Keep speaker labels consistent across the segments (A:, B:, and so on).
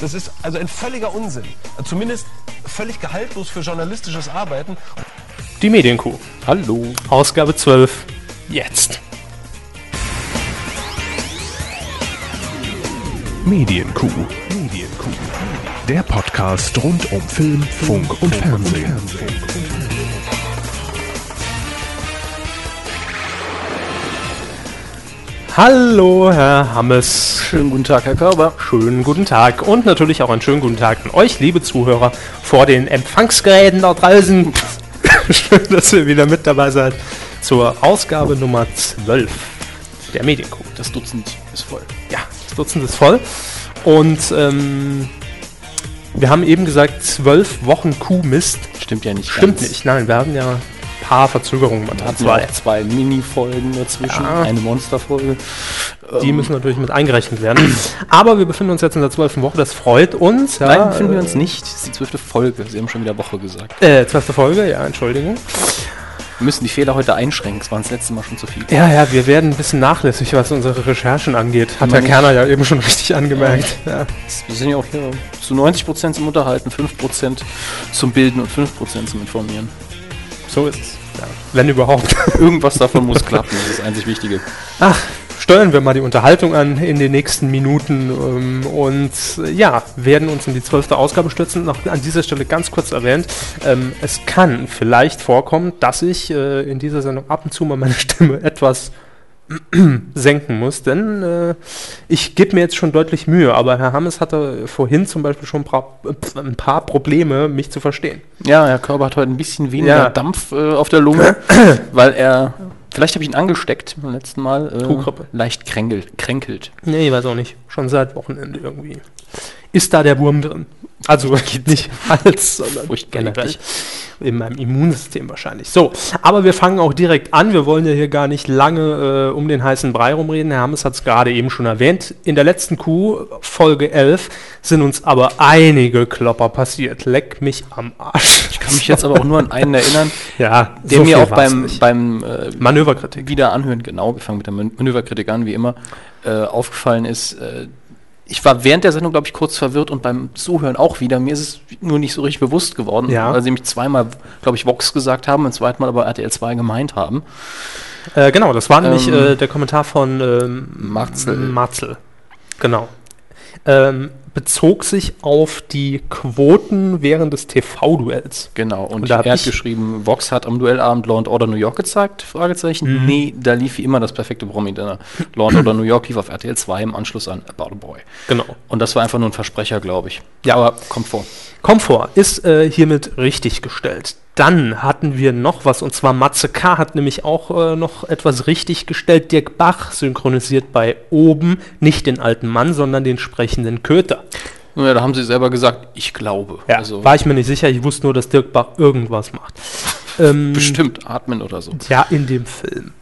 A: Das ist also ein völliger Unsinn. Zumindest völlig gehaltlos für journalistisches Arbeiten.
B: Die Medienkuh. Hallo. Ausgabe 12. Jetzt.
C: Medienkuh. Medienkuh. Der Podcast rund um Film, Funk und Fernsehen.
B: Hallo, Herr Hammes.
D: Schönen guten Tag, Herr Körber.
B: Schönen guten Tag und natürlich auch einen schönen guten Tag an euch, liebe Zuhörer, vor den Empfangsgeräten da draußen. Schön, dass ihr wieder mit dabei seid zur Ausgabe Nummer 12 der Medienkuh.
D: Das Dutzend ist voll.
B: Ja, das Dutzend ist voll. Und ähm, wir haben eben gesagt, zwölf Wochen Kuhmist.
D: Stimmt ja nicht
B: Stimmt
D: ganz.
B: nicht, nein, wir hatten ja ein paar Verzögerungen. Man
D: Wir
B: hat
D: hatten ja
B: zwei.
D: auch zwei Ah. Mini-Folgen dazwischen,
B: Ja.
D: eine Monsterfolge.
B: Die müssen natürlich mit eingerechnet werden. Aber wir befinden uns jetzt in der zwölften Woche, das freut uns. Ja,
D: Nein, finden wir
B: äh,
D: uns nicht. Das ist die zwölfte Folge. Sie haben schon wieder Woche gesagt.
B: Äh, zwölfte Folge, ja, Entschuldigung.
D: Wir müssen die Fehler heute einschränken. Es waren das letzte Mal schon zu viele.
B: Ja, ja, wir werden ein bisschen nachlässig, was unsere Recherchen angeht. Hat
D: Immer
B: Herr
D: nicht.
B: Kerner ja eben schon richtig angemerkt. Mhm. Ja.
D: Wir sind ja auch hier zu 90% zum Unterhalten, 5% zum Bilden und 5% zum Informieren.
B: So ist es. Ja. Wenn überhaupt.
D: Irgendwas davon muss klappen. Das ist das einzig Wichtige.
B: Ach, steuern wir mal die Unterhaltung an in den nächsten Minuten ähm, und äh, ja, werden uns in die zwölfte Ausgabe stürzen. Noch an dieser Stelle ganz kurz erwähnt, ähm, es kann vielleicht vorkommen, dass ich äh, in dieser Sendung ab und zu mal meine Stimme etwas senken muss, denn äh, ich gebe mir jetzt schon deutlich Mühe, aber Herr Hammes hatte vorhin zum Beispiel schon ein paar, äh, ein paar Probleme, mich zu verstehen.
D: Ja, Herr Körber hat heute ein bisschen weniger
B: Ja.
D: Dampf äh, auf der Lunge, weil er, vielleicht habe ich ihn angesteckt beim letzten Mal, äh,
B: Kuhgrippe.
D: leicht kränkelt. kränkelt.
B: Nee, ich weiß auch nicht. Schon seit Wochenende irgendwie. Ist da der Wurm drin? Also geht nicht Hals, sondern
D: Furchtbar
B: generell
D: eklig.
B: in meinem Immunsystem wahrscheinlich. So, aber wir fangen auch direkt an. Wir wollen ja hier gar nicht lange äh, um den heißen Brei rumreden. Herr Hammes hat es gerade eben schon erwähnt. In der letzten Kuh, Folge 11, sind uns aber einige Klopper passiert. Leck mich am Arsch.
D: Ich kann mich jetzt aber auch nur an einen erinnern,
B: ja,
D: der
B: so viel
D: mir auch
B: war's
D: beim,
B: nicht.
D: beim äh,
B: Manöverkritik.
D: wieder anhören, genau, wir fangen mit der Man- Manöverkritik an, wie immer, äh, aufgefallen ist. Äh, ich war während der Sendung, glaube ich, kurz verwirrt und beim Zuhören auch wieder. Mir ist es nur nicht so richtig bewusst geworden,
B: Ja.
D: weil sie mich zweimal, glaube ich, Vox gesagt haben und zweimal aber RTL 2 gemeint haben.
B: Äh, genau, das war nämlich
D: Ähm,
B: äh, der Kommentar von ähm,
D: Marzel.
B: Marzel. Genau. Ähm, bezog sich auf die Quoten während des TV-Duells.
D: Genau, und,
B: Und da hab
D: er hat
B: ich-
D: geschrieben, Vox hat am Duellabend Law and Order New York gezeigt, Fragezeichen.
B: Mhm.
D: Nee, da lief wie immer das perfekte Promi-Dinner. Law and Order New York lief auf RTL 2 im Anschluss an About a Boy.
B: Genau.
D: Und das war einfach nur ein Versprecher, glaube ich.
B: Ja.
D: aber kommt vor.
B: Komfort ist äh, hiermit richtig gestellt. Dann hatten wir noch was, und zwar Matze K. hat nämlich auch äh, noch etwas richtig gestellt. Dirk Bach synchronisiert bei Oben nicht den alten Mann, sondern den sprechenden Köter.
D: Naja, da haben sie selber gesagt, ich glaube.
B: Ja,
D: also
B: war ich mir nicht sicher, ich wusste nur, dass Dirk Bach irgendwas macht. Ähm,
D: bestimmt atmen oder so.
B: Ja, in dem Film.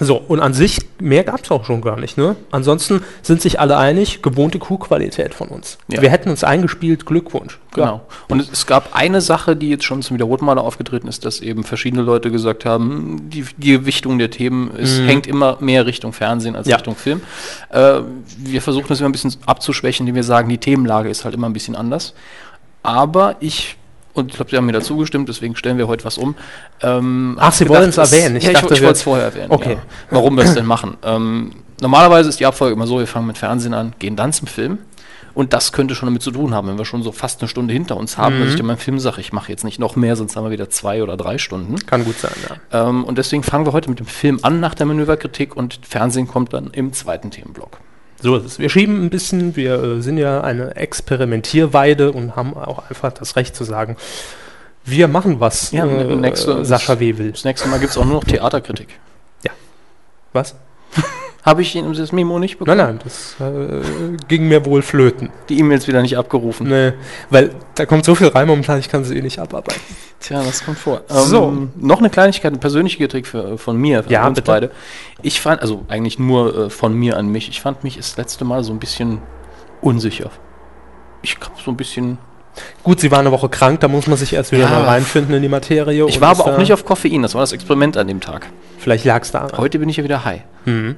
B: So, und an sich, mehr gab es auch schon gar nicht, ne? Ansonsten sind sich alle einig, gewohnte Kuhqualität von uns.
D: Ja.
B: Wir hätten uns eingespielt, Glückwunsch.
D: Genau. Und es, es gab eine Sache, die jetzt schon zum wiederholten Mal aufgetreten ist, dass eben verschiedene Leute gesagt haben, hm, die, die Gewichtung der Themen ist, hängt immer mehr Richtung Fernsehen als
B: Mhm. Ja.
D: Richtung Film. Äh, wir versuchen das immer ein bisschen abzuschwächen, indem wir sagen, die Themenlage ist halt immer ein bisschen anders. Aber ich, und ich glaube, Sie haben mir dazu gestimmt, deswegen stellen wir heute was um. Ähm,
B: Ach, Sie
D: hab gedacht,
B: wollen es erwähnen. Ich
D: ja, ich,
B: dachte,
D: ich
B: wir-
D: wollte es vorher erwähnen.
B: Okay.
D: Ja. Warum wir es denn machen? Ähm, normalerweise ist die Abfolge immer so, wir fangen mit Fernsehen an, gehen dann zum Film. Und das könnte schon damit zu tun haben, wenn wir schon so fast eine Stunde hinter uns haben, dass ich dann beim Film sage, ich mache jetzt nicht noch mehr, sonst haben wir wieder zwei oder drei Stunden.
B: Kann gut sein, ja.
D: Ähm, und deswegen fangen wir heute mit dem Film an nach der Manöverkritik und Fernsehen kommt dann im zweiten Themenblock.
B: So ist es. Wir schieben ein bisschen, wir äh, sind ja eine Experimentierweide und haben auch einfach das Recht zu sagen, wir machen was,
D: Ja,
B: äh,
D: nächste-
B: Sascha Wewel.
D: Das nächste Mal gibt es auch nur noch Theaterkritik.
B: Was?
D: Habe ich Ihnen das Memo nicht bekommen?
B: Nein, nein, das äh, ging mir wohl flöten.
D: Die E-Mails wieder nicht abgerufen.
B: Nee, weil da kommt so viel rein momentan, ich kann sie eh nicht abarbeiten.
D: Tja, das kommt vor.
B: So.
D: Ähm, noch eine Kleinigkeit, ein persönlicher Kritik für, äh, von mir, von
B: Ja,
D: uns
B: bitte.
D: beide. Ich fand, also eigentlich nur äh, von mir an mich, ich fand mich das letzte Mal so ein bisschen unsicher. Ich hab so ein bisschen.
B: Gut, sie war eine Woche krank, da muss man sich erst wieder
D: Ja.
B: mal reinfinden in die Materie.
D: Ich
B: und
D: war
B: ist
D: aber auch
B: da-
D: nicht auf Koffein, das war das Experiment an dem Tag.
B: Vielleicht lag es da.
D: Heute bin ich ja wieder high.
B: Mhm.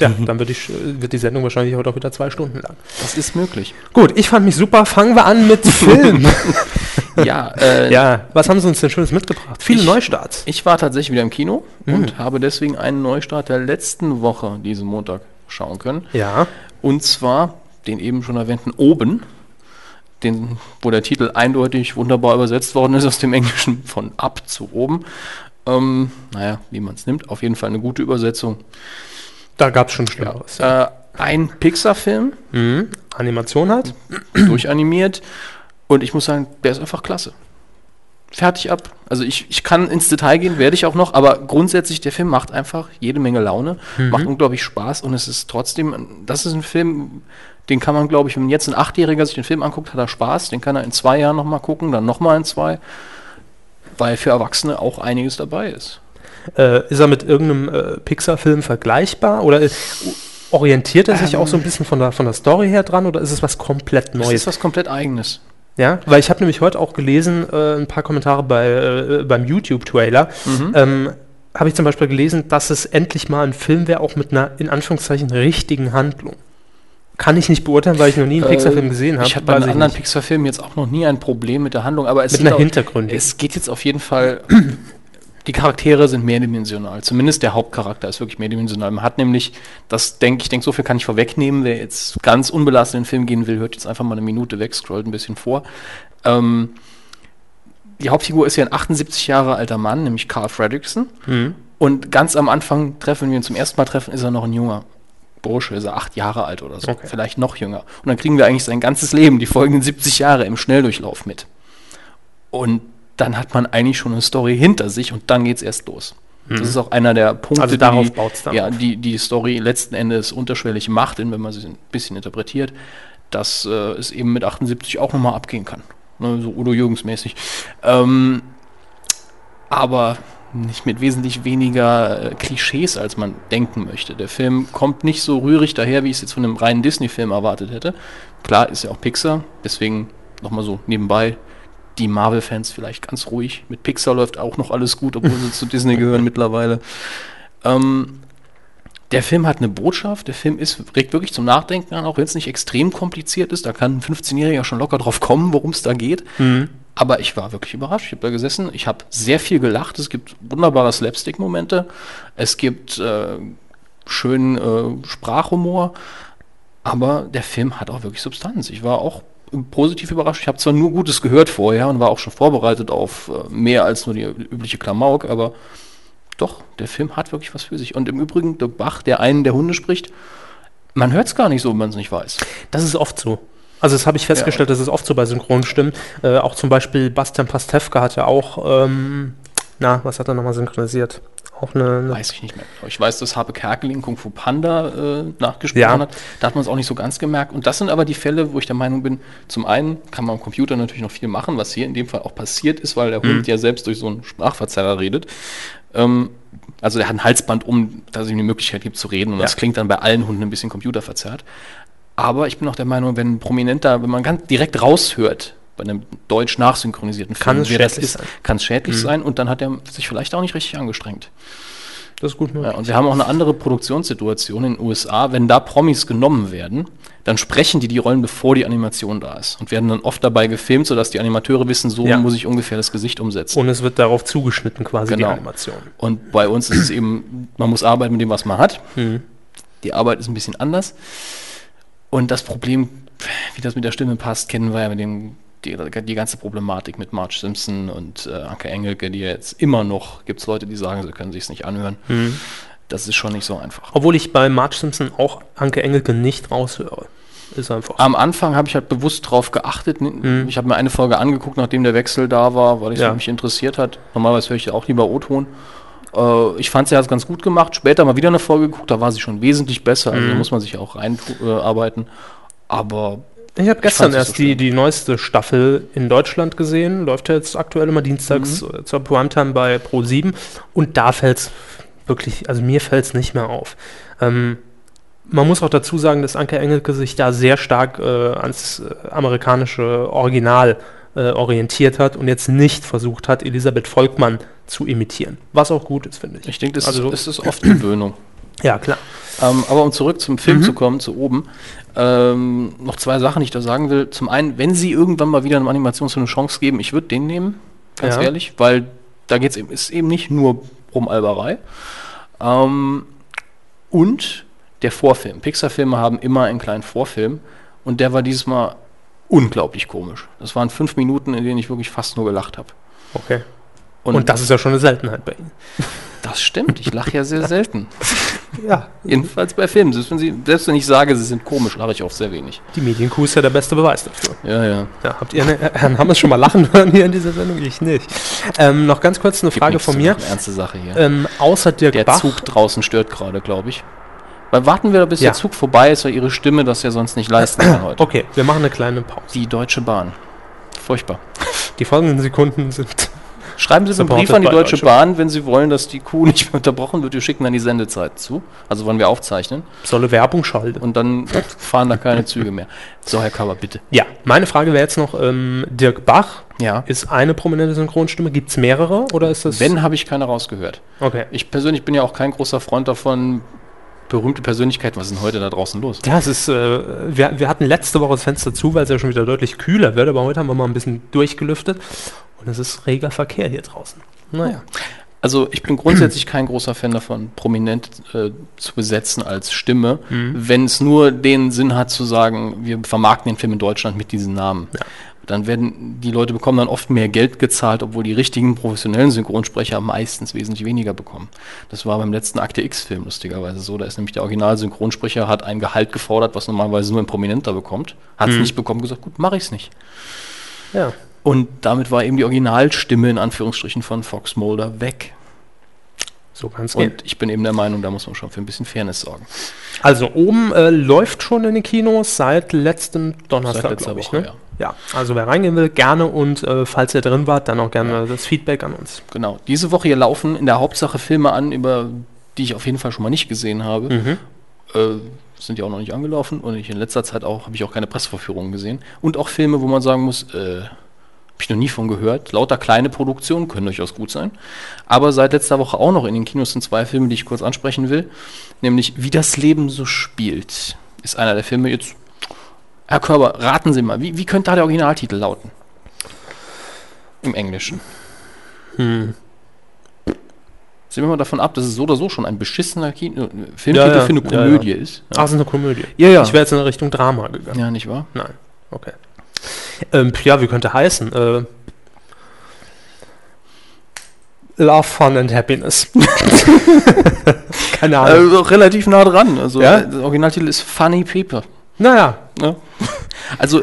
B: Ja, dann wird die, Sch- wird die Sendung wahrscheinlich heute auch wieder zwei Stunden lang.
D: Das ist möglich.
B: Gut, ich fand mich super. Fangen wir an mit Film.
D: ja, äh,
B: ja, was haben sie uns denn Schönes mitgebracht? Viele
D: Ich-
B: Neustarts.
D: ich war tatsächlich wieder im Kino
B: Mhm.
D: und habe deswegen einen Neustart der letzten Woche diesen Montag schauen können.
B: Ja.
D: Und zwar den eben schon erwähnten Oben, den, wo der Titel eindeutig wunderbar übersetzt worden ist aus dem Englischen von ab zu oben. Ähm, naja, wie man es nimmt. Auf jeden Fall eine gute Übersetzung.
B: Da gab es schon Schlimmeres.
D: Äh, ein Pixar-Film,
B: Mhm. Animation hat.
D: durchanimiert. Und ich muss sagen, der ist einfach klasse. Fertig ab. Also ich, ich kann ins Detail gehen, werde ich auch noch, aber grundsätzlich, der Film macht einfach jede Menge Laune,
B: Mhm.
D: macht unglaublich Spaß und es ist trotzdem, das ist ein Film, den kann man, glaube ich, wenn jetzt ein Achtjähriger sich den Film anguckt, hat er Spaß, den kann er in zwei Jahren nochmal gucken, dann nochmal in zwei, weil für Erwachsene auch einiges dabei ist.
B: Äh, ist er mit irgendeinem äh, Pixar-Film vergleichbar oder ist, orientiert er sich auch so ein bisschen von der, von der Story her dran oder ist es was komplett
D: Das Ähm. ist
B: Neues?
D: was komplett Eigenes.
B: Ja, weil ich habe nämlich heute auch gelesen, äh, ein paar Kommentare bei, äh, beim YouTube-Trailer, ähm, habe ich zum Beispiel gelesen, dass es endlich mal ein Film wäre, auch mit einer in Anführungszeichen richtigen Handlung. Kann ich nicht beurteilen, weil ich noch nie einen
D: Äh,
B: Pixar-Film gesehen habe.
D: Ich hatte bei einem anderen Pixar-Film jetzt auch noch nie ein Problem mit der Handlung, aber es
B: Mit
D: sind
B: einer
D: auch-
B: Hintergründung.
D: Es geht jetzt auf jeden Fall. Die Charaktere sind mehrdimensional. Zumindest der Hauptcharakter ist wirklich mehrdimensional. Man hat nämlich, das denke ich, denke so viel kann ich vorwegnehmen. Wer jetzt ganz unbelastet in den Film gehen will, hört jetzt einfach mal eine Minute weg, scrollt ein bisschen vor. Ähm, die Hauptfigur ist ja ein 78 Jahre alter Mann, nämlich Carl Fredrickson.
B: Mhm.
D: Und ganz am Anfang treffen wir ihn zum ersten Mal treffen, ist er noch ein junger Bursche, ist er acht Jahre alt oder so,
B: Okay.
D: vielleicht noch jünger. Und dann kriegen wir eigentlich sein ganzes Leben, die folgenden 70 Jahre im Schnelldurchlauf mit. Und dann hat man eigentlich schon eine Story hinter sich und dann geht's erst los. Das ist auch einer der Punkte,
B: Hm. Also darauf
D: die,
B: baut's dann
D: ja,
B: auf.
D: die die Story letzten Endes unterschwellig macht, wenn man sie ein bisschen interpretiert, dass äh, es eben mit 78 auch nochmal abgehen kann. Ne, so Udo Jürgens mäßig. Ähm, aber nicht mit wesentlich weniger äh, Klischees, als man denken möchte. Der Film kommt nicht so rührig daher, wie ich es jetzt von einem reinen Disney-Film erwartet hätte. Klar ist ja auch Pixar, deswegen nochmal so nebenbei. Die Marvel-Fans vielleicht ganz ruhig. Mit Pixar läuft auch noch alles gut, obwohl sie zu Disney gehören mittlerweile. Ähm, der Film hat eine Botschaft. Der Film ist, regt wirklich zum Nachdenken an, auch wenn es nicht extrem kompliziert ist. Da kann ein 15-Jähriger schon locker drauf kommen, worum es da geht. Aber ich war wirklich überrascht. Ich habe da gesessen. Ich habe sehr viel gelacht. Es gibt wunderbare Slapstick-Momente. Es gibt äh, schönen äh, Sprachhumor. Aber der Film hat auch wirklich Substanz. Ich war auch positiv überrascht. Ich habe zwar nur Gutes gehört vorher und war auch schon vorbereitet auf äh, mehr als nur die übliche Klamauk, aber doch, der Film hat wirklich was für sich. Und im Übrigen, der Bach, der einen der Hunde spricht, man hört es gar nicht so, wenn man es nicht weiß.
B: Das ist oft so. Also das habe ich festgestellt, das ist oft so bei Synchronstimmen. Äh, auch zum Beispiel Bastian Pastewka hat ja auch, ähm, na, was hat er nochmal synchronisiert? Auch eine, eine
D: Weiß ich nicht mehr. genau. Ich weiß, dass Habe Kerkeling Kung Fu Panda äh, nachgesprochen
B: Ja.
D: hat. Da hat man es auch nicht so ganz gemerkt. Und das sind aber die Fälle, wo ich der Meinung bin, zum einen kann man am Computer natürlich noch viel machen, was hier in dem Fall auch passiert ist, weil der
B: Mhm.
D: Hund ja selbst durch so einen Sprachverzerrer redet. Ähm, also der hat ein Halsband um, dass es ihm die Möglichkeit gibt zu reden. Und das
B: Ja.
D: klingt dann bei allen Hunden ein bisschen computerverzerrt. Aber ich bin auch der Meinung, wenn ein Prominenter, wenn man ganz direkt raushört, bei einem deutsch nachsynchronisierten Film,
B: Kann es
D: wer das
B: schädlich
D: ist,
B: sein. Mhm.
D: kann es schädlich sein und dann hat er sich vielleicht auch nicht richtig angestrengt.
B: das ist gut ne?
D: Ja, und wir haben auch eine andere Produktionssituation in den USA. Wenn da Promis genommen werden, dann sprechen die die Rollen, bevor die Animation da ist und werden dann oft dabei gefilmt, sodass die Animateure wissen, so
B: Ja.
D: muss ich ungefähr das Gesicht umsetzen.
B: Und es wird darauf zugeschnitten quasi die
D: Genau.
B: Animation.
D: Und bei uns ist es eben, man muss arbeiten mit dem, was man hat.
B: Mhm.
D: Die Arbeit ist ein bisschen anders. Und das Problem, wie das mit der Stimme passt, kennen wir ja mit dem, die, die ganze Problematik mit Marge Simpson und äh, Anke Engelke, die ja jetzt immer noch, gibt es Leute, die sagen, sie können sich nicht anhören.
B: Mhm.
D: Das ist schon nicht so einfach.
B: Obwohl ich bei Marge Simpson auch Anke Engelke nicht raushöre. Ist einfach.
D: Am Anfang habe ich halt bewusst drauf geachtet. Ich habe mir eine Folge angeguckt, nachdem der Wechsel da war, weil es
B: Mhm. Ja.
D: mich interessiert hat. Normalerweise höre ich ja auch lieber O-Ton. Äh, ich fand sie hat es ganz gut gemacht. Später mal wieder eine Folge geguckt, da war sie schon wesentlich besser.
B: Mhm.
D: Also da muss man sich ja auch reinarbeiten. Äh, arbeiten. Aber
B: Ich habe
D: fand's
B: gestern
D: nicht
B: erst
D: so
B: die,
D: schlimm.
B: die neueste Staffel in Deutschland gesehen. Läuft ja jetzt aktuell immer dienstags
D: Mhm.
B: äh, zur Primetime bei Pro7. Und da fällt es wirklich, also mir fällt es nicht mehr auf. Ähm, man muss auch dazu sagen, dass Anke Engelke sich da sehr stark äh, ans äh, amerikanische Original äh, orientiert hat und jetzt nicht versucht hat, Elisabeth Volkmann zu imitieren. Was auch gut ist, finde ich.
D: ich denke, das,
B: Also-
D: ist, das ist oft Gewöhnung.
B: Ja, klar.
D: Ähm, aber um zurück zum
B: Mhm.
D: Film zu kommen, zu oben, ähm, noch zwei Sachen, die ich da sagen will. Zum einen, wenn sie irgendwann mal wieder einem Animationsfilm eine Chance geben, ich würde den nehmen, ganz
B: Ja.
D: ehrlich, weil da geht's eben, ist eben nicht nur um Alberei. Ähm, und der Vorfilm. Pixar-Filme haben immer einen kleinen Vorfilm und der war dieses Mal unglaublich komisch. Das waren fünf Minuten, in denen ich wirklich fast nur gelacht habe.
B: Okay. Und, das ist ja schon eine Seltenheit bei Ihnen.
D: das stimmt, ich lache ja sehr selten.
B: Ja.
D: Jedenfalls bei Filmen. Selbst wenn, sie, selbst wenn ich sage, sie sind komisch, lache ich auch sehr wenig.
B: Die Medienkuh ist ja der beste Beweis dafür.
D: Ja, ja.
B: Ja, habt ihr eine, äh, Herrn Hammers schon mal lachen hören hier in dieser Sendung? Ich nicht. Ähm, noch ganz kurz eine
D: Gibt
B: Frage
D: nichts
B: von
D: zu
B: mir.
D: lachen, Ernste Sache hier.
B: Ähm, außer Dirk
D: der
B: Bach.
D: Zug draußen stört gerade, glaube ich. Weil warten wir, bis
B: Ja.
D: der Zug vorbei ist, weil ihre Stimme das ja sonst nicht leisten kann heute.
B: Okay, wir machen eine kleine Pause.
D: Die Deutsche Bahn. Furchtbar.
B: Die folgenden Sekunden sind.
D: Schreiben Sie uns einen
B: Supported
D: Brief an die
B: by
D: Deutsche
B: Deutsche
D: Bahn, wenn Sie wollen, dass die Kuh nicht mehr unterbrochen wird. Wir schicken dann die Sendezeit zu. Also wann wir aufzeichnen.
B: Solle Werbung schalten.
D: Und dann fahren da keine Züge mehr. So, Herr Kaber, bitte.
B: Ja, meine Frage wäre jetzt noch: ähm, Dirk Bach
D: Ja.
B: ist eine prominente Synchronstimme. Gibt es mehrere oder ist das.
D: Wenn, habe ich keine rausgehört.
B: Okay.
D: Ich persönlich bin ja auch kein großer Freund davon, berühmte Persönlichkeiten, was ist denn heute da draußen los?
B: Ja, es ist, äh, wir, wir hatten letzte Woche das Fenster zu, weil es ja schon wieder deutlich kühler wird, aber heute haben wir mal ein bisschen durchgelüftet und es ist reger Verkehr hier draußen. Naja.
D: Also ich bin grundsätzlich kein großer Fan davon, prominent äh, zu besetzen als Stimme, wenn es nur den Sinn hat zu sagen, wir vermarkten den Film in Deutschland mit diesem Namen. Dann werden die Leute bekommen dann oft mehr Geld gezahlt, obwohl die richtigen professionellen Synchronsprecher meistens wesentlich weniger bekommen. Das war beim letzten Akte X-Film lustigerweise so. Da ist nämlich der Originalsynchronsprecher hat ein Gehalt gefordert, was normalerweise nur ein Prominenter bekommt. Hat es nicht bekommen, gesagt, gut, mache ich es nicht.
B: Ja.
D: Und damit war eben die Originalstimme in Anführungsstrichen von Fox Mulder weg.
B: So kann es gehen.
D: Und ich bin eben der Meinung, da muss man schon für ein bisschen Fairness sorgen.
B: Also oben äh, läuft schon in den Kinos seit letztem
D: Seit
B: Donnerstag,
D: letzter
B: glaube ich.
D: Woche,
B: Ne? Ja. also wer reingehen will, gerne und äh, falls ihr drin wart, dann auch gerne das Feedback an uns.
D: Genau. Diese Woche hier laufen in der Hauptsache Filme an, über die ich auf jeden Fall schon mal nicht gesehen habe.
B: Mhm. Hm.
D: Äh, sind ja auch noch nicht angelaufen und ich in letzter Zeit auch habe ich auch keine Presseverführungen gesehen. Und auch Filme, wo man sagen muss, äh, habe ich noch nie von gehört. Lauter kleine Produktionen können durchaus gut sein. Aber seit letzter Woche auch noch in den Kinos sind zwei Filme, die ich kurz ansprechen will. Nämlich Wie das Leben so spielt. Ist einer der Filme jetzt. Herr Körber, raten Sie mal, wie, wie könnte da der Originaltitel lauten? Im Englischen. Hm. Sehen wir mal davon ab, dass es so oder so schon ein beschissener Kino äh, Filmtitel
B: Ja, ja.
D: für eine
B: Ja, ja.
D: Komödie ist.
B: Ach, Ah, es ist eine Komödie.
D: Ja, ja.
B: Ich wäre jetzt in Richtung Drama gegangen.
D: Ja, nicht wahr?
B: Nein, okay. Ähm, ja, wie könnte heißen? Äh, Love, Fun and Happiness. Keine Ahnung.
D: Also, relativ nah dran. Also
B: Ja?
D: der Originaltitel ist Funny People.
B: naja,
D: Ne? Also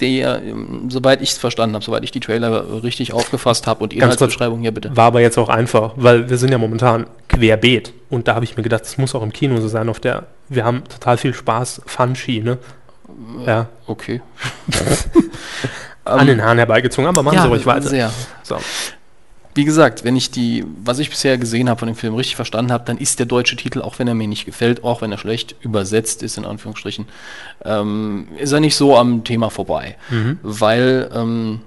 D: der, ähm, soweit ich es verstanden habe, soweit ich die Trailer richtig aufgefasst habe und die
B: Ganz kurz.
D: Inhaltsbeschreibung hier bitte.
B: war aber jetzt auch einfach, weil wir sind ja momentan querbeet. Und da habe ich mir gedacht, das muss auch im Kino so sein, auf der wir haben total viel Spaß, Fun-Schiene. Ja,
D: Okay. Ähm,
B: an den Haaren herbeigezogen, aber machen Sie ruhig weiter.
D: Sehr.
B: So.
D: Wie gesagt, wenn ich die, was ich bisher gesehen habe von dem Film richtig verstanden habe, dann ist der deutsche Titel, auch wenn er mir nicht gefällt, auch wenn er schlecht übersetzt ist, in Anführungsstrichen, ähm, ist er nicht so am Thema vorbei.
B: Mhm,
D: Weil ähm,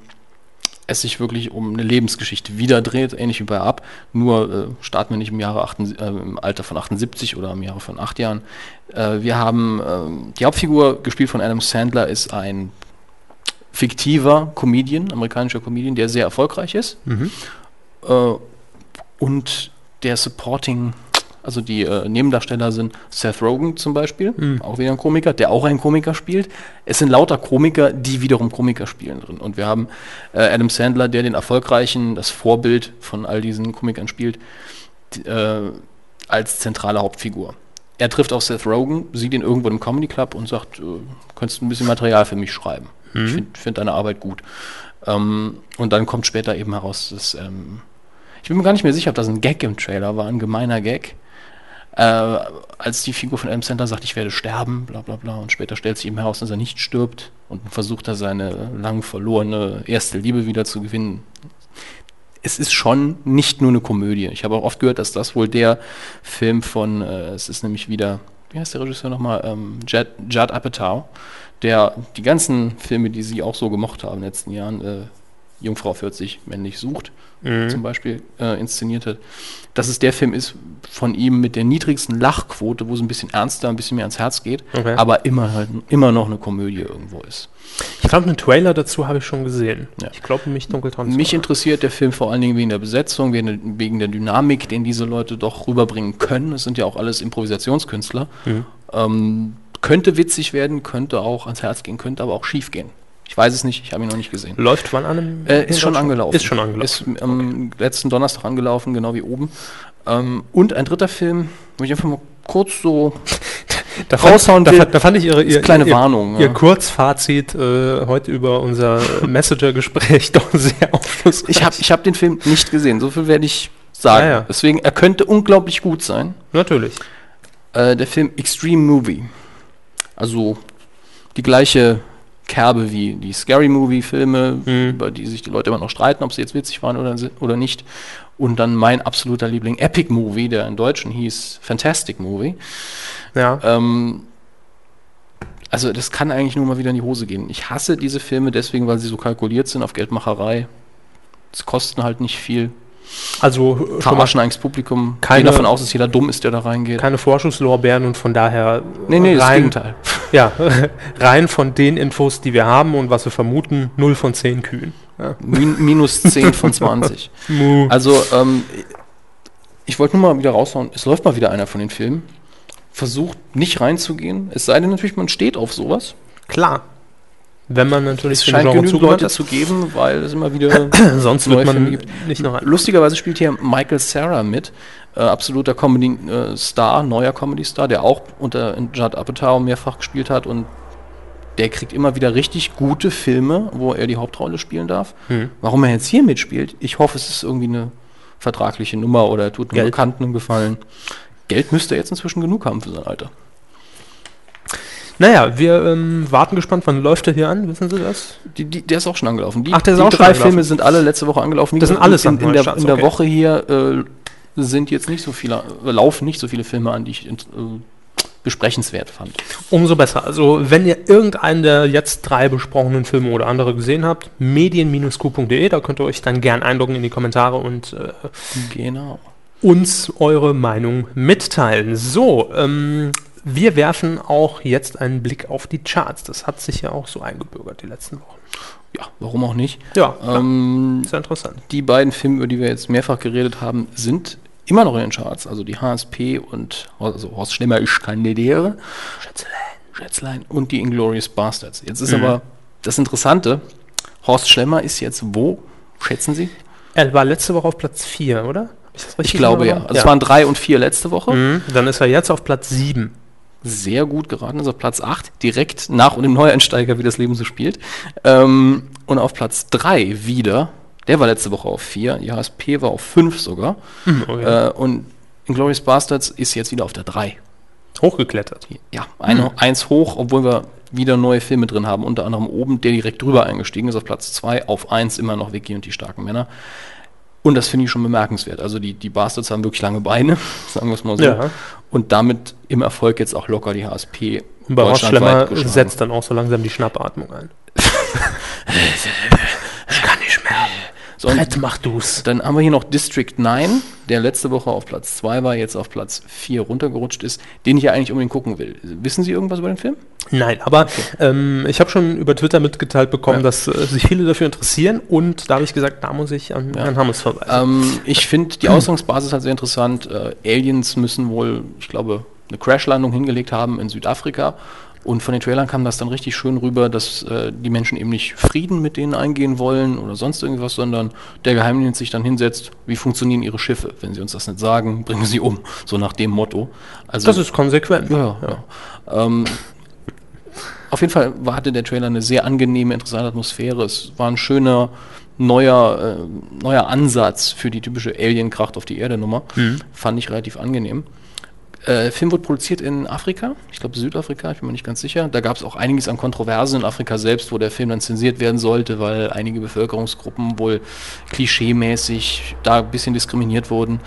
D: es sich wirklich um eine Lebensgeschichte wieder dreht, ähnlich wie bei Ab. Nur äh, starten wir nicht im, Jahre 8, äh, im Alter von 78 oder im Jahre von acht Jahren. Äh, wir haben ähm, die Hauptfigur, gespielt von Adam Sandler, ist ein fiktiver Comedian, amerikanischer Comedian, der sehr erfolgreich ist.
B: mhm.
D: Äh, und der Supporting, also die äh, Nebendarsteller sind Seth Rogen zum Beispiel, auch wieder ein Komiker, der auch einen Komiker spielt. Es sind lauter Komiker, die wiederum Komiker spielen drin. Und wir haben äh, Adam Sandler, der den erfolgreichen, das Vorbild von all diesen Komikern spielt, die, äh, als zentrale Hauptfigur. Er trifft auf Seth Rogen, sieht ihn irgendwo im Comedy Club und sagt, äh, könntest du ein bisschen Material für mich schreiben. Ich finde find deine Arbeit gut. Ähm, und dann kommt später eben heraus, dass ähm, ich bin mir gar nicht mehr sicher, ob das ein Gag im Trailer war, ein gemeiner Gag. Äh, als die Figur von Adam Sandler sagt, ich werde sterben, bla bla bla, und später stellt sich ihm heraus, dass er nicht stirbt und versucht er seine lang verlorene erste Liebe wieder zu gewinnen. Es ist schon nicht nur eine Komödie. Ich habe auch oft gehört, dass das wohl der Film von, äh, es ist nämlich wieder, wie heißt der Regisseur nochmal? Ähm, Judd, Judd Apatow, der die ganzen Filme, die sie auch so gemocht haben in den letzten Jahren, äh, Jungfrau 40 männlich sucht,
B: Mhm.
D: zum Beispiel, äh, inszeniert hat, dass es der Film ist von ihm mit der niedrigsten Lachquote, wo es ein bisschen ernster, ein bisschen mehr ans Herz geht,
B: Okay.
D: aber immer, halt, immer noch eine Komödie irgendwo ist.
B: Ich glaube, einen Trailer dazu habe ich schon gesehen.
D: Ja.
B: Ich glaube, mich dunkelt haben
D: Mich interessiert der Film vor allen Dingen wegen der Besetzung, wegen der, wegen der Dynamik, den diese Leute doch rüberbringen können. Es sind ja auch alles Improvisationskünstler.
B: Mhm.
D: Ähm, könnte witzig werden, könnte auch ans Herz gehen, könnte aber auch schief gehen. Ich weiß es nicht, ich habe ihn noch nicht gesehen.
B: Läuft wann an? im-
D: Äh,
B: in
D: ist schon
B: Deutschland?
D: angelaufen.
B: Ist schon angelaufen.
D: Ist am letzten Donnerstag angelaufen, genau wie oben. Ähm, und ein dritter Film, wo ich einfach mal kurz so
B: Da
D: Raushauen
B: fand, da,
D: will.
B: fand- da fand ich ihre, ihr,
D: kleine
B: ihr,
D: Warnung,
B: ihr
D: ja.
B: Kurzfazit äh, heute über unser Messenger-Gespräch doch sehr aufschlussreich.
D: Ich habe ich hab den Film nicht gesehen, so viel werde ich sagen.
B: Ja, ja.
D: Deswegen, er könnte unglaublich gut sein.
B: natürlich.
D: Äh, der Film Extreme Movie. Also die gleiche Kerbe wie die Scary Movie-Filme,
B: Mhm.
D: über die sich die Leute immer noch streiten, ob sie jetzt witzig waren oder, si- oder nicht. Und dann mein absoluter Liebling, Epic Movie, der in Deutschen hieß Fantastic Movie.
B: Ja.
D: Ähm, also das kann eigentlich nur mal wieder in die Hose gehen. Ich hasse diese Filme deswegen, weil sie so kalkuliert sind auf Geldmacherei. Es kosten halt nicht viel.
B: Also äh, schon mal
D: Verarschen eigentlich das Publikum.
B: Keine-
D: Gehen davon aus, dass jeder dumm ist, der da reingeht.
B: keine Vorschusslorbeeren und von daher
D: Nee, nee, das
B: rein,
D: Gegenteil.
B: ja, rein von den Infos, die wir haben und was wir vermuten, 0 von 10 Kühen.
D: Min minus 10 von 20.
B: Mu.
D: Also, ähm, ich wollte nur mal wieder raushauen, es läuft mal wieder einer von den Filmen. Versucht nicht reinzugehen, es sei denn natürlich, man steht auf sowas.
B: Klar. Wenn man natürlich
D: Es
B: dem
D: scheint
B: Genre
D: genügend
B: zugewandt
D: Leute zu geben, weil es immer wieder
B: ist, sonst
D: neue
B: wird man
D: Filme gibt.
B: nicht noch ein.
D: Lustigerweise spielt hier Michael Sarah mit, äh, absoluter Comedy-Star, neuer Comedy-Star, der auch unter Judd Apatow mehrfach gespielt hat und der kriegt immer wieder richtig gute Filme, wo er die Hauptrolle spielen darf.
B: Hm.
D: Warum er jetzt hier mitspielt, ich hoffe, es ist irgendwie eine vertragliche Nummer oder er tut einem
B: Geld.
D: Bekannten einen Gefallen. Geld müsste er jetzt inzwischen genug haben für sein Alter.
B: Naja, wir ähm, warten gespannt, wann läuft der hier an, wissen Sie das?
D: Die, die, der ist auch schon angelaufen. Die,
B: Ach, der ist
D: die
B: auch schon
D: drei
B: angelaufen.
D: Filme sind alle letzte Woche angelaufen. Wie
B: Das sind
D: gesagt,
B: alles
D: in, in, der,
B: Samtneustarts,
D: in der
B: okay.
D: Woche hier äh, sind jetzt nicht so viele, äh, laufen nicht so viele Filme an, die ich äh, besprechenswert fand.
B: Umso besser. Also, wenn ihr irgendeinen der jetzt drei besprochenen Filme oder andere gesehen habt, medien-q.de, da könnt ihr euch dann gern einloggen in die Kommentare und äh,
D: Genau.
B: uns eure Meinung mitteilen. So, ähm, wir werfen auch jetzt einen Blick auf die Charts. Das hat sich ja auch so eingebürgert die letzten Wochen.
D: Ja, warum auch nicht?
B: Ja,
D: Ähm,
B: ist ja interessant.
D: die beiden Filme, über die wir jetzt mehrfach geredet haben, sind immer noch in den Charts. Also die HSP und also Horst Schlemmer, ich kandidiere. Schätzlein. Schätzlein. Und die Inglorious Bastards. Jetzt
B: Mhm.
D: ist aber das Interessante, Horst Schlemmer ist jetzt wo? Schätzen Sie?
B: Er war letzte Woche auf Platz 4, oder? Hab das
D: Ich
B: richtig
D: glaube ja.
B: wahrgenommen?
D: Also es waren drei und vier letzte Woche.
B: Mhm, Dann ist er jetzt auf Platz 7.
D: Sehr gut geraten, ist auf Platz 8, direkt nach und dem Neueinsteiger, wie das Leben so spielt. Ähm, und auf Platz 3 wieder, der war letzte Woche auf 4, die HSP war auf 5 sogar.
B: Oh Mhm.
D: Äh, und Inglourious Bastards ist jetzt wieder auf der 3.
B: Hochgeklettert.
D: Ja, eine,
B: Mhm.
D: eins hoch, obwohl wir wieder neue Filme drin haben, unter anderem oben, der direkt drüber eingestiegen ist auf Platz 2, auf 1 immer noch Vicky und die starken Männer. Und das finde ich schon bemerkenswert. Also die, die Bastards haben wirklich lange Beine, sagen wir es mal so.
B: Ja.
D: Und damit im Erfolg jetzt auch locker die HSP
B: Und bei Horst
D: deutschlandweit
B: Schlemmer
D: geschlagen.
B: setzt dann auch so langsam die Schnappatmung ein. ich kann nicht mehr.
D: So, und
B: mach du's.
D: dann haben wir hier noch District 9, der letzte Woche auf Platz 2 war, jetzt auf Platz 4 runtergerutscht ist, den ich ja eigentlich unbedingt gucken will. Wissen Sie irgendwas über den Film?
B: Nein, aber ähm, ich habe schon über Twitter mitgeteilt bekommen,
D: Ja.
B: dass äh, sich viele dafür interessieren und da habe ich gesagt, da muss ich an,
D: Ja.
B: an Hammes verweisen.
D: Ähm, ich finde die Ausgangsbasis halt sehr interessant. Äh, Aliens müssen wohl, ich glaube, eine Crashlandung hingelegt haben in Südafrika. Und von den Trailern kam das dann richtig schön rüber, dass äh, die Menschen eben nicht Frieden mit denen eingehen wollen oder sonst irgendwas, sondern der Geheimdienst sich dann hinsetzt, wie funktionieren ihre Schiffe? Wenn sie uns das nicht sagen, bringen wir sie um. So nach dem Motto. Also,
B: das ist konsequent.
D: ja, ja. ja. Ähm, auf jeden Fall war- hatte der Trailer eine sehr angenehme, interessante Atmosphäre. Es war ein schöner, neuer, äh, neuer Ansatz für die typische Alien-Kracht auf die Erde-Nummer. Fand ich relativ angenehm. Äh, Film wurde produziert in Afrika, ich glaube Südafrika, ich bin mir nicht ganz sicher. Da gab es auch einiges an Kontroversen in Afrika selbst, wo der Film dann zensiert werden sollte, weil einige Bevölkerungsgruppen wohl klischeemäßig da ein bisschen diskriminiert wurden.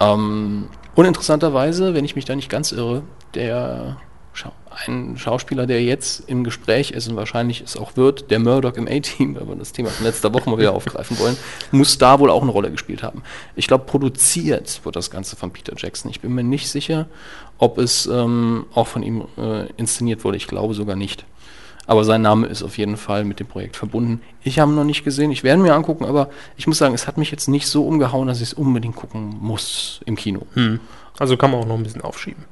D: Ähm, und interessanterweise, wenn ich mich da nicht ganz irre, der Scha- ein Schauspieler, der jetzt im Gespräch ist und wahrscheinlich es auch wird, der Murdoch im A-Team, weil wir das Thema von letzter Woche mal wieder aufgreifen wollen, muss da wohl auch eine Rolle gespielt haben. Ich glaube, produziert wird das Ganze von Peter Jackson. Ich bin mir nicht sicher, ob es ähm, auch von ihm äh, inszeniert wurde. Ich glaube sogar nicht. Aber sein Name ist auf jeden Fall mit dem Projekt verbunden. Ich habe ihn noch nicht gesehen, ich werde ihn mir angucken, aber ich muss sagen, es hat mich jetzt nicht so umgehauen, dass ich es unbedingt gucken muss im Kino.
B: Hm. Also kann man auch noch ein bisschen aufschieben.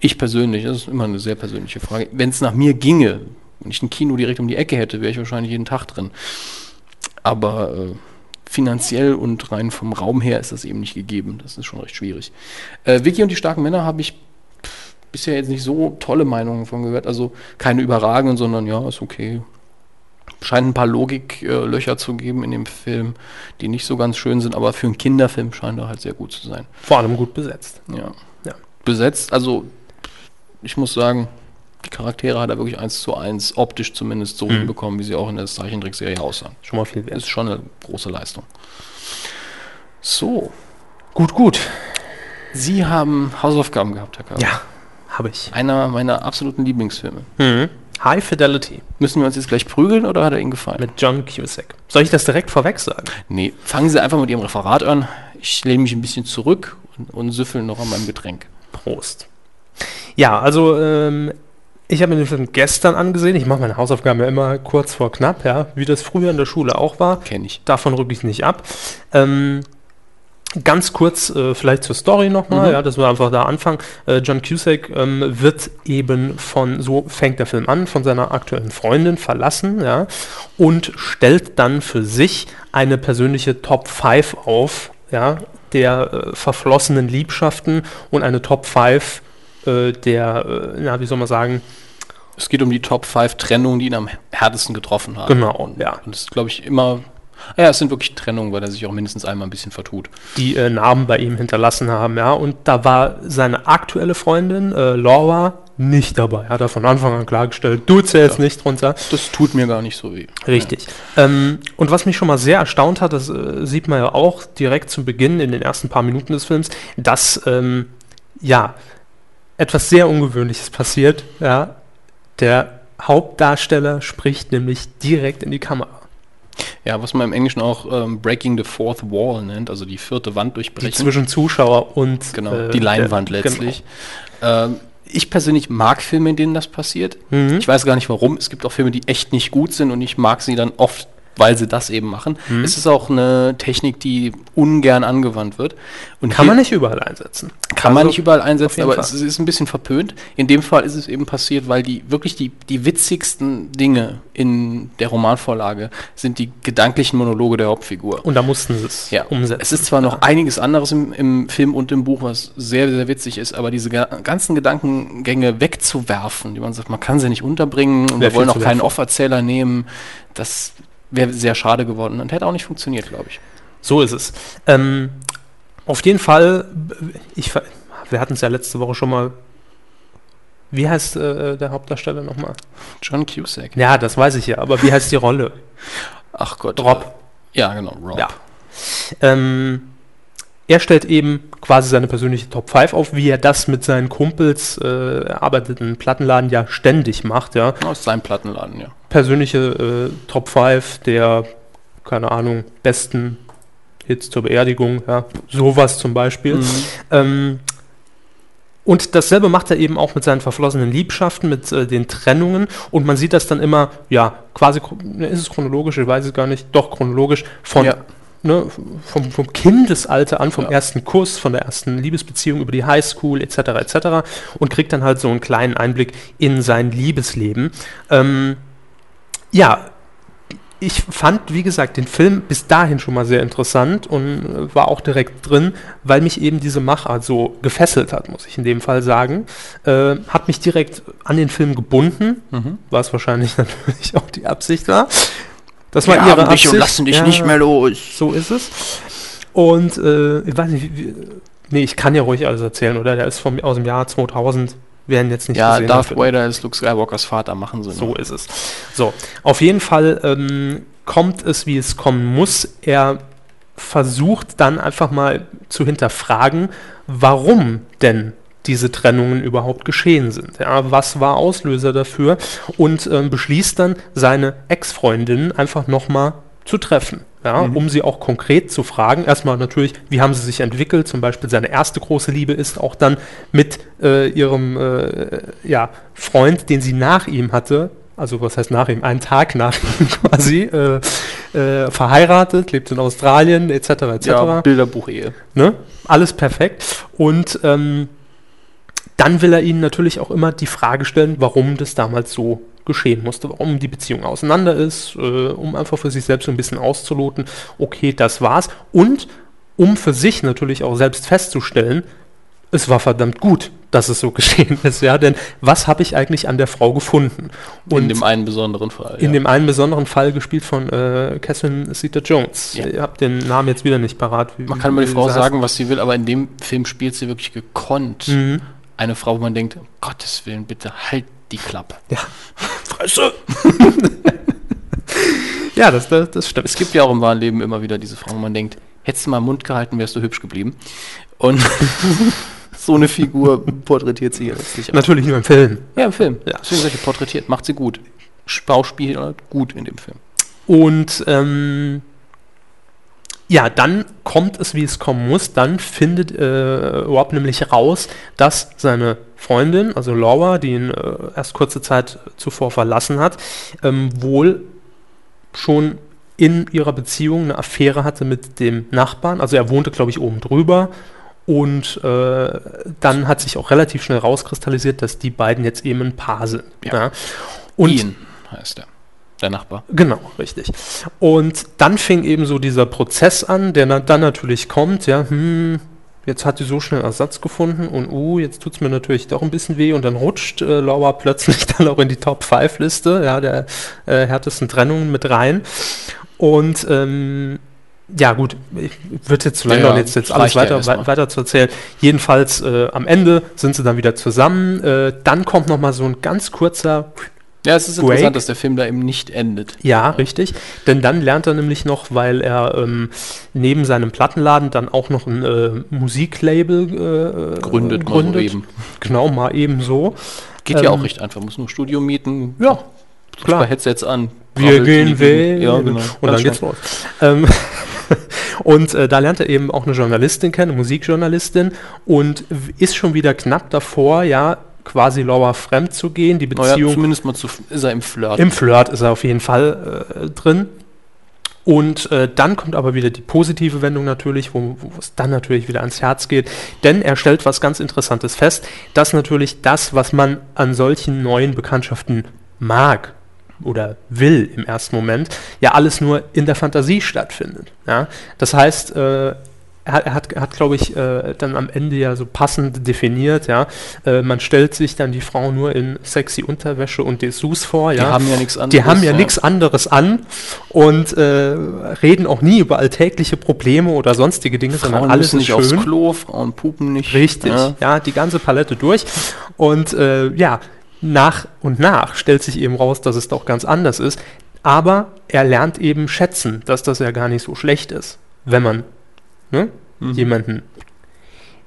D: Ich persönlich, das ist immer eine sehr persönliche Frage. Wenn es nach mir ginge und ich ein Kino direkt um die Ecke hätte, wäre ich wahrscheinlich jeden Tag drin. Aber äh, finanziell und rein vom Raum her ist das eben nicht gegeben. Das ist schon recht schwierig. Äh, Vicky und die starken Männer habe ich pff, bisher jetzt nicht so tolle Meinungen von gehört. Also keine überragenden, sondern ja, ist okay. Scheint ein paar Logiklöcher zu geben in dem Film, die nicht so ganz schön sind, aber für einen Kinderfilm scheint er halt sehr gut zu sein.
B: Vor allem gut besetzt.
D: Ja.
B: Ja.
D: Besetzt, also ich muss sagen, die Charaktere hat er wirklich eins zu eins, optisch zumindest so hinbekommen, wie sie auch in der Zeichentrickserie aussahen.
B: Schon mal viel wert.
D: Ist schon eine große Leistung. So,
B: Gut, gut.
D: Sie haben Hausaufgaben gehabt, Herr Körber.
B: Ja, habe ich.
D: Einer meiner absoluten Lieblingsfilme.
B: Hm. High Fidelity
D: Müssen wir uns jetzt gleich prügeln oder hat er Ihnen gefallen?
B: mit John Cusack. Soll ich das direkt vorweg sagen?
D: nee, fangen Sie einfach mit Ihrem Referat an. Ich lehne mich ein bisschen zurück und, und süffel noch an meinem Getränk.
B: Prost. Ja, also ähm, ich habe mir den Film gestern angesehen. Ich mache meine Hausaufgaben ja immer kurz vor knapp, ja, wie das früher in der Schule auch war.
D: Kenne ich.
B: Davon rücke ich nicht ab. Ähm, ganz kurz äh, vielleicht zur Story nochmal,
D: Mhm.
B: ja, dass wir einfach da anfangen. Äh, John Cusack ähm, wird eben von, so fängt der Film an, von seiner aktuellen Freundin verlassen, ja, und stellt dann für sich eine persönliche Top 5 auf, ja, der äh, verflossenen Liebschaften und eine Top 5 äh, der, äh, na, wie soll man sagen,
D: Es geht um die Top 5 Trennungen, die ihn am härtesten getroffen haben.
B: Genau, ja.
D: Und das ist, glaube ich, immer. ah Ja, es sind wirklich Trennungen, weil er sich auch mindestens einmal ein bisschen vertut.
B: die äh, Namen bei ihm hinterlassen haben, ja. Und da war seine aktuelle Freundin, äh, Laura, nicht dabei. Hat er von Anfang an klargestellt, du zählst
D: Ja.
B: nicht drunter.
D: Das tut mir gar nicht so weh.
B: Richtig. Ähm, und was mich schon mal sehr erstaunt hat, das äh, sieht man ja auch direkt zu Beginn in den ersten paar Minuten des Films, dass ähm, ja etwas sehr Ungewöhnliches passiert. Ja, der Hauptdarsteller spricht nämlich direkt in die Kamera.
D: Ja, was man im Englischen auch ähm, Breaking the Fourth Wall nennt, also die vierte Wand
B: Die
D: durchbrechen.
B: zwischen Zuschauer und
D: genau,
B: äh,
D: die Leinwand
B: der-
D: letztlich. Ähm, ich persönlich mag Filme, in denen das passiert.
B: Genau. Mhm.
D: Ich weiß gar nicht warum. Es gibt auch Filme, die echt nicht gut sind und ich mag sie dann oft, weil sie das eben machen.
B: Mhm.
D: Es ist auch eine Technik, die ungern angewandt wird. Und
B: Kann
D: hier-
B: man nicht überall einsetzen.
D: Kann man
B: Also,
D: nicht überall
B: auf
D: einsetzen,
B: jeden
D: aber
B: Fall.
D: es ist ein bisschen verpönt. In dem Fall ist es eben passiert, weil die wirklich die, die witzigsten Dinge in der Romanvorlage sind die gedanklichen Monologe der Hauptfigur.
B: Und da mussten sie es
D: Ja,
B: umsetzen.
D: es ist zwar noch einiges anderes im, im Film und im Buch, was sehr, sehr witzig ist, aber diese ga- ganzen Gedankengänge wegzuwerfen, die man sagt, man kann sie nicht unterbringen und
B: Wär
D: wir wollen
B: viel
D: auch
B: zu
D: keinen
B: wertvoll.
D: Off-Erzähler nehmen, das wäre sehr schade geworden und hätte auch nicht funktioniert, glaube ich.
B: so ist es. Ähm, auf jeden Fall, äh, ich, ver- wir hatten es ja letzte Woche schon mal. Wie heißt äh, der Hauptdarsteller nochmal?
D: John Cusack.
B: Ja, das weiß ich ja, aber wie heißt die Rolle?
D: Ach Gott.
B: Rob.
D: Ja, genau, Rob.
B: Ja. Ähm, er stellt eben quasi seine persönliche Top 5 auf, wie er das mit seinen Kumpels äh, arbeiteten Plattenladen ja ständig macht, ja.
D: Aus seinem Plattenladen, ja.
B: persönliche äh, Top 5 der, keine Ahnung, besten Hits zur Beerdigung, ja, sowas zum Beispiel.
D: Mhm.
B: Ähm, und dasselbe macht er eben auch mit seinen verflossenen Liebschaften, mit äh, den Trennungen. Und man sieht das dann immer, ja, quasi, chro- ne, ist es chronologisch, ich weiß es gar nicht, doch chronologisch, von,
D: Ja.
B: ne, vom, vom Kindesalter an, vom
D: Ja.
B: ersten Kuss, von der ersten Liebesbeziehung über die Highschool etc. etc. Und kriegt dann halt so einen kleinen Einblick in sein Liebesleben. Ähm, ja, ich fand, wie gesagt, den Film bis dahin schon mal sehr interessant und äh, war auch direkt drin, weil mich eben diese Machart so gefesselt hat, muss ich in dem Fall sagen. Äh, hat mich direkt an den Film gebunden,
D: Mhm.
B: was wahrscheinlich natürlich auch die Absicht war. Das war
D: Wir
B: ihre
D: haben dich
B: Absicht.
D: und lassen dich
B: Ja,
D: nicht mehr los.
B: So ist es. Und äh, ich weiß nicht, wie, wie, nee, ich kann ja ruhig alles erzählen, oder? Der ist vom, aus dem Jahr 2000, werden jetzt nicht
D: Ja,
B: gesehen.
D: Darth
B: hat.
D: Vader ist Luke Skywalkers Vater, machen sie. noch.
B: So ist es. So, auf jeden Fall ähm, kommt es, wie es kommen muss. Er versucht dann einfach mal zu hinterfragen, warum denn diese Trennungen überhaupt geschehen sind. Ja, was war Auslöser dafür? Und ähm, beschließt dann, seine Ex-Freundin einfach nochmal zu treffen. Ja, um sie auch konkret zu fragen. Erstmal natürlich, wie haben sie sich entwickelt? Zum Beispiel seine erste große Liebe ist auch dann mit äh, ihrem äh, ja, Freund, den sie nach ihm hatte, also was heißt nach ihm, einen Tag nach ihm quasi, äh, äh, verheiratet, lebt in Australien etc. etc.
D: Ja, Bilderbuch-Ehe.
B: Ne? Alles perfekt. Und ähm, dann will er ihnen natürlich auch immer die Frage stellen, warum das damals so geschehen musste, warum die Beziehung auseinander ist, äh, um einfach für sich selbst so ein bisschen auszuloten, okay, das war's. Und um für sich natürlich auch selbst festzustellen, es war verdammt gut, dass es so geschehen ist, ja, denn was habe ich eigentlich an der Frau gefunden?
D: In dem einen besonderen Fall.
B: In
D: ja.
B: dem einen besonderen Fall gespielt von äh, Catherine Zeta-Jones.
D: Ja.
B: Ich habe den Namen jetzt wieder nicht parat. wie-
D: man kann über die
B: wie
D: Frau
B: sie heißt.
D: sagen, was sie will, aber in dem Film spielt sie wirklich gekonnt.
B: Mhm.
D: Eine Frau, wo man denkt, um Gottes Willen, bitte halt die Klappe.
B: Ja, das, das, das stimmt.
D: Es gibt ja auch im wahren Leben immer wieder diese Frauen, wo man denkt, hättest du mal Mund gehalten, wärst du hübsch geblieben. Und so eine Figur porträtiert sie ja letztlich auch.
B: Natürlich nur im Film.
D: Ja, im Film.
B: Ja.
D: Deswegen sage ich, porträtiert, macht sie gut. Schauspiel gut in dem Film.
B: Und ähm, ja, dann kommt es, wie es kommen muss. Dann findet äh, Rob nämlich raus, dass seine Freundin, also Laura, die ihn äh, erst kurze Zeit zuvor verlassen hat, ähm, wohl schon in ihrer Beziehung eine Affäre hatte mit dem Nachbarn. Also er wohnte, glaube ich, oben drüber. Und äh, dann hat sich auch relativ schnell rauskristallisiert, dass die beiden jetzt eben ein Paar sind.
D: Ja.
B: Und
D: Ian heißt er. Der Nachbar.
B: Genau, richtig. Und dann fing eben so dieser Prozess an, der na, dann natürlich kommt, ja, hm, jetzt hat sie so schnell Ersatz gefunden und uh, jetzt tut's mir natürlich doch ein bisschen weh und dann rutscht äh, Laura plötzlich dann auch in die Top-5-Liste, ja, der äh, härtesten Trennungen mit rein. Und ähm, ja gut, ich würde jetzt zu lange
D: Ja,
B: und jetzt, jetzt
D: reicht
B: alles
D: ja
B: weiter,
D: erstmal.
B: wei- weiter zu erzählen. Jedenfalls äh, am Ende sind sie dann wieder zusammen. Äh, dann kommt nochmal so ein ganz kurzer
D: Ja, es ist
B: Wake?
D: interessant, dass der Film da eben nicht endet.
B: ja, richtig. Denn dann lernt er nämlich noch, weil er ähm, neben seinem Plattenladen dann auch noch ein äh, Musiklabel äh,
D: Gründet, man so eben.
B: Genau, mal eben so.
D: Geht ja
B: Ähm,
D: auch recht einfach. Muss nur ein Studio mieten,
B: Ja,
D: klar.
B: klar.
D: Headsets an.
B: Wir
D: brabbelt in
B: gehen
D: die
B: weg.
D: Gegend. Ja, genau.
B: Und dann geht's los. Ähm, und äh, da lernt er eben auch eine Journalistin kennen, eine Musikjournalistin und w- ist schon wieder knapp davor, ja, quasi Laura fremd zu gehen. Die
D: Naja,
B: Beziehung
D: zumindest mal zu, ist er im Flirt.
B: Im Flirt ist er auf jeden Fall äh, drin. Und äh, dann kommt aber wieder die positive Wendung natürlich, wo wo es dann natürlich wieder ans Herz geht. Denn er stellt was ganz Interessantes fest, dass natürlich das, was man an solchen neuen Bekanntschaften mag oder will im ersten Moment, ja alles nur in der Fantasie stattfindet. Ja? Das heißt, äh, er hat, er hat, er hat glaube ich, äh, dann am Ende ja so passend definiert, ja, äh, man stellt sich dann die Frau nur in sexy Unterwäsche und Dessous vor,
D: die
B: ja.
D: haben ja nichts anderes.
B: Die haben ja nichts anderes an und äh, reden auch nie über alltägliche Probleme oder sonstige Dinge,
D: Frauen
B: sondern alles
D: alles müssen
B: ist
D: nicht aufs
B: schön.
D: Klo, Frauen pupen nicht.
B: Richtig, ja.
D: Ja.
B: die ganze Palette durch. Und äh, ja, nach und nach stellt sich eben raus, dass es doch ganz anders ist. Aber er lernt eben schätzen, dass das ja gar nicht so schlecht ist, wenn man
D: Mhm.
B: ne, jemanden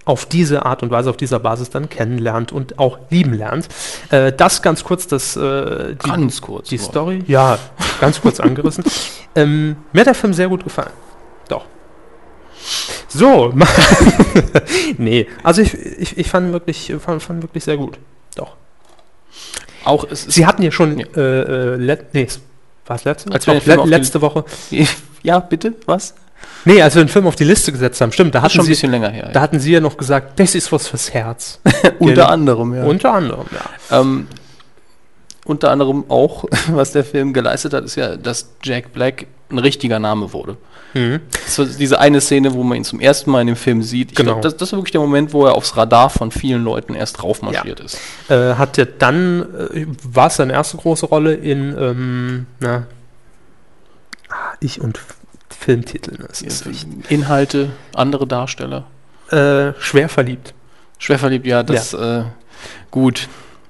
B: auf diese Art und Weise, auf dieser Basis dann kennenlernt und auch lieben lernt. Äh, das ganz kurz, das äh, die,
D: Ganz kurz.
B: die
D: nur.
B: Story? Ja, ganz kurz angerissen. ähm, mir hat der Film sehr gut gefallen. Doch. So. ma- nee, also ich, ich, ich fand wirklich, fand, fand wirklich sehr gut. Doch.
D: Auch es ist,
B: Sie hatten ja schon,
D: Ja.
B: äh, äh, let, nee, es- war es letzte?
D: Als wir
B: Doch,
D: den Film
B: le
D: auf die-
B: letzte Woche.
D: ja, bitte, was?
B: Nee, als wir den Film auf die Liste gesetzt haben, stimmt, da
D: Das
B: hatten,
D: ist schon ein
B: sie,
D: bisschen länger her.
B: da hatten sie ja noch gesagt, das ist was fürs Herz.
D: ja.
B: genau.
D: Unter anderem, ja.
B: Unter anderem, ja.
D: Ähm, unter anderem auch, was der Film geleistet hat, ist ja, dass Jack Black ein richtiger Name wurde.
B: Mhm.
D: Das war diese eine Szene, wo man ihn zum ersten Mal in dem Film sieht. Ich
B: Genau.
D: glaub, das, das ist wirklich der Moment, wo er aufs Radar von vielen Leuten erst raufmarschiert ist.
B: äh, hat ja dann, äh, war es seine erste große Rolle in, ähm, na, ah, ich und F- Filmtitel, ne? es ist echt,
D: Inhalte, andere Darsteller.
B: äh, schwer verliebt.
D: Schwer verliebt, ja, das Äh, gut.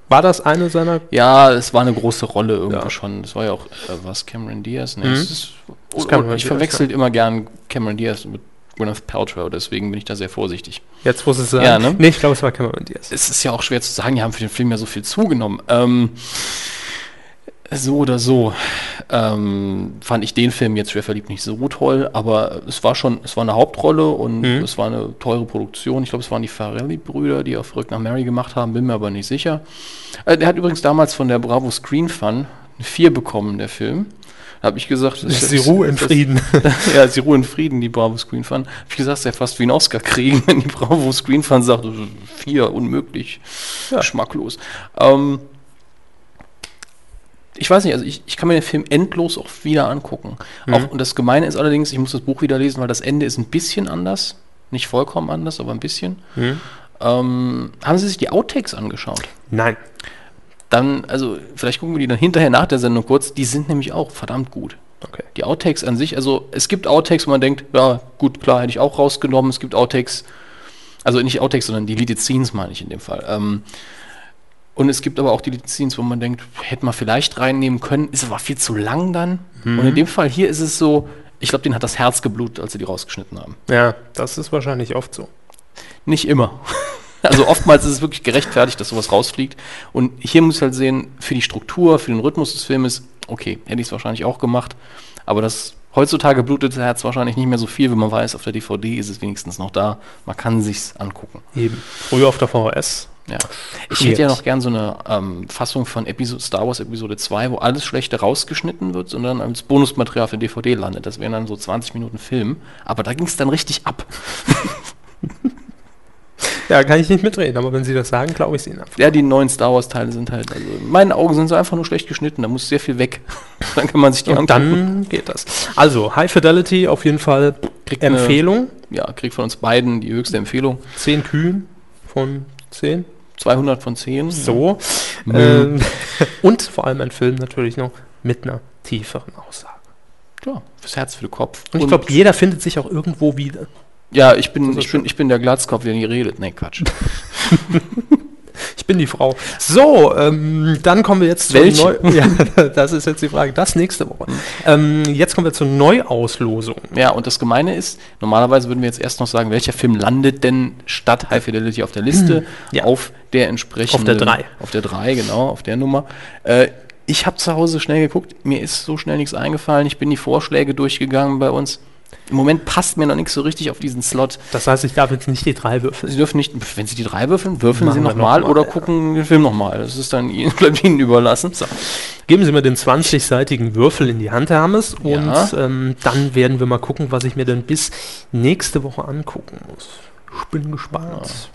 B: War das eine seiner,
D: Ja, es war eine große Rolle irgendwo
B: Ja.
D: schon. Es war ja auch, äh, was, Cameron Diaz? Nee,
B: Mhm.
D: es ist,
B: Cameron
D: ich
B: Diaz,
D: verwechsel immer gern Cameron Diaz mit Gwyneth Paltrow, deswegen bin ich da sehr vorsichtig.
B: Jetzt muss es sein.
D: Ja, ne?
B: Nee, ich glaube, es war Cameron Diaz.
D: Es ist ja auch schwer zu sagen, die haben für den Film ja so viel zugenommen. Ähm, so oder so ähm, fand ich den Film jetzt schwer verliebt nicht so toll, aber es war schon, es war eine Hauptrolle und
B: Mhm.
D: es war eine teure Produktion. Ich glaube, es waren die Farelli-Brüder, die auf Rück nach Mary gemacht haben, bin mir aber nicht sicher. Äh, der hat übrigens damals von der Bravo Screen Fun eine 4 bekommen, der Film. Da habe ich gesagt, das
B: Sie Ruhe in
D: das-
B: Frieden.
D: ja, sie ruhen in Frieden, die Bravo Screen Fun. Hab ich gesagt, ist ja fast wie ein Oscar kriegen, wenn die Bravo Screen Fun sagt, das ist vier, unmöglich, geschmacklos. Ähm, ich weiß nicht, also ich, ich kann mir den Film endlos auch wieder angucken. Auch, und das Gemeine ist allerdings, ich muss das Buch wieder lesen, weil das Ende ist ein bisschen anders. Nicht vollkommen anders, aber ein bisschen.
B: Hm?
D: Ähm, haben Sie sich die Outtakes angeschaut?
B: Nein.
D: Dann, also vielleicht gucken wir die dann hinterher nach der Sendung kurz. Die sind nämlich auch verdammt gut.
B: Okay.
D: Die Outtakes an sich, also es gibt Outtakes, wo man denkt, ja, gut, klar, hätte ich auch rausgenommen. Es gibt Outtakes, also nicht Outtakes, sondern Deleted Scenes meine ich in dem Fall. Ähm, und es gibt aber auch Deleted Scenes, wo man denkt, hätte man vielleicht reinnehmen können, ist aber viel zu lang dann. Und in dem Fall hier ist es so, ich glaube, denen hat das Herz geblutet, als sie die rausgeschnitten haben.
B: Ja, das ist wahrscheinlich oft so.
D: Nicht immer. Also oftmals ist es wirklich gerechtfertigt, dass sowas rausfliegt. Und hier muss ich halt sehen, für die Struktur, für den Rhythmus des Filmes, okay, hätte ich es wahrscheinlich auch gemacht. Aber das heutzutage blutet das Herz wahrscheinlich nicht mehr so viel, wenn man weiß, auf der DVD ist es wenigstens noch da. Man kann sich's angucken.
B: Eben. Früher auf der VHS.
D: Ja. Ich hätte ja
B: Schwierig.
D: noch gern so eine ähm, Fassung von Episo- Star Wars Episode 2, wo alles Schlechte rausgeschnitten wird und dann als Bonusmaterial auf der DVD landet. Das wären dann so 20 Minuten Film. Aber da ging es dann richtig ab.
B: Ja, kann ich nicht mitreden, aber wenn Sie das sagen, glaube ich es Ihnen einfach.
D: Ja, die neuen Star Wars Teile sind halt, also in meinen Augen sind sie einfach nur schlecht geschnitten, da muss sehr viel weg. dann kann man sich die
B: Und dann geht das. Also, High Fidelity auf jeden Fall
D: Kriegt eine-
B: Empfehlung.
D: Ja, kriegt von uns beiden die höchste Empfehlung.
B: 10 Kühen von 10.
D: 200 von 10.
B: So.
D: Mhm.
B: Ähm, und vor allem ein Film natürlich noch mit einer tieferen Aussage.
D: Ja, fürs Herz, für den Kopf.
B: Und ich glaube, jeder findet sich auch irgendwo wieder.
D: ja, ich bin,
B: ist
D: ich bin, ich bin der Glatzkopf, der nie redet. Nee, Quatsch.
B: Ich bin die Frau. So, ähm, dann kommen wir jetzt
D: Welche?
B: zur Neu ja, Das ist jetzt die Frage. Das nächste Woche. Ähm, jetzt kommen wir zur Neuauslosung.
D: ja, und das Gemeine ist, normalerweise würden wir jetzt erst noch sagen, welcher Film landet denn statt High Fidelity auf der Liste,
B: Ja.
D: auf der entsprechenden.
B: Auf der drei.
D: Auf der 3, genau, auf der Nummer. Äh, ich habe zu Hause schnell geguckt, mir ist so schnell nichts eingefallen, ich bin die Vorschläge durchgegangen bei uns. Im Moment passt mir noch nichts so richtig auf diesen Slot.
B: Das heißt, ich darf jetzt nicht die drei würfeln.
D: Sie dürfen nicht, wenn Sie die drei würfeln, würfeln
B: Machen
D: Sie
B: wir
D: nochmal
B: noch mal,
D: oder
B: ja.
D: gucken den Film nochmal. Das ist dann Ihnen, bleibt Ihnen überlassen.
B: Geben Sie mir den 20-seitigen Würfel in die Hand, Hermes, und
D: Ja.
B: ähm, dann werden wir mal gucken, was ich mir denn bis nächste Woche angucken muss. Ich bin gespannt.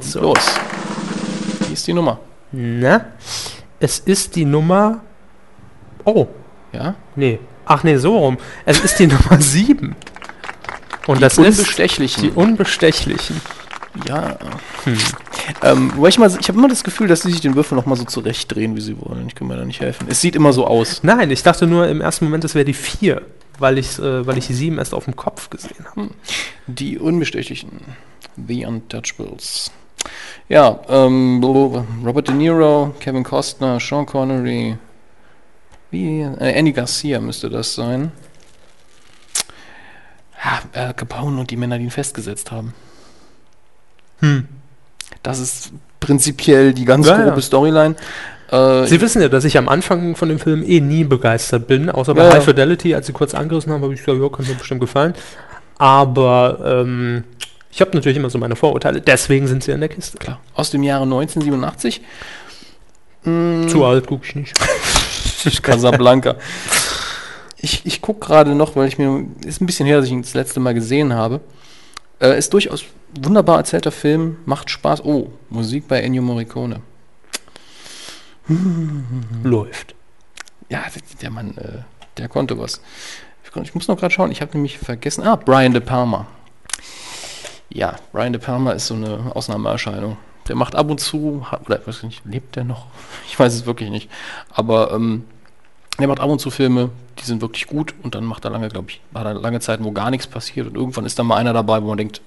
D: So. Los. Wie ist die Nummer?
B: Na, Ne? es ist die Nummer. Oh,
D: Ja?
B: nee. Ach nee, so rum. Es ist die Nummer 7. Und das ist
D: Unbestechlichen.
B: die Unbestechlichen.
D: Ja. Ähm, wobei ich mal, ich habe immer das Gefühl, dass sie sich den Würfel nochmal so zurechtdrehen, wie sie wollen. Ich kann mir da nicht helfen. Es sieht immer so aus.
B: Nein, ich dachte nur im ersten Moment, es wäre die 4, weil, ich's, äh, weil ich die 7 erst auf dem Kopf gesehen habe.
D: Die Unbestechlichen. The Untouchables. Ja, ähm, Robert De Niro, Kevin Costner, Sean Connery, wie, äh, Andy Garcia müsste das sein. Ja, äh, Capone und die Männer, die ihn festgesetzt haben.
B: Hm.
D: Das ist prinzipiell die ganz
B: Ja, ja.
D: grobe Storyline. Äh,
B: Sie wissen ja, dass ich am Anfang von dem Film eh nie begeistert bin, außer bei
D: Ja, ja.
B: High Fidelity, als sie kurz angerissen haben, habe ich gesagt, ja, könnte mir bestimmt gefallen. Aber ähm, ich habe natürlich immer so meine Vorurteile, deswegen sind sie in der Kiste.
D: Klar. Aus dem Jahre 1987. Mm,
B: Zu alt gucke ich nicht.
D: Casablanca. Ich, ich gucke gerade noch, weil ich mir. Ist ein bisschen her, dass ich ihn das letzte Mal gesehen habe. Äh, ist durchaus wunderbar erzählter Film, macht Spaß. Oh, Musik bei Ennio Morricone.
B: Hm. Läuft.
D: Ja, der, der Mann, äh, der konnte was. Ich, kon- ich muss noch gerade schauen, ich habe nämlich vergessen. Ah, Brian De Palma. Ja, Brian De Palma ist so eine Ausnahmeerscheinung. Der macht ab und zu, ha- oder ich weiß nicht, lebt der noch? Ich weiß es wirklich nicht. Aber ähm, der macht ab und zu Filme, die sind wirklich gut und dann macht er lange, glaube ich, hat er lange Zeiten, wo gar nichts passiert und irgendwann ist dann mal einer dabei, wo man denkt,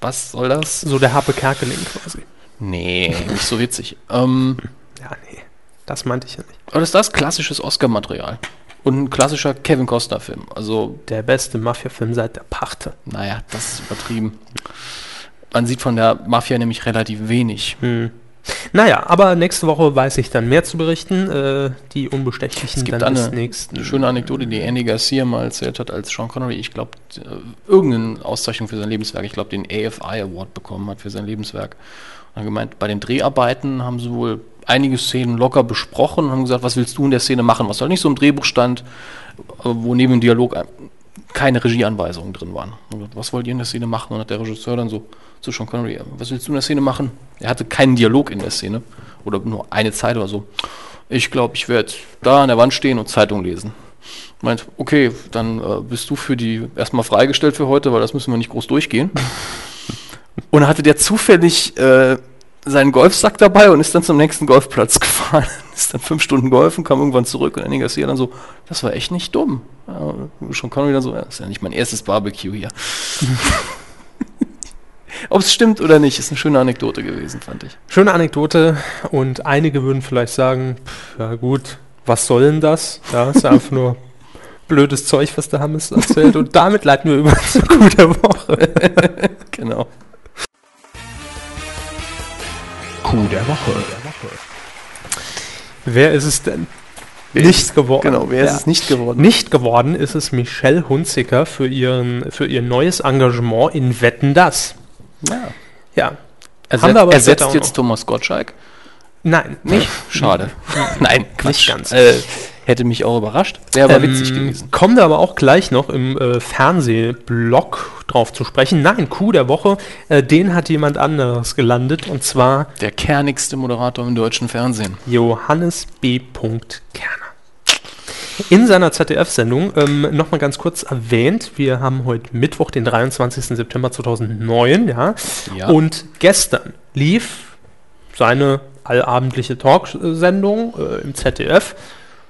D: was soll das?
B: So der Harpe Kerkeling quasi.
D: Nee, nicht so witzig. Ähm,
B: Ja, nee. Das meinte ich ja nicht.
D: aber das ist das klassisches Oscar-Material. Und ein klassischer Kevin Costner-Film. Also,
B: Der beste Mafia-Film seit der Pachte.
D: naja, das ist übertrieben. Man sieht von der Mafia nämlich relativ wenig.
B: Hm. Naja, aber nächste Woche weiß ich dann mehr zu berichten. Äh, die Unbestechlichen
D: Es gibt
B: dann
D: eine,
B: bis nächsten.
D: eine schöne Anekdote, die Andy Garcia mal erzählt hat, als Sean Connery, ich glaube, äh, irgendeine Auszeichnung für sein Lebenswerk, ich glaube, den AFI Award bekommen hat für sein Lebenswerk. Und hat gemeint, bei den Dreharbeiten haben sie wohl einige Szenen locker besprochen und haben gesagt, was willst du in der Szene machen, was halt nicht so im Drehbuch stand, aber wo neben dem Dialog ein- keine Regieanweisungen drin waren. Und gesagt, was wollt ihr in der Szene machen? Und hat der Regisseur dann so zu Sean Connery, äh, was willst du in der Szene machen? Er hatte keinen Dialog in der Szene oder nur eine Zeile oder so. Ich glaube, ich werde da an der Wand stehen und Zeitung lesen. Meint, okay, dann äh, bist du für die erstmal freigestellt für heute, weil das müssen wir nicht groß durchgehen. und dann hatte der zufällig äh, seinen Golfsack dabei und ist dann zum nächsten Golfplatz gefahren. ist dann fünf Stunden golfen, kam irgendwann zurück und Andy Garcia dann so, das war echt nicht dumm. Ja, schon Connery dann so, ja, ist ja nicht mein erstes Barbecue hier. Ob es stimmt oder nicht, ist eine schöne Anekdote gewesen, fand ich.
B: Schöne Anekdote und einige würden vielleicht sagen, pff, ja gut, was soll denn das? Ja, ist ja einfach nur blödes Zeug, was der Hammes erzählt. Und damit leiten wir über zu guter Woche.
D: Genau.
C: Kuh der Woche.
B: Wer ist es denn?
D: Wer
B: Nicht geworden.
D: Genau, wer ist
B: Ja.
D: es nicht geworden?
B: Nicht geworden ist es Michelle Hunziker für, ihren, für ihr neues Engagement in Wetten das.
D: Ja.
B: Ja.
D: Erset,
B: Haben wir aber
D: Also ersetzt
B: später
D: jetzt
B: noch.
D: Thomas Gottschalk?
B: Nein,
D: Nicht? Schade. Nein, Quatsch.
B: Hm. ganz.
D: Äh, hätte mich auch überrascht. Wäre aber
B: Ähm,
D: witzig gewesen.
B: Kommen wir aber auch gleich noch im äh, Fernsehblock drauf zu sprechen. Nein, Coup der Woche, äh, den hat jemand anderes gelandet und zwar
D: Der kernigste Moderator im deutschen Fernsehen.
B: Johannes B. Kerner. In seiner ZDF-Sendung ähm, nochmal ganz kurz erwähnt, wir haben heute Mittwoch, den 23. September 2009, ja,
D: Ja.
B: und gestern lief seine allabendliche Talksendung äh, im ZDF.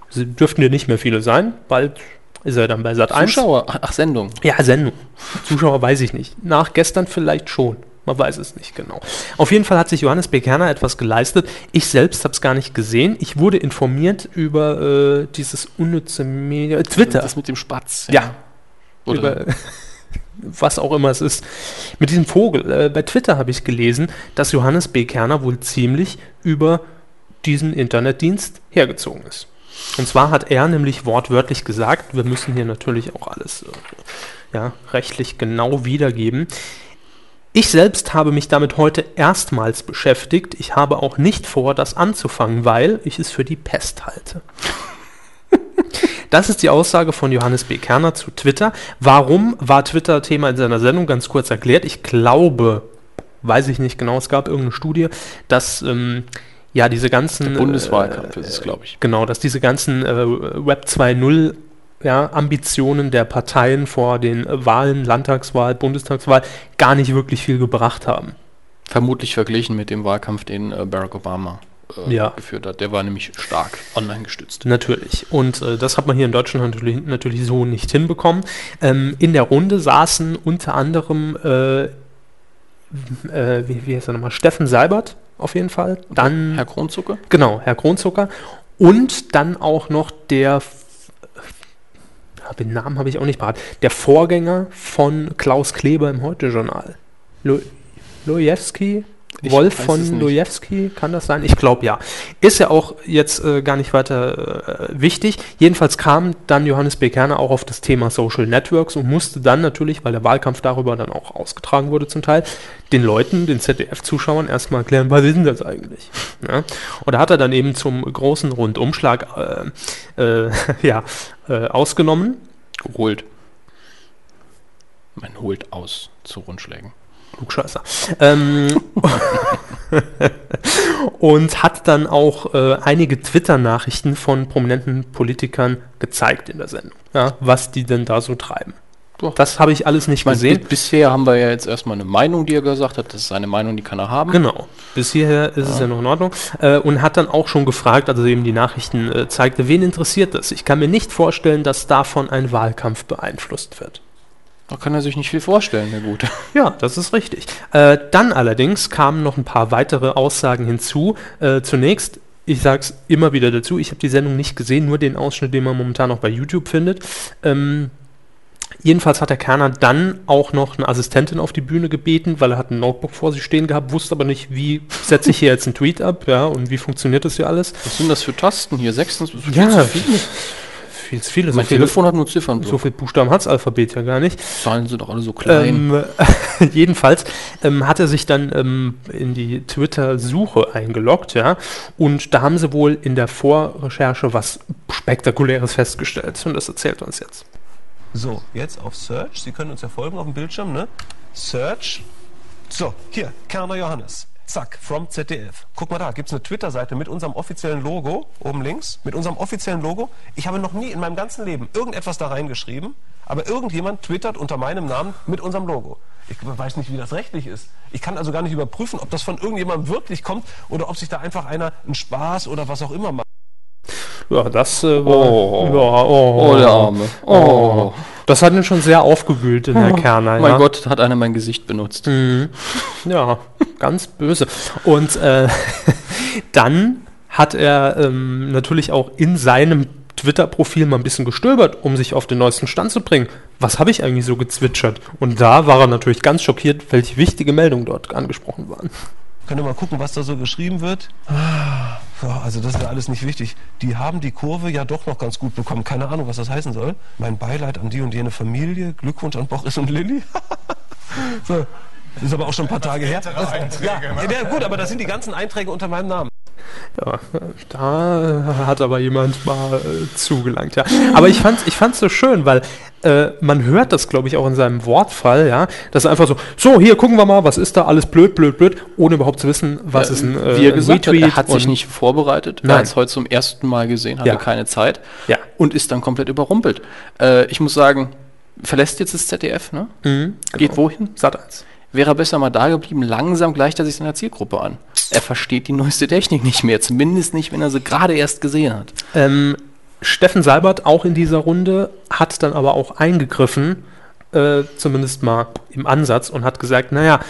B: Sie dürften ja nicht mehr viele sein, bald ist er dann bei Sat 1.
D: Zuschauer, ach Sendung.
B: Ja, Sendung. Zuschauer weiß ich nicht. Nach gestern vielleicht schon. Man weiß es nicht genau. Auf jeden Fall hat sich Johannes B. Kerner etwas geleistet. Ich selbst habe es gar nicht gesehen. Ich wurde informiert über äh, dieses unnütze Media. Twitter.
D: Das mit dem Spatz.
B: ja,
D: Oder
B: über was auch immer es ist. Mit diesem Vogel. Äh, bei Twitter habe ich gelesen, dass Johannes B. Kerner wohl ziemlich über diesen Internetdienst hergezogen ist. Und zwar hat er nämlich wortwörtlich gesagt, wir müssen hier natürlich auch alles äh, ja, rechtlich genau wiedergeben. Ich selbst habe mich damit heute erstmals beschäftigt. Ich habe auch nicht vor, das anzufangen, weil ich es für die Pest halte. Das ist die Aussage von Johannes B. Kerner zu Twitter. Warum war Twitter Thema in seiner Sendung? Ganz kurz erklärt. Ich glaube, weiß ich nicht genau, es gab irgendeine Studie, dass ähm, ja diese ganzen äh,
D: Bundeswahlkampf ist es, glaube ich.
B: Genau, dass diese ganzen äh, Web 2.0 ja, Ambitionen der Parteien vor den äh, Wahlen, Landtagswahl, Bundestagswahl gar nicht wirklich viel gebracht haben.
D: Vermutlich verglichen mit dem Wahlkampf, den äh, Barack Obama äh,
B: Ja.
D: geführt hat. Der war nämlich stark online gestützt.
B: Natürlich. Und äh, das hat man hier in Deutschland natürlich, natürlich so nicht hinbekommen. Ähm, in der Runde saßen unter anderem, äh, äh, wie, wie heißt er nochmal, Steffen Seibert auf jeden Fall. Dann
D: Herr Kronzucker?
B: Genau, Herr Kronzucker. Und dann auch noch der, F- ja, den Namen habe ich auch nicht parat, der Vorgänger von Klaus Kleber im Heute-Journal. Lo- Lojewski?
D: Ich
B: Wolf
D: weiß es
B: von
D: nicht.
B: Lojewski, kann das sein? Ich glaube ja. Ist ja auch jetzt äh, gar nicht weiter äh, wichtig. Jedenfalls kam dann Johannes B. Kerner auch auf das Thema Social Networks und musste dann natürlich, weil der Wahlkampf darüber dann auch ausgetragen wurde zum Teil, den Leuten, den ZDF-Zuschauern erstmal erklären, was ist denn das eigentlich? Ja? Und da hat er dann eben zum großen Rundumschlag äh, äh, ja, äh, ausgenommen.
D: Geholt. Man holt aus zu Rundschlägen.
B: Klugscheißer. Ähm, und hat dann auch äh, einige Twitter-Nachrichten von prominenten Politikern gezeigt in der Sendung, ja, was die denn da so treiben.
D: Ja.
B: Das habe ich alles nicht
D: Man
B: gesehen.
D: sieht, bisher haben wir ja jetzt erstmal eine Meinung, die er gesagt hat. Das ist seine Meinung, die kann er haben.
B: Genau. Bis hierher ist es ja noch in Ordnung. Äh, und hat dann auch schon gefragt, also eben die Nachrichten äh, zeigte, wen interessiert das? Ich kann mir nicht vorstellen, dass davon ein Wahlkampf beeinflusst wird.
D: Da kann er sich nicht viel vorstellen, der Gute.
B: Ja, das ist richtig. Äh, dann allerdings kamen noch ein paar weitere Aussagen hinzu. Äh, zunächst ich sag's immer wieder dazu, ich habe die Sendung nicht gesehen, nur den Ausschnitt, den man momentan noch bei YouTube findet. Ähm, jedenfalls hat der Kerner dann auch noch eine Assistentin auf die Bühne gebeten, weil er hat ein Notebook vor sich stehen gehabt, wusste aber nicht, wie setze ich hier jetzt einen Tweet ab, ja, und wie funktioniert das hier alles.
D: Was sind das für Tasten hier? Sechs? Das ist viel
B: Ja.
D: zu viel.
B: Viel zu viele, so
D: Mein
B: viele,
D: Telefon hat nur Ziffern.
B: so viele Buchstaben hat's Alphabet ja gar nicht.
D: Zahlen sind doch alle so klein.
B: Ähm, jedenfalls ähm, hat er sich dann ähm, in die Twitter-Suche eingeloggt, ja, und da haben sie wohl in der Vorrecherche was Spektakuläres festgestellt. Und das erzählt er uns jetzt.
A: So, jetzt auf Search. Sie können uns ja folgen auf dem Bildschirm, ne? Search. So, hier, Kerner Johannes. Zack, from ZDF. Guck mal da, gibt's eine Twitter-Seite mit unserem offiziellen Logo, oben links, mit unserem offiziellen Logo. Ich habe noch nie in meinem ganzen Leben irgendetwas da reingeschrieben, aber irgendjemand twittert unter meinem Namen mit unserem Logo. Ich weiß nicht, wie das rechtlich ist. Ich kann also gar nicht überprüfen, ob das von irgendjemandem wirklich kommt oder ob sich da einfach einer einen Spaß oder was auch immer macht.
B: Ja, das äh, war.
D: Oh.
B: ja, oh,
D: Oh, der Arme.
B: Oh.
D: Oh.
B: Das hat ihn schon sehr aufgewühlt in der Kerner.
D: mein
B: ja. Hm.
D: Gott, hat einer mein Gesicht benutzt. Äh,
B: Ja, ganz böse. Und äh, dann hat er ähm, natürlich auch in seinem Twitter-Profil mal ein bisschen gestöbert, um sich auf den neuesten Stand zu bringen. Was habe ich eigentlich so gezwitschert? Und da war er natürlich ganz schockiert, welche wichtige Meldungen dort angesprochen waren.
A: Könnt ihr mal gucken, was da so geschrieben wird? Ah, ja, also das ist ja alles nicht wichtig. Die haben die Kurve ja doch noch ganz gut bekommen. Keine Ahnung, was das heißen soll. Mein Beileid an die und jene Familie. Glückwunsch an Boris und Lilly. so. Ist aber auch schon ein paar Tage her. Ja,
E: ne?
A: ja, gut, aber das sind die ganzen Einträge unter meinem Namen.
B: Ja, äh, da hat aber jemand mal äh, zugelangt, ja. Aber ich fand's, ich fand's so schön, weil äh, man hört das, glaube ich, auch in seinem Wortfall, ja. Das ist einfach so, so, hier gucken wir mal, was ist da, alles blöd, blöd, blöd, ohne überhaupt zu wissen, was ist ein äh,
D: Wie er gesagt hat,
B: Retweet
D: er hat sich
B: und-
D: nicht vorbereitet.
B: Nein.
D: Er hat es heute zum ersten Mal gesehen, hatte
B: Ja.
D: keine Zeit
B: Ja.
D: und ist dann komplett überrumpelt. Äh, ich muss sagen, verlässt jetzt das ZDF, ne? Geht wohin?
B: Sat 1.
D: Wäre er besser mal da geblieben, langsam gleicht er sich seiner Zielgruppe an. Er versteht die neueste Technik nicht mehr, zumindest nicht, wenn er sie gerade erst gesehen hat.
B: Ähm, Steffen Seibert, auch in dieser Runde, hat dann aber auch eingegriffen, äh, zumindest mal im Ansatz, und hat gesagt, naja,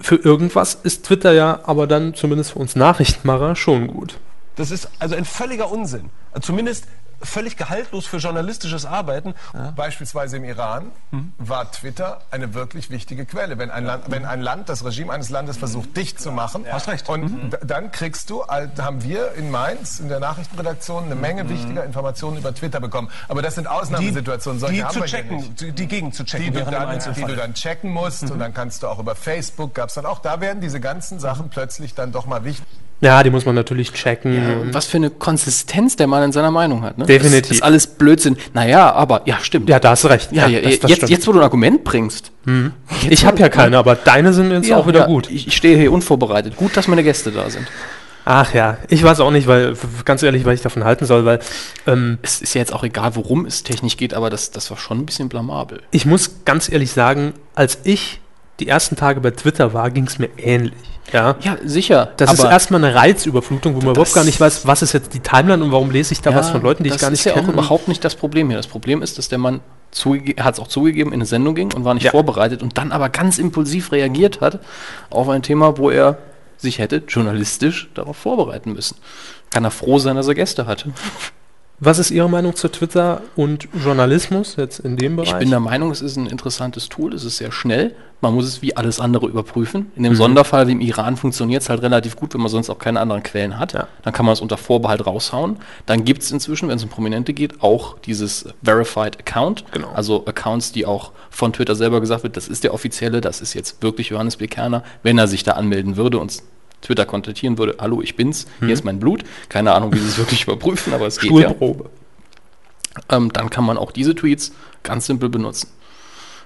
B: für irgendwas ist Twitter ja aber dann zumindest für uns Nachrichtenmacher schon gut.
A: Das ist also ein völliger Unsinn. Zumindest völlig gehaltlos für journalistisches Arbeiten.
E: Beispielsweise im Iran war Twitter eine wirklich wichtige Quelle. Wenn ein Land, wenn ein Land das Regime eines Landes versucht, dicht zu machen, hast recht.
A: Mhm.
E: Und d- dann kriegst du, all- da haben wir in Mainz in der Nachrichtenredaktion eine
A: Mhm.
E: Menge wichtiger Informationen über Twitter bekommen. Aber das sind Ausnahmesituationen. solche
A: die
E: haben
A: zu
E: wir hier nicht.
A: checken, die, die gegen zu checken,
E: Die du,
A: während im
E: dann, die
A: Einzelfall. Mhm.
E: du dann checken musst und dann kannst du auch über Facebook gab's dann auch. Da werden diese ganzen Sachen plötzlich dann doch mal wichtig.
B: Ja, die muss man natürlich checken.
D: Und was für eine Konsistenz der Mann in seiner Meinung hat. Ne?
B: Mhm. Definitiv.
D: Das ist alles Blödsinn. Naja, aber ja, stimmt.
B: Ja, da hast du recht.
D: Ja, ja,
B: das, das
D: jetzt,
B: stimmt. Mhm.
D: jetzt, wo du ein Argument bringst. Jetzt,
B: ich
D: wo
B: habe
D: du-
B: ja keine, aber deine sind jetzt
D: Ja,
B: auch wieder
D: ja,
B: gut.
D: Ich, ich stehe hier unvorbereitet. Gut, dass meine Gäste da sind.
B: Ach ja, ich weiß auch nicht, weil ganz ehrlich, was ich davon halten soll, weil ähm,
D: Es ist ja jetzt auch egal, worum es technisch geht, aber das, das war schon ein bisschen blamabel.
B: ich muss ganz ehrlich sagen, als ich die ersten Tage bei Twitter war, ging es mir ähnlich. Ja.
D: Ja, sicher.
B: Das ist
D: aber
B: erstmal eine Reizüberflutung, wo man überhaupt
D: Das-
B: gar nicht weiß, was ist jetzt die Timeline und warum lese ich da
D: ja,
B: was von Leuten, die ich gar nicht
D: Das ist ja
B: kenne.
D: auch überhaupt nicht das Problem hier. Das Problem ist, dass der Mann hat es auch zugegeben, in eine Sendung ging und war nicht
B: Ja.
D: vorbereitet und dann aber ganz impulsiv reagiert hat auf ein Thema, wo er sich hätte journalistisch darauf vorbereiten müssen. Kann er froh sein, dass er Gäste hatte.
B: Was ist Ihre Meinung zu Twitter und Journalismus jetzt in dem Bereich?
D: Ich bin der Meinung, es ist ein interessantes Tool, es ist sehr schnell. Man muss es wie alles andere überprüfen. In dem
B: Mhm.
D: Sonderfall wie im Iran funktioniert es halt relativ gut, wenn man sonst auch keine anderen Quellen hat.
B: Ja.
D: Dann kann man es unter Vorbehalt raushauen. Dann gibt es inzwischen, wenn es um Prominente geht, auch dieses Verified Account.
B: Genau.
D: Also Accounts, die auch von Twitter selber gesagt wird, das ist der offizielle, das ist jetzt wirklich Johannes B. Kerner, wenn er sich da anmelden würde und Twitter kontaktieren würde, hallo, ich bin's, hier
B: Mhm.
D: ist mein Blut. Keine Ahnung, wie sie es wirklich überprüfen, aber es geht ja
B: Stuhlprobe.
D: ähm, dann kann man auch diese Tweets ganz simpel benutzen.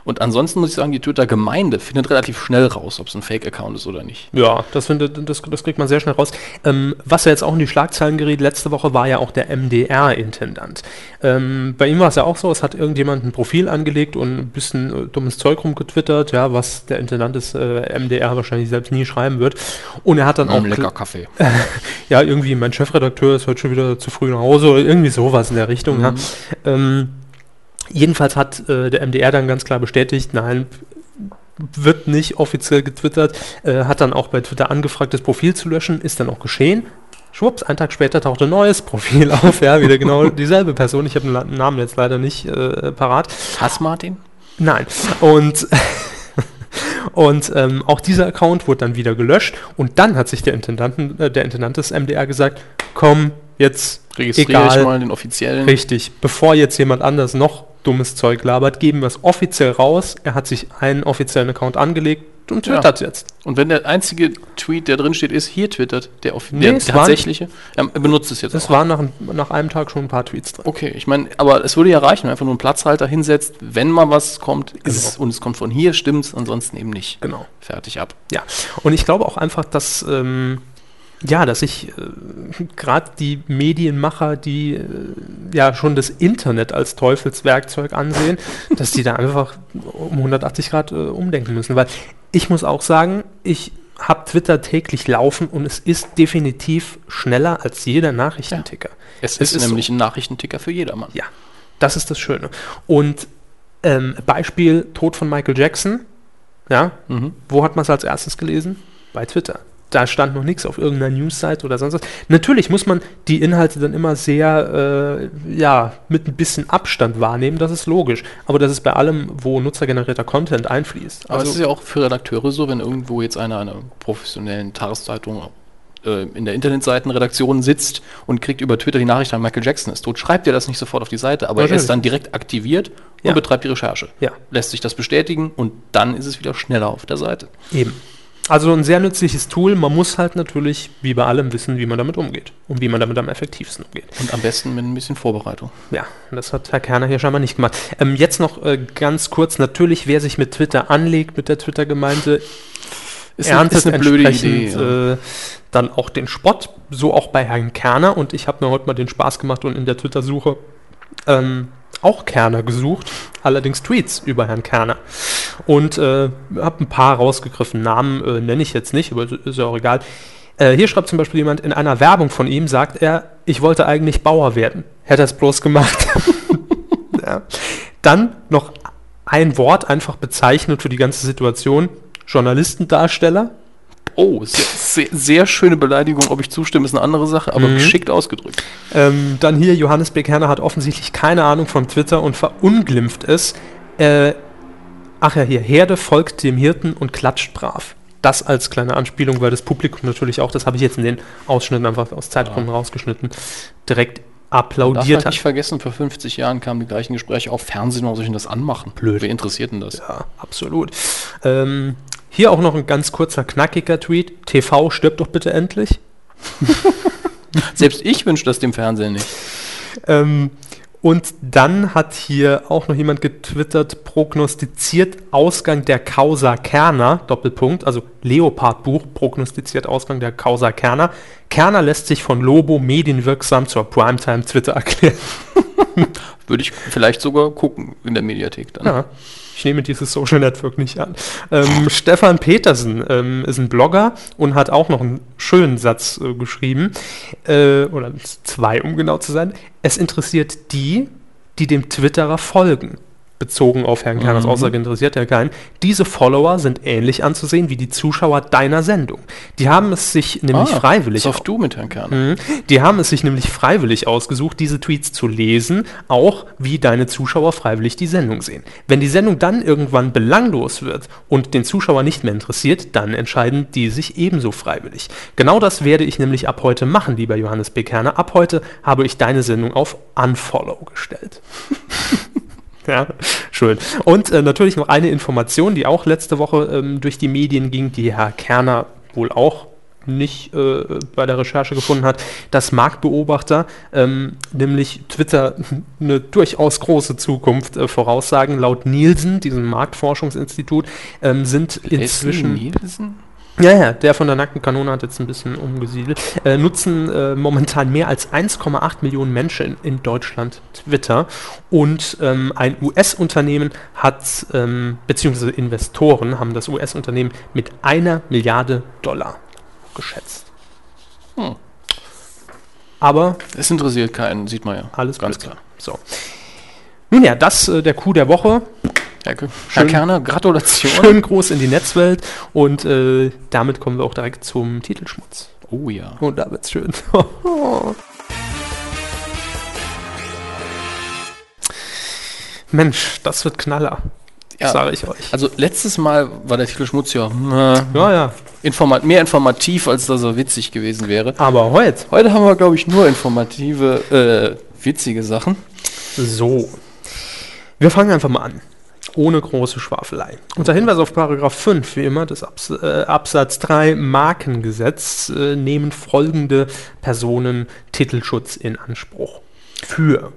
D: Und ansonsten muss ich sagen, die Twitter-Gemeinde findet relativ schnell raus, ob es ein Fake-Account ist oder nicht.
B: Ja, das, findet, das, das kriegt man sehr schnell raus. Ähm, was ja jetzt auch in die Schlagzeilen geriet, letzte Woche war ja auch der MDR-Intendant. Ähm, bei ihm war es ja auch so, es hat irgendjemand ein Profil angelegt und ein bisschen äh, dummes Zeug rumgetwittert, ja, was der Intendant des äh, MDR wahrscheinlich selbst nie schreiben wird. Und er hat dann auch
D: Ein lecker Kaffee.
B: ja, irgendwie mein Chefredakteur ist heute schon wieder zu früh nach Hause oder irgendwie sowas in der Richtung. Ja. Ähm, jedenfalls hat äh, der MDR dann ganz klar bestätigt, nein, wird nicht offiziell getwittert, äh, hat dann auch bei Twitter angefragt, das Profil zu löschen, ist dann auch geschehen. Schwupps, einen Tag später tauchte ein neues Profil auf, ja, wieder genau dieselbe Person. Ich habe den La- Namen jetzt leider nicht äh, parat.
D: Hass Martin?
B: Nein. Und, und ähm, auch dieser Account wurde dann wieder gelöscht. Und dann hat sich der, Intendanten, äh, der Intendant des MDR gesagt, komm, jetzt
D: Registriere
B: egal.
D: ich mal den offiziellen.
B: Richtig. Bevor jetzt jemand anders noch dummes Zeug labert, geben wir es offiziell raus. Er hat sich einen offiziellen Account angelegt und
D: Ja.
B: twittert jetzt.
D: Und wenn der einzige Tweet, der drin steht, ist, hier twittert, der, offi-
B: Nee,
D: der
B: es waren-
D: tatsächliche, er benutzt es jetzt
B: Es
D: auch.
B: waren nach, ein- nach einem Tag schon ein paar Tweets drin.
D: Okay, ich meine, aber es würde ja reichen, wenn man einfach nur einen Platzhalter hinsetzt, wenn mal was kommt, ist es, und es kommt von hier, stimmt's, ansonsten eben nicht.
B: Genau.
D: Fertig ab.
B: Ja. Und ich glaube auch einfach, dass, ähm, ja, dass ich äh, gerade die Medienmacher, die äh, ja schon das Internet als Teufelswerkzeug ansehen, dass die da einfach um 180 Grad äh, umdenken müssen. Weil ich muss auch sagen, ich habe Twitter täglich laufen und es ist definitiv schneller als jeder Nachrichtenticker.
D: Es,
B: Es
D: ist,
B: ist
D: nämlich ein Nachrichtenticker für jedermann.
B: Ja, das ist das Schöne. Und ähm, Beispiel Tod von Michael Jackson. Ja,
D: Mhm.
B: wo hat man es als erstes gelesen? Bei Twitter. Da stand noch nichts auf irgendeiner Newsseite oder sonst was. Natürlich muss man die Inhalte dann immer sehr, äh, ja, mit ein bisschen Abstand wahrnehmen, das ist logisch. Aber das ist bei allem, wo nutzergenerierter Content einfließt.
D: Aber es ist
B: Also,
D: ja auch für Redakteure so, wenn irgendwo jetzt einer einer professionellen Tageszeitung äh, in der Internetseitenredaktion sitzt und kriegt über Twitter die Nachricht an Michael Jackson ist tot, schreibt er das nicht sofort auf die Seite, aber er
B: Natürlich.
D: ist dann direkt aktiviert
B: Ja.
D: und betreibt die Recherche.
B: Ja.
D: Lässt sich das bestätigen und dann ist es wieder schneller auf der Seite.
B: eben. Also ein sehr nützliches Tool. Man muss halt natürlich, wie bei allem, wissen, wie man damit umgeht. Und wie man damit am effektivsten umgeht.
D: Und am besten mit ein bisschen Vorbereitung.
B: Ja, das hat Herr Kerner hier scheinbar nicht gemacht. Ähm, jetzt noch äh, ganz kurz, natürlich, wer sich mit Twitter anlegt, mit der Twitter-Gemeinde,
D: Ist eine- ist eine blöde
B: entsprechend,
D: Idee,
B: Äh, dann auch den Spott, so auch bei Herrn Kerner. Und ich habe mir heute mal den Spaß gemacht und in der Twitter-Suche ähm, auch Kerner gesucht, allerdings Tweets über Herrn Kerner. Und äh, habe ein paar rausgegriffen, Namen äh, nenne ich jetzt nicht, aber ist ja auch egal. Äh, hier schreibt zum Beispiel jemand, in einer Werbung von ihm sagt er, ich wollte eigentlich Bauer werden. Hätte er es bloß gemacht. ja. Dann noch ein Wort einfach bezeichnet für die ganze Situation. Journalistendarsteller.
D: Oh, sehr, sehr, sehr schöne Beleidigung. Ob ich zustimme, ist eine andere Sache,
B: Mhm.
D: aber geschickt ausgedrückt.
B: Ähm, dann hier, Johannes B. Kerner hat offensichtlich keine Ahnung von Twitter und verunglimpft es. Äh, ach ja, hier, Herde folgt dem Hirten und klatscht brav. Das als kleine Anspielung, weil das Publikum natürlich auch, das habe ich jetzt in den Ausschnitten einfach aus Zeitgründen rausgeschnitten, direkt
D: Darf
B: applaudiert
D: man nicht
B: hat.
D: vergessen, vor 50 Jahren kamen die gleichen Gespräche auf Fernsehen, warum soll ich denn das anmachen? Blöd. Wer interessiert denn das?
B: Ja, absolut. Ähm, hier auch noch ein ganz kurzer, knackiger Tweet. TV stirbt doch bitte endlich.
D: Selbst ich wünsche das dem Fernsehen nicht.
B: Ähm, und dann hat hier auch noch jemand getwittert, prognostiziert Ausgang der Causa Kerner, Doppelpunkt, also Leopardbuch, prognostiziert Ausgang der Causa Kerner. Kerner lässt sich von Lobo medienwirksam zur Primetime Twitter erklären.
D: Würde ich vielleicht sogar gucken in der Mediathek dann.
B: Ja, ne? ich nehme dieses Social Network nicht an. Ähm, Stefan Petersen ähm, ist ein Blogger und hat auch noch einen schönen Satz äh, geschrieben, äh, oder zwei, um genau zu sein. Es interessiert die, die dem Twitterer folgen. Bezogen auf Herrn Kerners Aussage interessiert ja keinen. Diese Follower sind ähnlich anzusehen wie die Zuschauer deiner Sendung. Die haben es sich nämlich
D: Ah,
B: freiwillig
D: Soft Du mit Herrn Kerner.
B: Mhm. Die haben es sich nämlich freiwillig ausgesucht, diese Tweets zu lesen, auch wie deine Zuschauer freiwillig die Sendung sehen. Wenn die Sendung dann irgendwann belanglos wird und den Zuschauer nicht mehr interessiert, dann entscheiden die sich ebenso freiwillig. Genau das werde ich nämlich ab heute machen, lieber Johannes B. Kerner. Ab heute habe ich deine Sendung auf Unfollow gestellt. Ja, schön. Und äh, natürlich noch eine Information, die auch letzte Woche ähm, durch die Medien ging, die Herr Kerner wohl auch nicht äh, bei der Recherche gefunden hat, dass Marktbeobachter, ähm, nämlich Twitter, eine durchaus große Zukunft äh, voraussagen. Laut Nielsen, diesem Marktforschungsinstitut, ähm, sind inzwischen...
D: Leslie Nielsen?
B: Ja, ja, der von der nackten Kanone hat jetzt ein bisschen umgesiedelt. Äh, nutzen äh, momentan mehr als 1,8 Millionen Menschen in, in Deutschland Twitter. Und ähm, ein US-Unternehmen hat, ähm, beziehungsweise Investoren haben das US-Unternehmen mit einer Milliarde Dollar geschätzt.
D: Hm.
B: Aber
D: Es interessiert keinen, sieht man ja.
B: alles
D: ganz
B: Blödsinn. So. Nun ja, das äh, der Coup der Woche.
D: Herr, Ke- Herr Kerner, Gratulation.
B: Schön groß in die Netzwelt. Und äh, damit kommen wir auch direkt zum Titelschmutz.
D: Oh ja.
B: Und da wird's schön. Mensch, das wird Knaller.
D: Ja.
B: Sage ich euch.
D: Also letztes Mal war der Titel Schmutz ja äh,
B: Ja, ja.
D: informa mehr informativ, als dass er witzig gewesen wäre.
B: Aber heute.
D: Heute haben wir, glaube ich, nur informative, äh, witzige Sachen.
B: So. Wir fangen einfach mal an. Ohne große Schwafelei. Unter Hinweis auf Paragraph 5, wie immer, des Abs äh, Absatz 3 Markengesetz äh, nehmen folgende Personen Titelschutz in Anspruch. Für.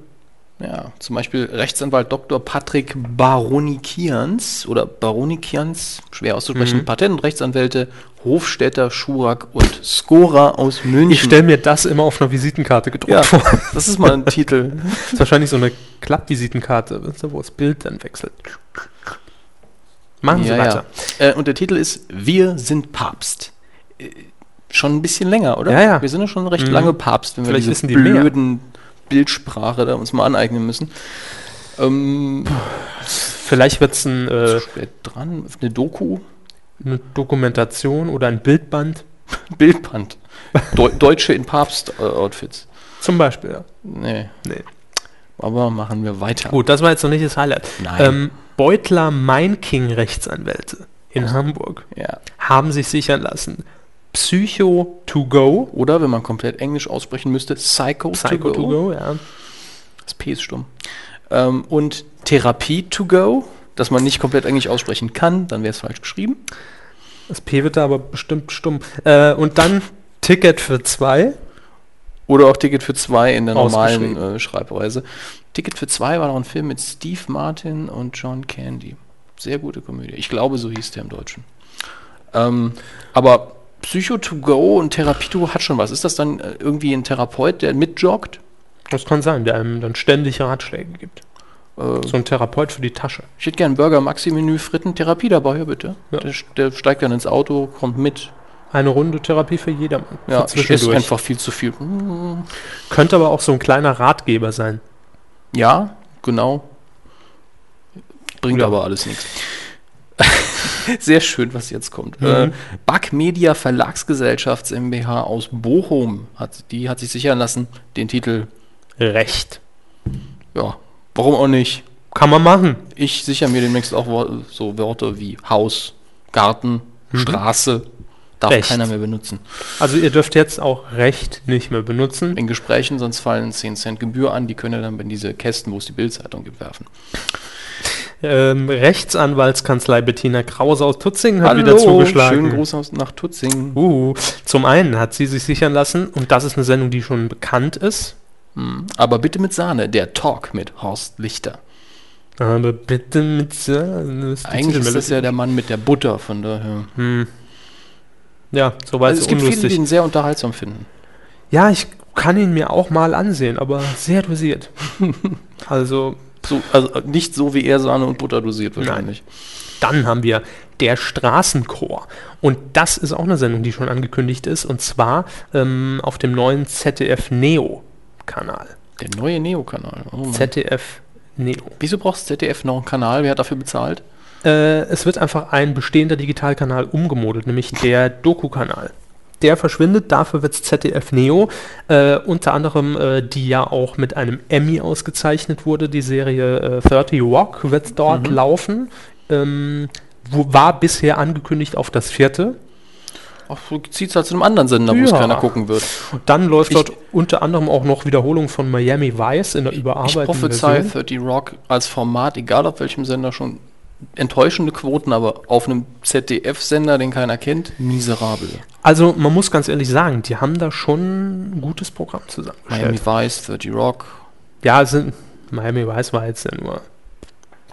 D: Ja, zum Beispiel Rechtsanwalt Dr. Patrick Baronikians oder Baronikians, schwer auszusprechen,
B: Mhm.
D: Patentrechtsanwälte, Hofstädter, Schurak und Skora aus München.
B: Ich stelle mir das immer auf einer Visitenkarte gedruckt
D: Mhm. ja,
B: vor.
D: das ist mal ein Titel.
B: Das ist wahrscheinlich so eine Klappvisitenkarte, wisst ihr, wo das Bild dann wechselt. Machen Sie
D: Ja,
B: weiter.
D: ja. Äh, und der Titel ist Wir sind Papst. Äh, Schon ein bisschen länger, oder?
B: Ja, ja.
D: Wir sind ja schon recht
B: Mhm.
D: lange Papst, wenn
B: Vielleicht
D: wir
B: wissen
D: diese
B: die mehr.
D: blöden Bildsprache da uns mal aneignen müssen. Ähm,
B: Vielleicht wird es ein,
D: zu
B: äh,
D: spät dran, eine Doku,
B: eine Dokumentation oder ein Bildband.
D: Bildband. Deu Deutsche in Papst-Outfits.
B: Zum Beispiel. Ja.
D: Nee.
B: Nee.
D: Aber machen wir weiter.
B: Gut, das war jetzt noch nicht das Highlight.
D: Nein.
B: Ähm, Beutler Mainking-Rechtsanwälte in Hamburg
D: Ja.
B: haben sich sichern lassen. Psycho to go.
D: Oder wenn man komplett Englisch aussprechen müsste, Psycho,
B: Psycho to go, ja.
D: Das P ist stumm. Ähm, und Therapie to go, das man nicht komplett Englisch aussprechen kann, dann wäre es falsch geschrieben.
B: Das P wird da aber bestimmt stumm. Äh, und dann Ticket für zwei.
D: Oder auch Ticket für zwei in der normalen
B: Ausgeschrieben.
D: äh, Schreibweise. Ticket für zwei war noch ein Film mit Steve Martin und John Candy. Sehr gute Komödie. Ich glaube, so hieß der im Deutschen. Ähm, aber Psycho to go und Therapie to go hat schon was. Ist das dann äh, irgendwie ein Therapeut, der mitjoggt?
B: Das kann sein, der einem dann ständig Ratschläge gibt.
D: Äh,
B: So ein Therapeut für die Tasche.
D: Ich hätte gern Burger Maxi-Menü, Fritten, Therapie dabei, ja bitte.
B: Ja.
D: Der, der steigt dann ins Auto, kommt mit.
B: Eine Runde Therapie für jedermann.
D: Ja,
B: für
D: ich esse
B: zwischendurch.
D: einfach viel zu viel. Mm.
B: Könnte aber auch so ein kleiner Ratgeber sein.
D: Ja, genau. Bringt
B: Ja.
D: aber alles nichts. Sehr schön, was jetzt kommt.
B: Mhm.
D: Äh, Back Media Verlagsgesellschaft MBH aus Bochum hat die hat sich sichern lassen den Titel.
B: Recht.
D: Ja, warum auch nicht?
B: Kann man machen.
D: Ich sichere mir demnächst auch Wor- so Wörter wie Haus, Garten, Straße. Darf
B: Mhm. Recht.
D: keiner mehr benutzen.
B: Also ihr dürft jetzt auch Recht nicht mehr benutzen.
D: in Gesprächen, sonst fallen 10 Cent Gebühr an, die können ihr dann in diese Kästen, wo es die Bildzeitung gibt, werfen.
B: Ähm, Rechtsanwaltskanzlei Bettina Krause aus Tutzingen hat wieder
D: schönen
B: zugeschlagen.
D: Gruß aus, nach Tutzing.
B: Uh, zum einen hat sie sich sichern lassen, und das ist eine Sendung, die schon bekannt ist.
D: Hm. Aber bitte mit Sahne, der Talk mit Horst Lichter.
B: Aber bitte mit. Äh, ist die
D: Eigentlich ist das
B: Titelmelodie.
D: ja der Mann mit der Butter, von daher.
B: Hm. Ja, soweit
D: Also es gibt viele, die ihn sehr unterhaltsam finden.
B: Ja, ich kann ihn mir auch mal ansehen, aber sehr dosiert. also,
D: So, also nicht so, wie er Sahne und Butter dosiert wahrscheinlich.
B: dann haben wir der Straßenchor. Und das ist auch eine Sendung, die schon angekündigt ist, und zwar ähm, auf dem neuen ZDF Neo-Kanal.
D: Der neue Neo-Kanal. Oh Mann.
B: ZDF Neo.
D: Wieso brauchst ZDF noch einen Kanal? Wer hat dafür bezahlt?
B: Äh, es wird einfach ein bestehender Digitalkanal umgemodelt, nämlich der Doku-Kanal. Der verschwindet, dafür wird ZDF Neo, äh, unter anderem, äh, die ja auch mit einem Emmy ausgezeichnet wurde. Die Serie äh, 30 Rock wird dort laufen. Ähm, wo, war bisher angekündigt auf das vierte.
D: Ach, zieht es halt zu einem anderen Sender, wo es
B: Ja.
D: keiner gucken wird.
B: Und dann läuft
D: Ich-
B: dort unter anderem auch noch Wiederholung von Miami Vice in der überarbeiteten
D: Ich prophezei
B: Version.
D: 30 Rock als Format, egal auf welchem Sender, schon enttäuschende Quoten, aber auf einem ZDF-Sender, den keiner kennt, miserabel.
B: Also man muss ganz ehrlich sagen, die haben da schon ein gutes Programm zusammengestellt.
D: Miami Vice, 30 Rock.
B: Ja, es sind, Miami Vice war jetzt ja nur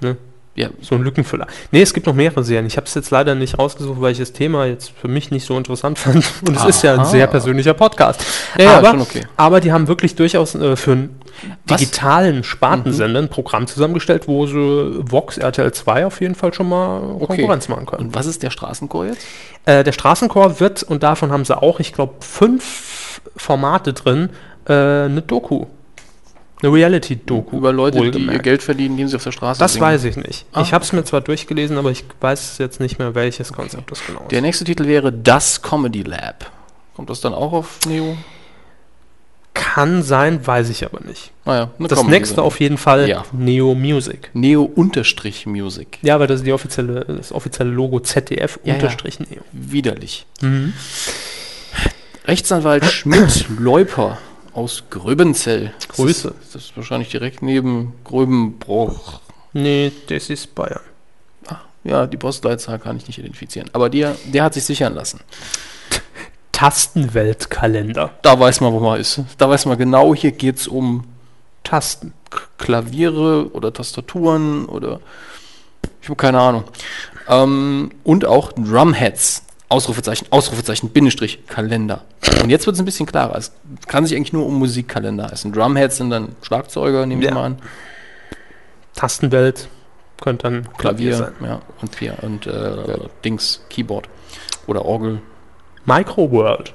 B: ne?
D: Ja,
B: so ein Lückenfüller. Nee, es gibt noch mehrere Serien. Ich habe es jetzt leider nicht rausgesucht, weil ich das Thema jetzt für mich nicht so interessant fand. Und es ist ja ein
D: Aha.
B: sehr persönlicher Podcast.
D: Ja, ja,
B: aber,
D: Ah, schon okay.
B: aber die haben wirklich durchaus äh, für einen
D: Was? Mhm.
B: digitalen Spartensender ein Programm zusammengestellt, wo sie Vox RTL 2 auf jeden Fall schon mal Konkurrenz machen können.
D: und was ist der Straßenchor jetzt?
B: Äh, der Straßenchor wird, und davon haben sie auch, ich glaube, fünf Formate drin, äh, eine Doku. Eine Reality-Doku.
D: Über Leute, die ihr
B: wohlgemerkt.
D: Geld verdienen, indem sie auf der Straße
B: Das
D: singen.
B: weiß ich nicht.
D: Ah,
B: ich habe es mir zwar durchgelesen, aber ich weiß jetzt nicht mehr, welches Konzept das genau ist.
D: Der nächste Titel wäre Das Comedy Lab. Kommt das dann auch auf Neo?
B: Kann sein, weiß ich aber nicht.
D: Naja, eine
B: Das
D: Comedy-Sendung.
B: nächste auf jeden Fall
D: Ja.
B: Neo Music.
D: Neo-Music.
B: Ja, weil das ist die offizielle, das offizielle Logo ZDF
D: Ja, Mhm. ja.
B: unterstrichen Neo.
D: Widerlich. Rechtsanwalt Schmidt-Leuper aus Gröbenzell.
B: Grüße.
D: Das ist, das ist wahrscheinlich direkt neben Gröbenbruch.
B: Nee, das ist Bayern.
D: Ja, die Postleitzahl kann ich nicht identifizieren. Aber der, der hat sich sichern lassen.
B: Tastenweltkalender.
D: Da weiß man, wo man ist. Da weiß man genau, hier geht's um
B: Tasten.
D: K- Klaviere oder Tastaturen oder ich habe keine Ahnung. Ähm, und auch Drumheads. Ausrufezeichen, Ausrufezeichen, Bindestrich, Kalender. Und jetzt wird es ein bisschen klarer. Es kann sich eigentlich nur um Musikkalender heißen. Drumheads sind dann Schlagzeuger, nehmen wir
B: Ja.
D: mal an.
B: Tastenwelt könnte dann Klavier,
D: Klavier,
B: sein.
D: ja, und, Pier und äh, Dings, Keyboard oder Orgel.
B: Microworld.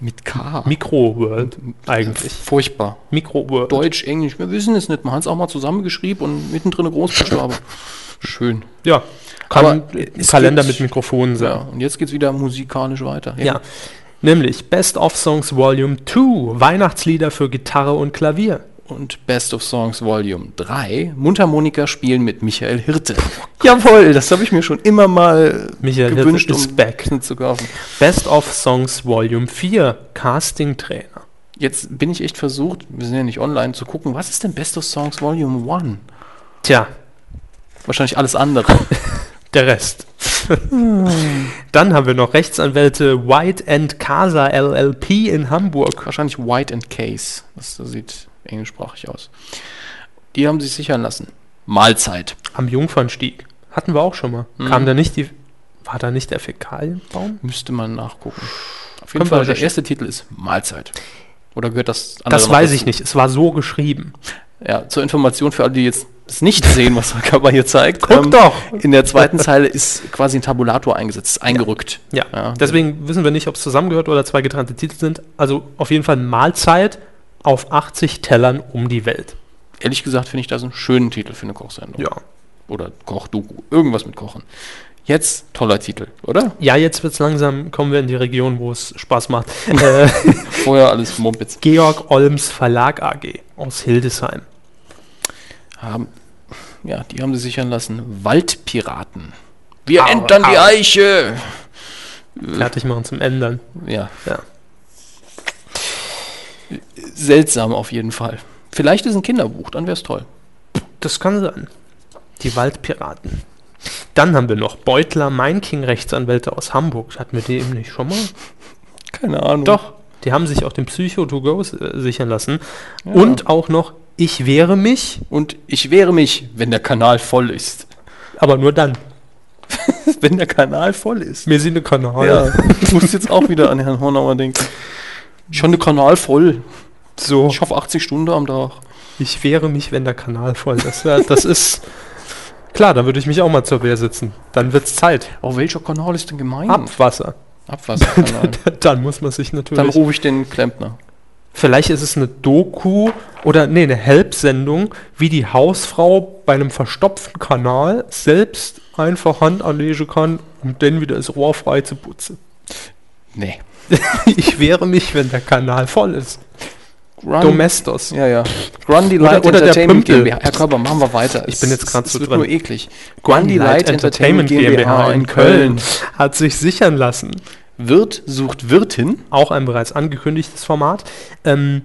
D: Mit K.
B: Microworld eigentlich.
D: Furchtbar.
B: Microworld.
D: Deutsch, Englisch, wir wissen es nicht. Man hat es auch mal zusammengeschrieben und mittendrin eine Großbuchstabe. Schön.
B: Ja. Kann
D: Aber
B: ein
D: es
B: Kalender
D: gibt-
B: mit Mikrofonen sein.
D: Ja, und jetzt geht's wieder musikalisch weiter.
B: Ja. Nämlich Best of Songs Volume 2, Weihnachtslieder für Gitarre und Klavier.
D: Und Best of Songs Volume 3, Mundharmonika spielen mit Michael Hirte.
B: Jawohl,
D: Das habe ich mir schon immer mal
B: Michael Hirte
D: gewünscht,
B: ist
D: um
B: back.
D: Essen zu kaufen.
B: Best of Songs Volume 4, Casting Trainer.
D: Jetzt bin ich echt versucht, wir sind ja nicht online, zu gucken, was ist denn Best of Songs Volume 1?
B: Tja,
D: Wahrscheinlich alles andere.
B: der Rest. Dann haben wir noch Rechtsanwälte White and Casa LLP in Hamburg.
D: Wahrscheinlich White and Case. Das, das sieht englischsprachig aus. Die haben sich sichern lassen. Mahlzeit.
B: Am Jungfernstieg. Hatten wir auch schon mal.
D: Mhm.
B: Kam da nicht die. War da nicht der Fäkalienbaum?
D: Müsste man nachgucken. Auf
B: Können
D: jeden
B: wir
D: Fall, der
B: recherchieren.
D: erste Titel ist Mahlzeit. Oder gehört das andere
B: Das
D: noch
B: weiß
D: dazu?
B: ich nicht. Es war so geschrieben.
D: Ja, zur Information für alle, die jetzt es nicht sehen, was Kabar hier zeigt. Ähm,
B: Guck doch!
D: In der zweiten Zeile ist quasi ein Tabulator eingesetzt, ist eingerückt.
B: Ja,
D: Ja.
B: deswegen wissen wir nicht, ob es zusammengehört oder zwei getrennte Titel sind. Also auf jeden Fall Mahlzeit auf 80 Tellern um die Welt.
D: Ehrlich gesagt finde ich das einen schönen Titel für eine Kochsendung.
B: Ja.
D: Oder Kochdoku. Irgendwas mit Kochen. Jetzt toller Titel, oder?
B: Ja, jetzt wird's langsam, kommen wir in die Region, wo es Spaß macht. äh,
D: Vorher alles Mumpitz.
B: Georg Olms Verlag AG aus Hildesheim.
D: Haben, ja, die haben sie sichern lassen. Waldpiraten. Wir entern die Eiche!
B: Fertig machen zum Ändern.
D: Ja.
B: Ja.
D: Seltsam auf jeden Fall. Vielleicht ist ein Kinderbuch, dann wäre es toll.
B: Das kann sein. Die Waldpiraten. Dann haben wir noch Beutler Mainking Rechtsanwälte aus Hamburg. Hatten wir die eben nicht schon mal?
D: Keine Ahnung.
B: Doch, die haben sich auch den Psycho to Go äh, sichern lassen. Und auch noch Ich wäre mich,
D: Und ich wehre mich, wenn der Kanal voll ist.
B: aber nur dann.
D: wenn der Kanal voll ist.
B: Mir sind eine Kanal.
D: Ah, Ja, ich muss jetzt auch wieder an Herrn Hornauer denken. Schon der Kanal voll.
B: So,
D: Ich hoffe 80 Stunden am Tag.
B: ich wehre mich, wenn der Kanal voll ist. Ja, das ist. Klar, da würde ich mich auch mal zur Wehr sitzen. Dann wird's Zeit.
D: Oh, welcher Kanal ist denn gemeint?
B: Abwasser.
D: Abwasserkanal.
B: Dann muss man sich
D: Dann
B: natürlich.
D: rufe ich den Klempner.
B: Vielleicht ist es eine Doku oder nee, eine Help-Sendung, wie die Hausfrau bei einem verstopften Kanal selbst einfach Hand anlegen kann, um dann wieder das Rohr frei zu putzen.
D: Nee.
B: ich wehre mich, wenn der Kanal voll ist.
D: Grund,
B: Domestos.
D: Ja, ja. Grundy
B: Oder-
D: Light
B: oder der
D: Entertainment
B: Pümpel.
D: GmbH. Herr Körber, machen wir weiter.
B: Ich bin jetzt grad
D: zu
B: so
D: Es wird
B: drin.
D: nur eklig.
B: Grundy Light Entertainment GmbH in Köln hat sich sichern lassen.
D: Wirt sucht Wirtin.
B: Auch ein bereits angekündigtes Format. Ähm,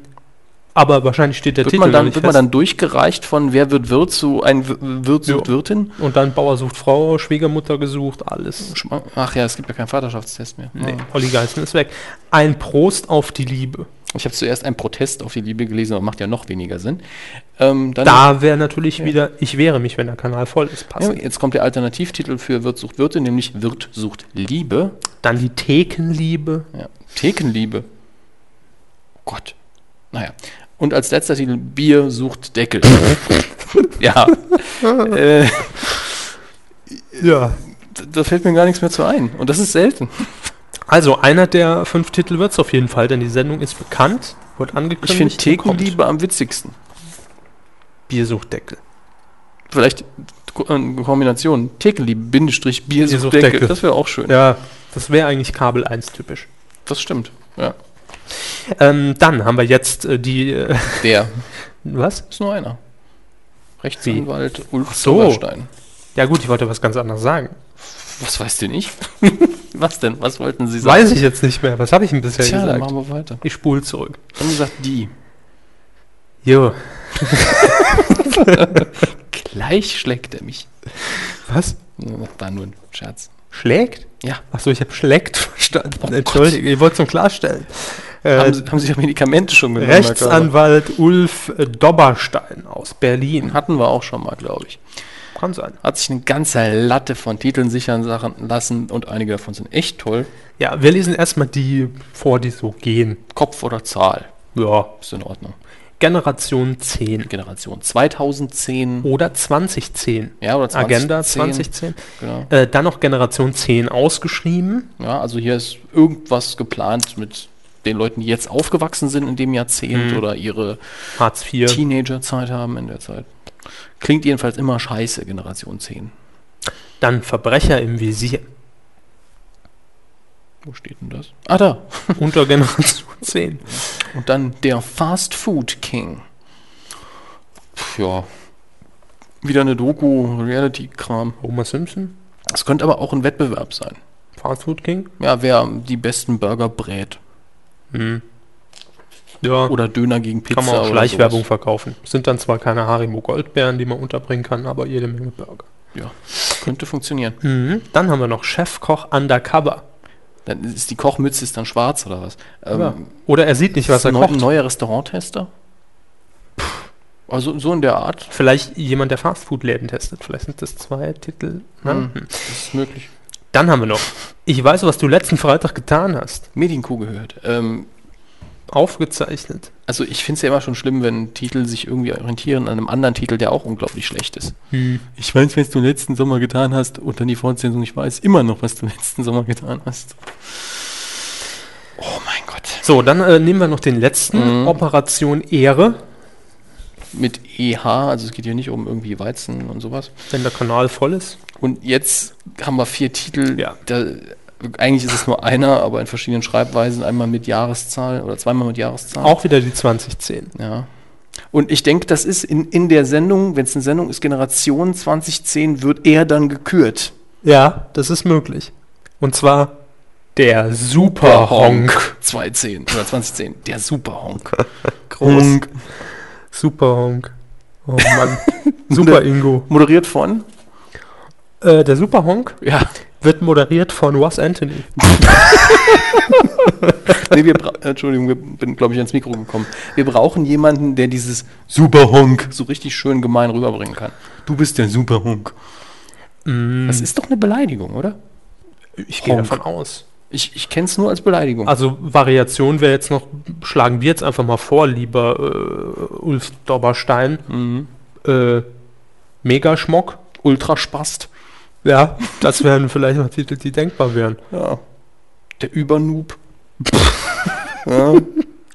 B: aber wahrscheinlich steht der
D: Wird
B: Titel
D: man,
B: noch
D: dann,
B: nicht
D: wird man
B: fest.
D: dann durchgereicht von wer wird Wirt zu ein W- Wirt sucht
B: Jo.
D: Wirtin?
B: Und dann Bauer sucht Frau, Schwiegermutter gesucht, alles.
D: Schma- Ach ja, es gibt ja keinen Vaterschaftstest mehr.
B: Nee,
D: Ah.
B: Olli Geißen ist weg. Ein Prost auf die Liebe.
D: Ich habe zuerst einen Protest auf die Liebe gelesen, aber macht ja noch weniger Sinn. Ähm, dann
B: Da wäre natürlich wieder, ich wehre mich, wenn der Kanal voll ist,
D: ja,
B: passend.
D: jetzt kommt der Alternativtitel für Wirt sucht Wirtin, nämlich Wirt sucht Liebe.
B: Dann die Thekenliebe.
D: Ja. Thekenliebe. Oh Gott. Naja. Und als letzter Titel Bier sucht Deckel. ja. Äh,
B: Ja.
D: d- da fällt mir gar nichts mehr zu ein. Und das ist selten.
B: Also einer der fünf Titel wird es auf jeden Fall, denn die Sendung ist bekannt, wird angekündigt.
D: Ich finde
B: und kommt.
D: Thekenliebe am witzigsten.
B: Biersuchtdeckel.
D: Vielleicht Ko- äh, Kombination. Thekenliebe, Bindestrich, Bier
B: Bier
D: sucht
B: sucht
D: Deckel.
B: Deckel.
D: Das wäre auch schön.
B: Ja, Das wäre eigentlich Kabel 1 typisch.
D: Das stimmt. Ja.
B: Ähm, dann haben wir jetzt äh, die. Äh,
D: Der
B: was?
D: ist nur einer. Rechtsanwalt Ulf
B: so.
D: Silberstein.
B: Ja, gut, ich wollte was ganz anderes sagen.
D: Was weiß denn ich? Was denn? Was wollten Sie sagen?
B: Weiß ich jetzt nicht mehr. Was habe ich denn bisher
D: Tja, dann
B: gesagt?
D: machen wir weiter.
B: Ich spule zurück.
D: Wir haben gesagt, die.
B: Jo.
D: Gleich schlägt er mich.
B: Was?
D: War nur ein Scherz.
B: Schlägt?
D: Ja.
B: Achso, ich habe schlägt verstanden.
D: Oh Gott.
B: Entschuldige, ich wollte es nur klarstellen. Äh,
D: haben, Sie, haben Sie ja Medikamente schon genommen? Herr Körber?
B: Rechtsanwalt Ulf äh, Dobberstein aus Berlin.
D: Hatten wir auch schon mal, glaube ich.
B: Kann sein.
D: Hat sich eine ganze Latte von Titeln sichern Sachen lassen und einige davon sind echt toll.
B: Ja, wir lesen erstmal die vor, die so gehen.
D: Kopf oder Zahl?
B: Ja.
D: Ist in Ordnung.
B: Generation 10
D: Generation 2010.
B: oder 2010.
D: Ja, oder 2010.
B: Agenda 2010.
D: Genau.
B: Äh, dann noch Generation 10 ausgeschrieben.
D: Ja, also hier ist irgendwas geplant mit den Leuten, die jetzt aufgewachsen sind in dem Jahrzehnt
B: Mhm.
D: oder ihre
B: Hartz IV.
D: Teenagerzeit haben in der Zeit. Klingt jedenfalls immer scheiße, Generation 10.
B: Dann Verbrecher im Visier.
D: Wo steht denn das? Ah, da.
B: Unter Generation 10.
D: Und dann der Fast Food King. Pff, Ja. Wieder eine Doku, Reality-Kram.
B: Homer Simpson.
D: Es könnte aber auch ein Wettbewerb sein.
B: Fast Food King.
D: Ja, wer die besten Burger brät.
B: Hm. Ja.
D: Oder Döner gegen Pizza.
B: kann man auch
D: oder
B: Schleichwerbung
D: sowas.
B: verkaufen. Sind dann zwar keine Haribo Goldbeeren, die man unterbringen kann, aber jede Menge Burger.
D: Ja, könnte funktionieren.
B: Mhm. Dann haben wir noch Chefkoch Undercover.
D: Dann ist die Kochmütze ist dann schwarz oder was? Ähm,
B: Ja. Oder er sieht nicht, was er
D: neu,
B: kocht.
D: neuer Restauranttester? Also so in der Art.
B: Vielleicht jemand, der Fastfood-Läden testet. Vielleicht sind das zwei Titel. ne?
D: Hm. Das ist möglich.
B: Dann haben wir noch. Ich weiß, was du letzten Freitag getan hast.
D: Medienkuh gehört. Ähm,
B: Aufgezeichnet.
D: also ich finde es ja immer schon schlimm, wenn Titel sich irgendwie orientieren an einem anderen Titel, der auch unglaublich schlecht ist. Ich weiß, was du letzten Sommer getan hast und dann die Fortsetzung, ich weiß immer noch, was du letzten Sommer getan hast. Oh mein Gott.
B: So, dann äh, nehmen wir noch den letzten.
D: Mhm.
B: Operation Ehre.
D: Mit EH, also es geht hier nicht um irgendwie Weizen und sowas.
B: Wenn der Kanal voll ist.
D: Und jetzt haben wir vier Titel.
B: Ja.
D: Da, eigentlich ist es nur einer, aber in verschiedenen Schreibweisen. Einmal mit Jahreszahl oder zweimal mit Jahreszahl.
B: Auch wieder die 2010.
D: Ja. Und ich denke, das ist in, in der Sendung, wenn es eine Sendung ist, Generation 2010, wird er dann gekürt.
B: Ja, das ist möglich. Und zwar der Super Honk.
D: 2010 oder 2010. Der Superhonk.
B: Honk. Super Honk. Oh Mann. Super Ingo.
D: Moderiert von?
B: Äh, der Super Honk
D: Ja.
B: wird moderiert von Was Anthony.
D: Nee, wir bra- äh, Entschuldigung, wir bin, glaube ich, ans Mikro gekommen. Wir brauchen jemanden, der dieses Superhonk so richtig schön gemein rüberbringen kann. Du bist der Superhonk.
B: Mhm.
D: Das ist doch eine Beleidigung, oder?
B: Also, Ich
D: gehe
B: davon aus.
D: Ich, ich kenne es nur als Beleidigung.
B: Also Variation wäre jetzt noch, schlagen wir jetzt einfach mal vor, lieber äh, Ulf Dobberstein.
D: Mhm.
B: Äh, Megaschmock.
D: Ultraspast.
B: Ja, das wären vielleicht noch Titel, die denkbar wären.
D: Ja. Der Übernoob.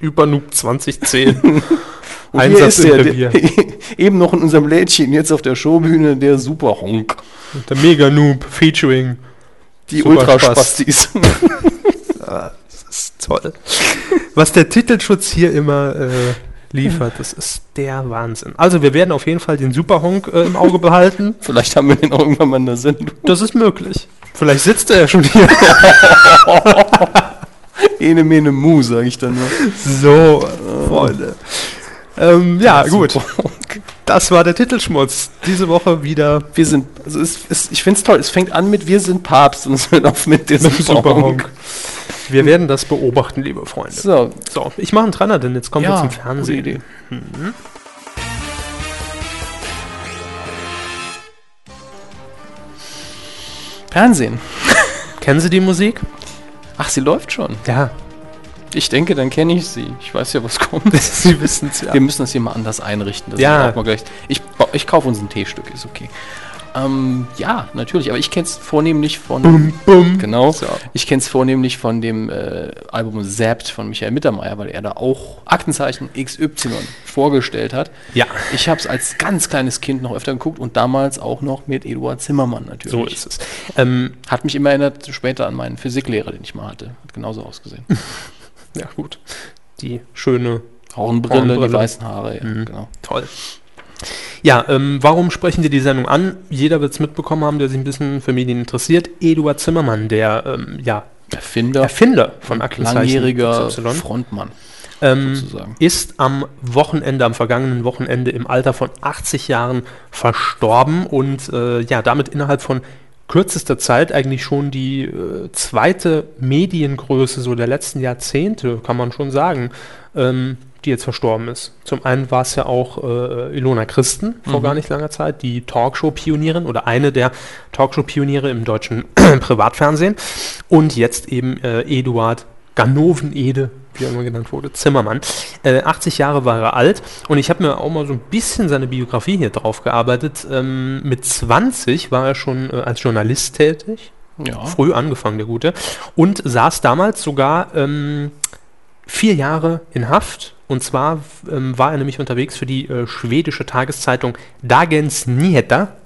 B: Über Noob 2010.
D: Und hier ist er, der, eben noch in unserem Lädchen, jetzt auf der Showbühne, der Superhonk.
B: Der Mega Noob featuring.
D: Die
B: Superspast.
D: Ultraspastis.
B: Das ist toll. Was der Titelschutz hier immer äh, liefert, das ist der Wahnsinn. Also wir werden auf jeden Fall den Superhonk äh, im Auge behalten.
D: Vielleicht haben wir den auch irgendwann mal in der Sendung.
B: Das ist möglich. Vielleicht sitzt er ja schon hier.
D: Ene mene mu, sage ich dann nur.
B: So, äh, Freunde. Ähm, ja, gut. Das war der Titelschmutz. Diese Woche wieder
D: Wir sind, also es, es, ich finde es toll, es fängt an mit Wir sind Papst und es hört auf mit der Superhonk.
B: Wir werden das beobachten, liebe Freunde.
D: So,
B: So, ich mache einen Trainer, denn jetzt kommen wir zum Fernsehen. Mhm.
D: gute Idee. Fernsehen.
B: Kennen Sie die Musik?
D: Ach, sie läuft schon.
B: Ja,
D: Ich denke, dann kenne ich sie. Ich weiß ja, was kommt.
B: Sie wissen es ja.
D: Wir müssen das hier mal anders einrichten. Das
B: Ja.
D: ist auch mal gleich. Ich, ba- ich kaufe uns ein Teestück, ist okay. Ähm, ja, natürlich, aber ich kenne es vornehmlich von.
B: Bumm.
D: Genau. Ich kenne es vornehmlich von dem äh, Album Zapped von Michael Mittermeier, weil er da auch Aktenzeichen XY vorgestellt hat.
B: Ja.
D: Ich habe es als ganz kleines Kind noch öfter geguckt und damals auch noch mit Eduard Zimmermann natürlich.
B: So ist es. Ähm,
D: Hat mich immer erinnert später an meinen Physiklehrer, den ich mal hatte. Hat genauso ausgesehen.
B: ja, gut. Die schöne
D: Hornbrille,
B: Hornbrille.
D: die weißen Haare, ja,
B: Mhm.
D: genau.
B: Toll. Ja, ähm, warum sprechen wir die Sendung an? Jeder wird es mitbekommen haben, der sich ein bisschen für Medien interessiert. Eduard Zimmermann, der ähm, ja,
D: Erfinder,
B: Erfinder von Aktenzeichen
D: langjähriger
B: XY,
D: Frontmann
B: ähm,
D: sozusagen.
B: ist am Wochenende, am vergangenen Wochenende im Alter von 80 Jahren verstorben und äh, ja, damit innerhalb von kürzester Zeit eigentlich schon die äh, zweite Mediengröße so der letzten Jahrzehnte, kann man schon sagen, ähm, die jetzt verstorben ist. Zum einen war es ja auch äh, Ilona Christen vor gar nicht langer Zeit, die Talkshow-Pionierin oder eine der Talkshow-Pioniere im deutschen Privatfernsehen und jetzt eben äh, Eduard Ganoven-Ede, wie er immer genannt wurde, Zimmermann. Äh, 80 Jahre war er alt und ich habe mir auch mal so ein bisschen seine Biografie hier drauf gearbeitet. Ähm, mit 20 war er schon äh, als Journalist tätig,
D: Ja.
B: früh angefangen, der Gute, und saß damals sogar ähm, vier Jahre in Haft. Und zwar ähm, war er nämlich unterwegs für die äh, schwedische Tageszeitung Dagens Nyheter.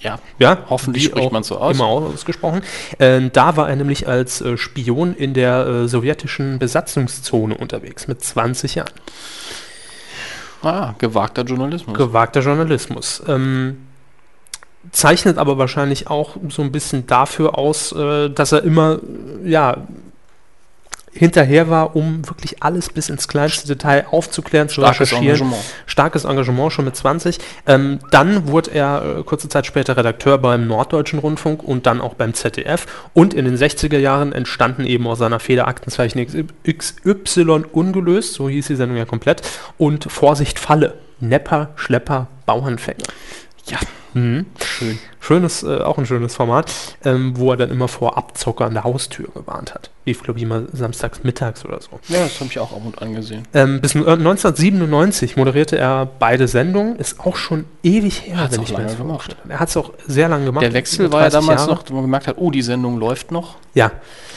D: ja,
B: Ja,
D: Hoffentlich
B: wie
D: spricht
B: auch
D: man so aus.
B: Immer ausgesprochen. Ähm, da war er nämlich als äh, Spion in der äh, sowjetischen Besatzungszone unterwegs mit 20 Jahren.
D: ah, gewagter Journalismus.
B: Gewagter Journalismus. Ähm, zeichnet aber wahrscheinlich auch so ein bisschen dafür aus, äh, dass er immer, äh, ja, hinterher war, um wirklich alles bis ins kleinste Detail aufzuklären, zu
D: Starkes
B: recherchieren.
D: Engagement.
B: Starkes Engagement schon mit 20. Ähm, dann wurde er äh, kurze Zeit später Redakteur beim Norddeutschen Rundfunk und dann auch beim ZDF. Und in den 60er Jahren entstanden eben aus seiner Feder Aktenzeichen XY ungelöst, so hieß die Sendung ja komplett, und Vorsicht Falle. Nepper, Schlepper, Bauernfänger.
D: Ja,
B: Mhm.
D: schön.
B: Schönes, äh, auch ein schönes Format, ähm, wo er dann immer vor Abzocker an der Haustür gewarnt hat. Lief, glaube ich, immer samstags mittags oder so.
D: Ja, das habe ich auch ab und angesehen.
B: Ähm, bis 1997 moderierte er beide Sendungen. Ist auch schon ewig her,
D: Hat's auch
B: mir
D: lange
B: das
D: gemacht.
B: vorstelle. Er hat es auch sehr lange gemacht.
D: Der Wechsel
B: über
D: war ja
B: 30
D: damals
B: Jahre.
D: noch, wo man gemerkt hat, oh, die Sendung läuft noch.
B: Ja,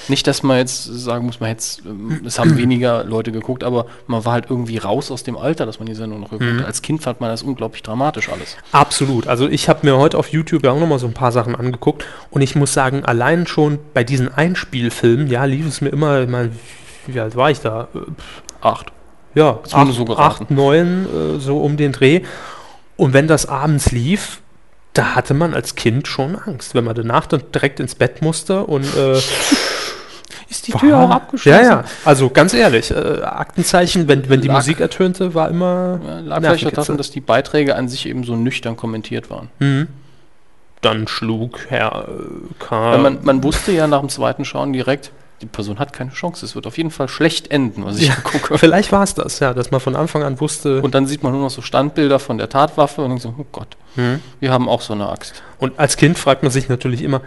D: Nicht, dass man jetzt sagen muss, man hätte es, ähm, es haben weniger Leute geguckt, aber man war halt irgendwie raus aus dem Alter, dass man die Sendung noch
B: Mhm.
D: geguckt hat. Als Kind fand man das unglaublich dramatisch alles.
B: absolut. Also ich habe mir heute auf YouTube ja auch nochmal so ein paar Sachen angeguckt und ich muss sagen, allein schon bei diesen Einspielfilmen, ja, lief es mir immer, ich mein, wie alt war ich da? Äh,
D: Acht.
B: Ja,
D: Ist mir nur
B: acht,
D: so geraten.
B: acht, neun, äh, so um den Dreh. Und wenn das abends lief, da hatte man als Kind schon Angst, wenn man danach dann direkt ins Bett musste und äh,
D: Ist die
B: War- Ja, ja. Also ganz ehrlich, äh, Aktenzeichen, wenn, wenn die
D: Lag-
B: Musik ertönte, war immer.
D: Lag vielleicht auch
B: Nervenkitzel.
D: daran, dass die Beiträge an sich eben so nüchtern kommentiert waren.
B: Mhm. Dann schlug Herr äh, K.
D: Weil man, man wusste ja nach dem zweiten Schauen direkt, die Person hat keine Chance. Es wird auf jeden Fall schlecht enden, was ich
B: Ja.
D: hier gucke.
B: Vielleicht war es das, ja, dass man von Anfang an wusste.
D: Und dann sieht man nur noch so Standbilder von der Tatwaffe und denkt so, oh Gott,
B: Mhm.
D: wir haben auch so eine Axt.
B: Und als Kind fragt man sich natürlich immer,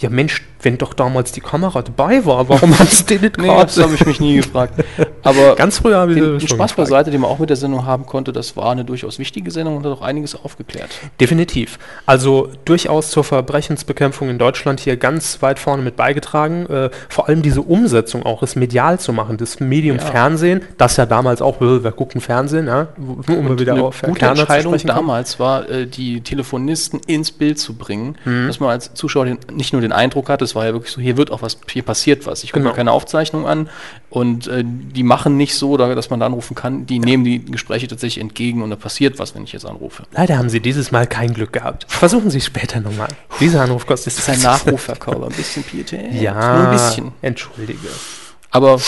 B: ja Mensch, wenn doch damals die Kamera dabei war, warum hat es den nicht
D: Nee,
B: gehabt?
D: das habe ich mich nie gefragt. Aber
B: Ganz früher habe ich
D: den, den
B: das schon
D: Spaß
B: gefragt.
D: beiseite, den man auch mit der Sendung haben konnte, das war eine durchaus wichtige Sendung und hat auch einiges aufgeklärt.
B: Definitiv. Also durchaus zur Verbrechensbekämpfung in Deutschland hier ganz weit vorne mit beigetragen. Äh, vor allem diese Umsetzung auch, es medial zu machen, das Medium
D: Ja.
B: Fernsehen, das ja damals auch, äh, wer guckt ein Fernsehen, ja? um mal wieder
D: eine
B: auf Herrn
D: gute
B: Kerner zu
D: Entscheidung
B: sprechen kommen.
D: damals war, äh, die Telefonisten ins Bild zu bringen,
B: Mhm.
D: dass man als Zuschauer den, nicht nur den Eindruck hat, es war ja wirklich so, hier wird auch was, hier passiert was. Ich gucke
B: Genau.
D: mir keine Aufzeichnung an und äh, die machen nicht so, da- dass man da anrufen kann. Die nehmen die Gespräche tatsächlich entgegen und da passiert was, wenn ich jetzt anrufe.
B: Leider haben Sie dieses Mal kein Glück gehabt. Versuchen Sie es später nochmal. Dieser Anruf kostet
D: Das ist ein Nachruf, Herr Körber, ein bisschen Pietät.
B: Ja,
D: Nur ein bisschen.
B: entschuldige.
D: Aber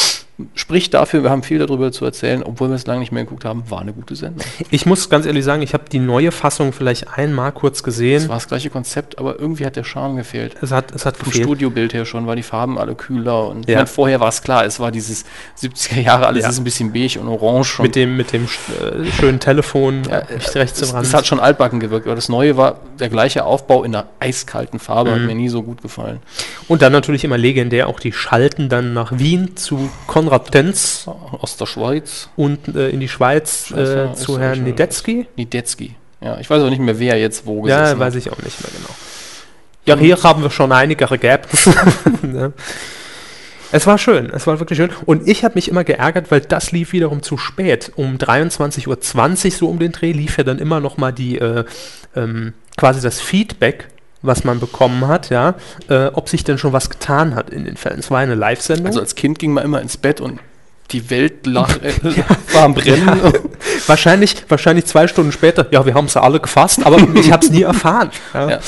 D: sprich dafür, wir haben viel darüber zu erzählen, obwohl wir es lange nicht mehr geguckt haben, war eine gute Sendung.
B: Ich muss ganz ehrlich sagen, ich habe die neue Fassung vielleicht einmal kurz
D: Es
B: gesehen.
D: war das gleiche Konzept, aber irgendwie hat der Charme gefehlt.
B: Es hat, es hat
D: vom
B: gefehlt.
D: Studiobild her schon, war die Farben alle kühler und ich
B: Ja.
D: meine, vorher war es klar, es war dieses 70er Jahre, alles
B: Ja.
D: ist ein bisschen beige und orange und
B: Mit dem, mit dem äh, schönen Telefon
D: ja, äh,
B: nicht rechts
D: es,
B: im Rand.
D: es hat schon altbacken gewirkt, aber das Neue war der gleiche Aufbau in einer eiskalten Farbe,
B: Mhm.
D: hat mir nie so gut gefallen.
B: Und dann natürlich immer legendär auch die Schalten dann nach Wien zu Konrad Tenz
D: Aus der Schweiz,
B: und äh, in die Schweiz
D: Schweizer,
B: äh, zu
D: Österreich
B: Herrn
D: oder
B: Niedetzky.
D: Niedetzky. Ja, ich weiß auch nicht mehr, wer jetzt wo
B: Ja,
D: gesessen
B: weiß ich auch nicht mehr genau. Ja,
D: Mhm.
B: hier haben wir schon einige gehabt. ne? Es war schön, es war wirklich schön. Und ich habe mich immer geärgert, weil das lief wiederum zu spät. Um 23.20 Uhr, so um den Dreh, lief ja dann immer noch mal die, äh, ähm, quasi das Feedback, was man bekommen hat, ja, äh, ob sich denn schon was getan hat in den Fällen. Es war eine Live-Sendung.
D: Also als Kind ging man immer ins Bett und die Welt lag, äh, war am Brennen.
B: Ja. wahrscheinlich, wahrscheinlich zwei Stunden später, ja, wir haben sie alle gefasst, aber ich habe es nie erfahren. Ja.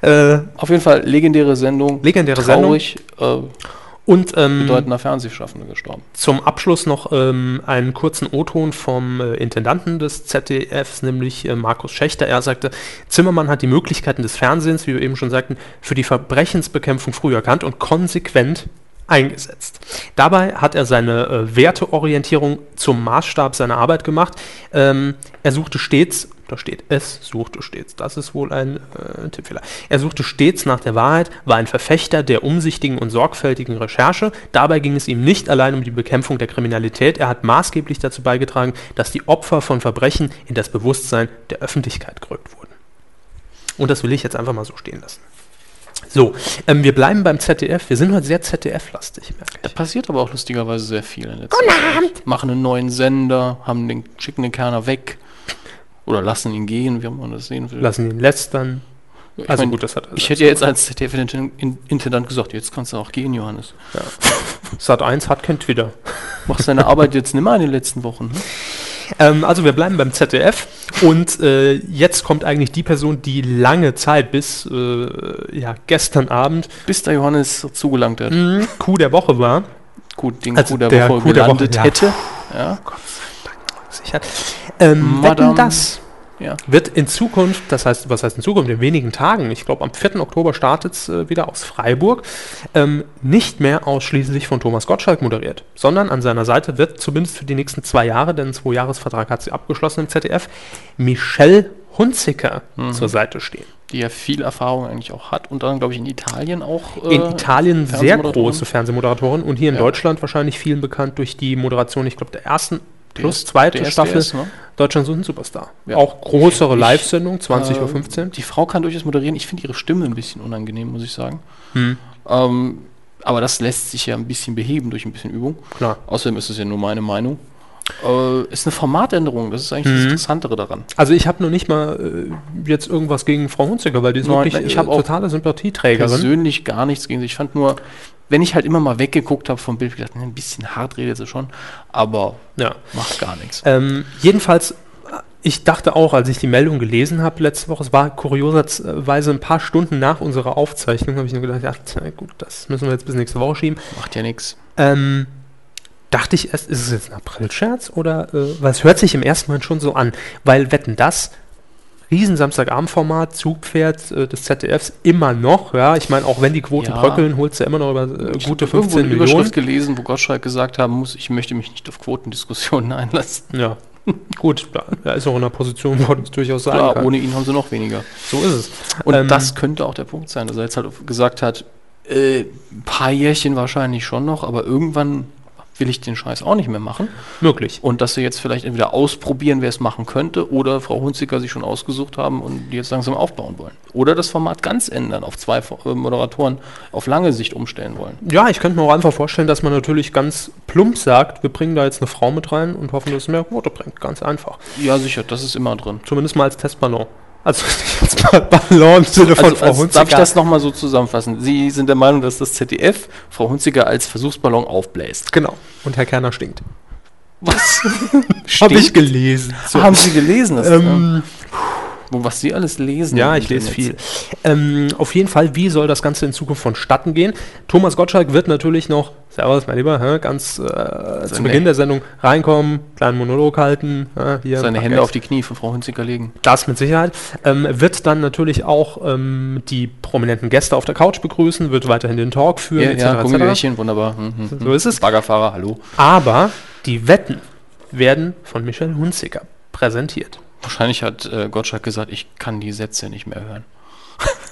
B: Äh,
D: Auf jeden Fall legendäre Sendung.
B: Legendäre
D: traurig, Äh,
B: und ähm,
D: bedeutender Fernsehschaffender gestorben.
B: Zum Abschluss noch ähm, einen kurzen O-Ton vom äh, Intendanten des ZDFs, nämlich äh, Markus Schächter. Er sagte, Zimmermann hat die Möglichkeiten des Fernsehens, wie wir eben schon sagten, für die Verbrechensbekämpfung früh erkannt und konsequent eingesetzt. Dabei hat er seine äh, Werteorientierung zum Maßstab seiner Arbeit gemacht. Ähm, er suchte stets da steht, es suchte stets. Das ist wohl ein äh, Tippfehler. Er suchte stets nach der Wahrheit, war ein Verfechter der umsichtigen und sorgfältigen Recherche. Dabei ging es ihm nicht allein um die Bekämpfung der Kriminalität. Er hat maßgeblich dazu beigetragen, dass die Opfer von Verbrechen in das Bewusstsein der Öffentlichkeit gerückt wurden. Und das will ich jetzt einfach mal so stehen lassen. So, ähm, wir bleiben beim ZDF. Wir sind heute sehr ZDF-lastig, merke
D: Da
B: ich.
D: passiert aber auch lustigerweise sehr viel in letzter Zeit. Machen einen neuen Sender, haben den, schicken den Kerner weg oder lassen ihn gehen, wie man das sehen will.
B: Lassen ihn lästern.
D: ich
B: Also
D: mein,
B: gut, das hat
D: Ich hätte ja jetzt als ZDF-Intendant gesagt, jetzt kannst du auch gehen, Johannes.
B: Sat 1 hat kein Twitter.
D: Machst deine Arbeit jetzt nimmer in den letzten Wochen. Ne?
B: Ähm, also wir bleiben beim ZDF und äh, jetzt kommt eigentlich die Person, die lange Zeit bis äh, ja, gestern Abend hm,
D: Bis der Johannes zugelangt hat.
B: Coup der Woche war.
D: Gut, den
B: Also
D: Coup der
B: der
D: Woche
B: Coup der Woche,
D: gelandet
B: ja.
D: hätte. Ja.
B: Sicher. Ähm,
D: Madame-
B: wetten das
D: Ja.
B: wird in Zukunft, das heißt, was heißt in Zukunft, in wenigen Tagen, ich glaube am 4. Oktober startet es äh, wieder aus Freiburg, ähm, nicht mehr ausschließlich von Thomas Gottschalk moderiert, sondern an seiner Seite wird zumindest für die nächsten zwei Jahre, denn einen Zwei-Jahres-Vertrag hat sie abgeschlossen im ZDF, Michelle Hunziker
D: Mhm.
B: zur Seite stehen.
D: Die ja viel Erfahrung eigentlich auch hat und dann, glaube ich, in Italien auch.
B: in
D: äh,
B: Italien sehr
D: Fernsehmoderatorin.
B: große Fernsehmoderatorin und hier in
D: Ja.
B: Deutschland wahrscheinlich vielen bekannt durch die Moderation, ich glaube, der ersten plus
D: DS,
B: zweite
D: DSDS,
B: Staffel
D: ne?
B: Deutschland sucht einen Superstar.
D: Ja.
B: Auch größere
D: Ich,
B: Live-Sendung, 20.15 Uhr.
D: Äh, die Frau kann durchaus moderieren. Ich finde ihre Stimme ein bisschen unangenehm, muss ich sagen.
B: Hm.
D: Ähm, aber das lässt sich ja ein bisschen beheben durch ein bisschen Übung.
B: Klar.
D: Außerdem ist es ja nur meine Meinung. Äh, ist eine Formatänderung, das ist eigentlich
B: Hm.
D: das Interessantere daran.
B: Also ich habe noch nicht mal äh, jetzt irgendwas gegen Frau Hunziker, weil die ist
D: Nein,
B: wirklich
D: nein, ich
B: äh,
D: hab auch
B: totale Sympathieträgerin.
D: Persönlich gar nichts gegen sie. Ich fand nur, wenn ich halt immer mal weggeguckt habe vom Bild, hab ich gedacht, ne, ein bisschen hart redet sie schon, aber
B: Ja.
D: macht gar nichts.
B: Ähm, jedenfalls, ich dachte auch, als ich die Meldung gelesen habe letzte Woche, es war kurioserweise ein paar Stunden nach unserer Aufzeichnung, habe ich nur gedacht, ja, tja, gut, das müssen wir jetzt bis nächste Woche schieben.
D: Macht ja nichts.
B: Ähm, dachte ich erst, ist es jetzt ein April-Scherz oder äh, weil es hört sich im ersten Moment schon so an, weil wetten das riesen Samstagabendformat, Zugpferd äh, des ZDFs immer noch, ja, ich meine, auch wenn die Quoten
D: Ja.
B: bröckeln, holst du immer noch über äh,
D: Ich
B: gute
D: hab irgendwo
B: 15
D: eine
B: Millionen.
D: Überschrift gelesen, wo Gottschalk gesagt haben muss, ich möchte mich nicht auf Quotendiskussionen einlassen.
B: Ja. Gut, da, da ist auch in einer Position, wo das durchaus sein
D: Klar,
B: kann.
D: ohne ihn haben sie noch weniger.
B: so ist es.
D: Und
B: Ähm,
D: das könnte auch der Punkt sein, dass er jetzt halt gesagt hat, äh, ein paar Jährchen wahrscheinlich schon noch, aber irgendwann will ich den Scheiß auch nicht mehr machen.
B: möglich.
D: Und dass sie jetzt vielleicht entweder ausprobieren, wer es machen könnte, oder Frau Hunziker sich schon ausgesucht haben und die jetzt langsam aufbauen wollen. Oder das Format ganz ändern, auf zwei Fo- äh, Moderatoren auf lange Sicht umstellen wollen.
B: Ja, ich könnte mir auch einfach vorstellen, dass man natürlich ganz plump sagt, wir bringen da jetzt eine Frau mit rein und hoffen, dass es mehr Quote bringt. Ganz einfach.
D: Ja, sicher, das ist immer drin.
B: Zumindest mal als Testballon. Also nicht als Ba- Ballon im Sinne von
D: Also,
B: Frau
D: als,
B: Hunziker.
D: darf ich das nochmal so zusammenfassen? Sie sind der Meinung, dass das ZDF Frau Hunziker als Versuchsballon aufbläst.
B: genau. Und Herr Kerner stinkt.
D: Was?
B: Habe ich gelesen. So.
D: Haben Sie gelesen? Das,
B: Ähm,
D: Wo, was Sie alles lesen?
B: ja,
D: im
B: ich lese viel.
D: Internet.
B: Ähm, auf jeden Fall, wie soll das Ganze in Zukunft vonstatten gehen? Thomas Gottschalk wird natürlich noch, Servus, mein Lieber, hä, ganz äh, zu
D: nee.
B: Beginn der Sendung reinkommen, kleinen Monolog halten. Äh, hier,
D: Seine
B: Pack
D: Hände
B: Ex.
D: auf die Knie von Frau Hunziker legen.
B: Das mit Sicherheit. Ähm, wird dann natürlich auch ähm, die prominenten Gäste auf der Couch begrüßen, wird weiterhin den Talk führen,
D: Ja,
B: etc.,
D: ja,
B: etc.
D: Gummibärchen, wunderbar. Hm, hm, hm.
B: So ist es.
D: Baggerfahrer, hallo.
B: Aber die Wetten werden von Michel Hunziker präsentiert.
D: Wahrscheinlich hat äh, Gottschalk gesagt, ich kann die Sätze nicht mehr hören.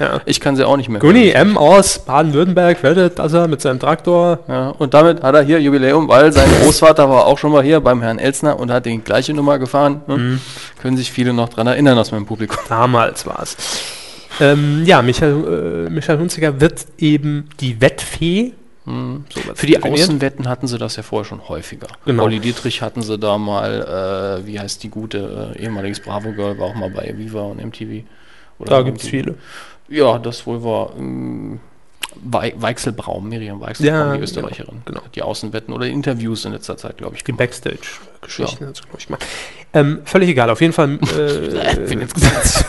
B: Ja.
D: Ich kann sie auch nicht mehr.
B: Guni M. aus Baden-Württemberg meldet, dass er mit seinem Traktor
D: Ja, und damit hat er hier Jubiläum, weil sein Großvater war auch schon mal hier beim Herrn Elsner und hat die gleiche Nummer gefahren.
B: Mhm.
D: Ne? Können sich viele noch dran erinnern aus meinem Publikum.
B: Damals war es. Ähm, ja, Michael, äh, Michael Hunziker wird eben die Wettfee. So wird's
D: Für die
B: definiert.
D: Außenwetten hatten sie das ja vorher schon häufiger.
B: Genau.
D: Olli Dietrich hatten sie da mal, äh, wie heißt die gute, äh, ehemaliges Bravo-Girl, war auch mal bei Viva und MTV. Oder
B: Da
D: MTV.
B: gibt es viele.
D: Ja, das wohl war ähm, Wei- Weichselbraum, Miriam Weichselbraum,
B: Ja,
D: die Österreicherin.
B: genau, genau.
D: Hat Die Außenwetten oder Interviews in letzter Zeit, glaube ich.
B: Die
D: gemacht.
B: Backstage-Geschichten hat's, glaub ich, mal. Ähm, völlig egal, auf jeden Fall. Äh,
D: Bin jetzt gesagt.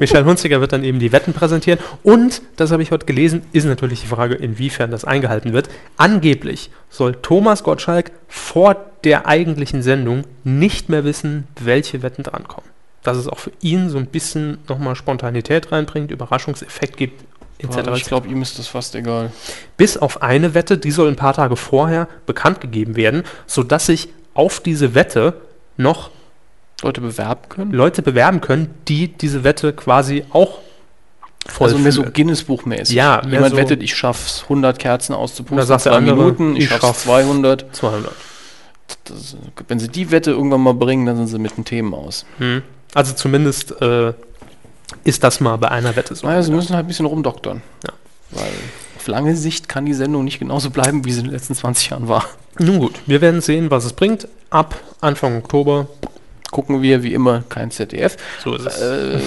B: Michael Hunziker wird dann eben die Wetten präsentieren. Und, das habe ich heute gelesen, ist natürlich die Frage, inwiefern das eingehalten wird. Angeblich soll Thomas Gottschalk vor der eigentlichen Sendung nicht mehr wissen, welche Wetten drankommen. Dass es auch für ihn so ein bisschen nochmal Spontanität reinbringt, Überraschungseffekt gibt, etc.
D: Aber ich glaube, ihm ist das fast egal.
B: Bis auf eine Wette, die soll ein paar Tage vorher bekannt gegeben werden, sodass sich auf diese Wette noch
D: Leute bewerben können?
B: Leute bewerben können, die diese Wette quasi auch
D: Also mehr so
B: vollführen.
D: Guinness-Buchmäßig.
B: Ja, mehr
D: Jemand
B: so-
D: wettet, ich schaff's 100 Kerzen auszupusten.
B: Da sagt der
D: zwei
B: andere,
D: Minuten, ich,
B: ich
D: schaff's
B: schaff-
D: 200.
B: 200.
D: Das, wenn sie die Wette irgendwann mal bringen, dann sind sie mit den Themen aus.
B: Also zumindest äh, ist das mal bei einer Wette so.
D: Naja, sie müssen halt ein bisschen rumdoktern.
B: genau. Ja.
D: Weil auf lange Sicht kann die Sendung nicht genauso bleiben, wie sie in den letzten 20 Jahren war.
B: Nun gut, wir werden sehen, was es bringt. Ab Anfang Oktober.
D: Gucken wir wie immer kein ZDF.
B: So ist
D: Äh,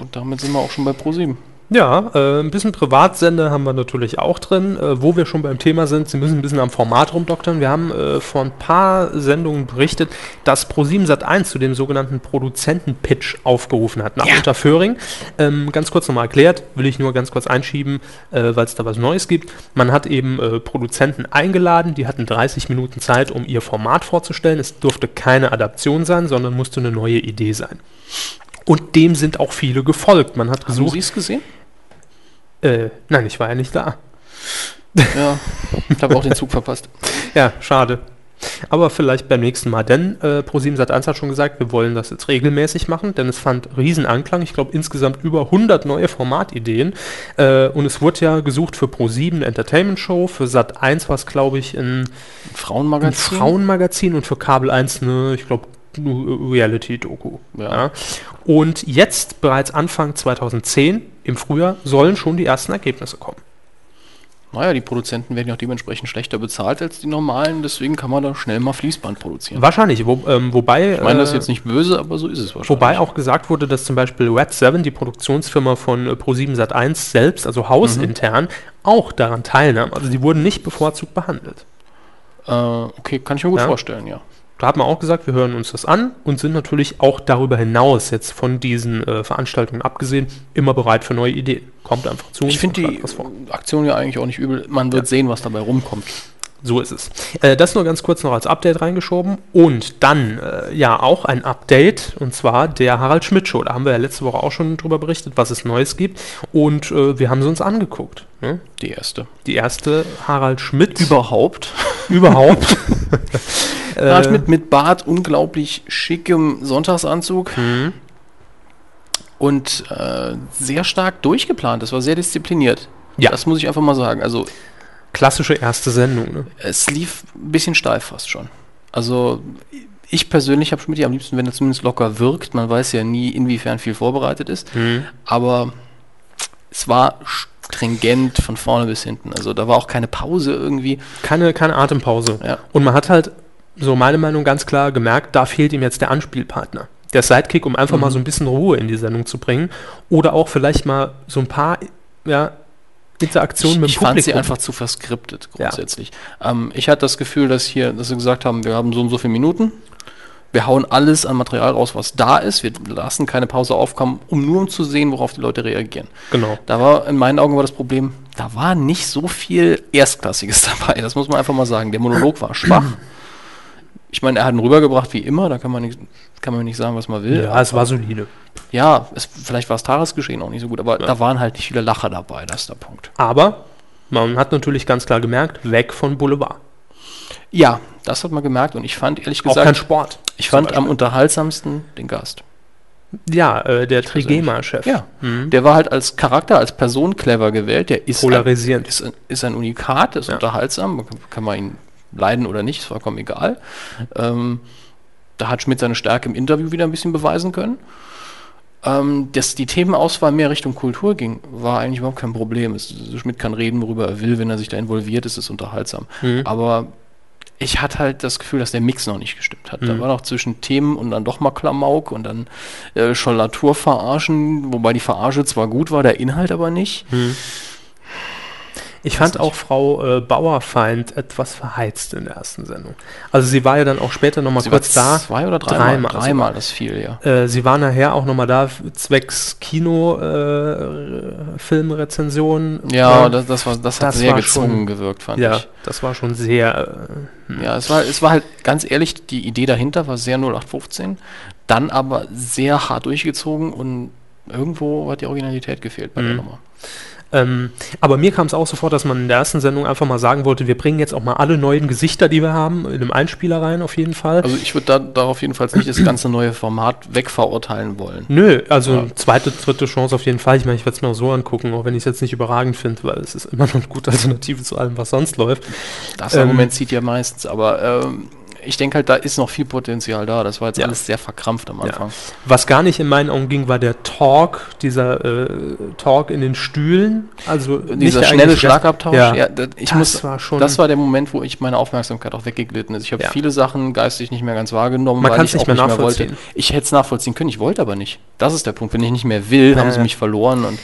D: und damit sind wir auch schon bei ProSieben.
B: Ja, äh, ein bisschen Privatsender haben wir natürlich auch drin. Äh, wo wir schon beim Thema sind, Sie müssen ein bisschen am Format rumdoktern. Wir haben äh, vor ein paar Sendungen berichtet, dass Pro7 zu dem sogenannten Produzenten-Pitch aufgerufen hat nach Unterföhring. Ähm, ganz kurz nochmal erklärt, will ich nur ganz kurz einschieben, äh, weil es da was Neues gibt. Man hat eben äh, Produzenten eingeladen, die hatten 30 Minuten Zeit, um ihr Format vorzustellen. Es durfte keine Adaption sein, sondern musste eine neue Idee sein. Und dem sind auch viele gefolgt. Man hat
D: Haben
B: gesucht.
D: Sie es gesehen?
B: Äh, nein, ich war ja nicht da.
D: Ja. Ich habe auch den Zug verpasst.
B: Ja, schade. Aber vielleicht beim nächsten Mal, denn äh, Pro7 Sat1 hat schon gesagt, wir wollen das jetzt regelmäßig machen, denn es fand Riesenanklang. Ich glaube insgesamt über 100 neue Formatideen. Äh, und es wurde ja gesucht für Pro7 Entertainment Show, für Sat1 war es, glaube ich, ein, ein
D: Frauenmagazin.
B: Frauenmagazin und für Kabel 1 eine, ich glaube, Reality-Doku.
D: Ja.
B: Und jetzt, bereits Anfang 2010, im Frühjahr, sollen schon die ersten Ergebnisse kommen.
D: Naja, die Produzenten werden ja auch dementsprechend schlechter bezahlt als die normalen, deswegen kann man da schnell mal Fließband produzieren.
B: Wahrscheinlich, wo, ähm, wobei.
D: Ich meine das ist jetzt nicht böse, aber so ist es wahrscheinlich.
B: Wobei auch gesagt wurde, dass zum Beispiel Web7, die Produktionsfirma von äh, Pro7 Sat1 selbst, also hausintern, auch daran teilnahm. Also die wurden nicht bevorzugt behandelt.
D: Äh, okay, kann ich mir gut
B: Ja.
D: vorstellen, ja.
B: Da hat man auch gesagt, wir hören uns das an und sind natürlich auch darüber hinaus jetzt von diesen äh, Veranstaltungen abgesehen immer bereit für neue Ideen. Kommt einfach zu
D: Ich
B: uns
D: finde
B: und
D: die
B: schlagt was vor.
D: Aktion ja eigentlich auch nicht übel. Man wird sehen, was dabei rumkommt.
B: So ist es. Äh, das nur ganz kurz noch als Update reingeschoben. Und dann, äh, ja, auch ein Update, und zwar der Harald Schmidt Show. Da haben wir ja letzte Woche auch schon drüber berichtet, was es Neues gibt. Und äh, wir haben sie uns angeguckt. Ne?
D: Die erste.
B: Die erste Harald Schmidt
D: Überhaupt.
B: überhaupt. äh,
D: Äh. Schmidt mit Bart, unglaublich schickem Sonntagsanzug.
B: Mhm.
D: Und äh, sehr stark durchgeplant. Das war sehr diszipliniert.
B: Ja.
D: Das muss ich einfach mal sagen. Also
B: Klassische erste Sendung. Ne?
D: es lief ein bisschen steif fast schon. Also ich persönlich habe Schmidt ja am liebsten, wenn er zumindest locker wirkt. Man weiß ja nie, inwiefern viel vorbereitet ist.
B: Mhm.
D: Aber es war stringent von vorne bis hinten. Also da war auch keine Pause irgendwie.
B: Keine, keine Atempause.
D: Ja.
B: Und man hat halt, so meine Meinung ganz klar, gemerkt, da fehlt ihm jetzt der Anspielpartner. Der Sidekick, um
D: Mhm.
B: einfach mal so ein bisschen Ruhe in die Sendung zu bringen. Oder auch vielleicht mal so ein paar ja, Interaktionen mit dem
D: ich fand sie
B: Publikum.
D: einfach zu verskriptet grundsätzlich. Ähm, ich hatte das Gefühl, dass hier, dass sie gesagt haben, wir haben so und so viele Minuten. Wir hauen alles an Material raus, was da ist. Wir lassen keine Pause aufkommen, um nur um zu sehen, worauf die Leute reagieren.
B: Genau.
D: Da war in meinen Augen war das Problem, da war nicht so viel Erstklassiges dabei. Das muss man einfach mal sagen. Der Monolog war schwach. Ich meine, er hat ihn rübergebracht wie immer. Da kann man nicht, kann man nicht sagen, was man will.
B: Ja, es war solide.
D: Ja, es, vielleicht war das Tagesgeschehen auch nicht so gut, aber da waren halt nicht viele Lacher dabei. Das ist der Punkt.
B: Aber man hat natürlich ganz klar gemerkt, weg von Boulevard.
D: Ja, das hat man gemerkt und ich fand ehrlich
B: auch kein
D: gesagt,
B: Sport.
D: ich fand am unterhaltsamsten den Gast.
B: Ja, äh, der Trigema-Chef. Mhm.
D: Ja, der war halt als Charakter, als Person clever gewählt. Der ist
B: Polarisierend.
D: Ein, ist, ein, ist ein Unikat, ist unterhaltsam, man kann- kann man ihn leiden oder nicht, ist vollkommen egal. Ähm, da hat Schmidt seine Stärke im Interview wieder ein bisschen beweisen können. Ähm, dass die Themenauswahl mehr Richtung Kultur ging, war eigentlich überhaupt kein Problem. Es, Schmidt kann reden, worüber er will, wenn er sich da involviert ist, ist unterhaltsam. Aber ich hatte halt das Gefühl, dass der Mix noch nicht gestimmt hat.
B: Mhm.
D: Da war noch zwischen Themen und dann doch mal Klamauk und dann äh, Schollatur verarschen, wobei die Verarsche zwar gut war, der Inhalt aber nicht.
B: Ich fand auch Frau äh, Bauerfeind etwas verheizt in der ersten Sendung. Also sie war ja dann auch später nochmal kurz da.
D: zwei oder dreimal.
B: Dreimal. also
D: dreimal das viel, ja.
B: Äh, sie war nachher auch nochmal da, zwecks Kino, äh, Filmrezension.
D: Ja,
B: äh,
D: das, das, war, das hat
B: das
D: sehr
B: war
D: gezwungen
B: schon-
D: gewirkt, fand
B: ja,
D: ich.
B: das war schon sehr,
D: Ja, es war, es war halt ganz ehrlich, die Idee dahinter war sehr 0815, dann aber sehr hart durchgezogen und irgendwo hat die Originalität gefehlt bei
B: Mhm.
D: der Nummer.
B: äh, ähm, aber mir kam es auch sofort, dass man in der ersten Sendung einfach mal sagen wollte, wir bringen jetzt auch mal alle neuen Gesichter, die wir haben, in einem Einspieler rein auf jeden Fall.
D: Also ich würde da, darauf jedenfalls nicht das ganze neue Format wegverurteilen wollen.
B: Nö, also zweite, dritte Chance auf jeden Fall. Ich meine, ich werde es mir auch so angucken, auch wenn ich es jetzt nicht überragend finde, weil es ist immer noch eine gute Alternative zu allem, was sonst läuft.
D: Das
B: Ähm,
D: Argument zieht ja meistens, aber ähm, ich denke halt, da ist noch viel Potenzial da. Das war jetzt
B: Ja.
D: alles sehr verkrampft am
B: Ja.
D: Anfang.
B: Was gar nicht in meinen Augen ging, war der Talk, dieser äh, Talk in den Stühlen. Also
D: Und
B: nicht
D: Dieser
B: der
D: schnelle
B: eigentliche-
D: Schlagabtausch,
B: Ja.
D: ja. das, ich
B: Das
D: muss,
B: war schon-
D: das war der Moment, wo ich meine Aufmerksamkeit auch weggeglitten ist. Ich habe
B: Ja.
D: viele Sachen geistig nicht mehr ganz wahrgenommen,
B: Man kann's
D: ich
B: nicht
D: auch
B: mehr
D: wollte.
B: nachvollziehen.
D: Ich hätte es nachvollziehen können, ich wollte aber nicht. Das ist der Punkt. Wenn ich nicht mehr will, haben sie
B: Äh.
D: mich verloren und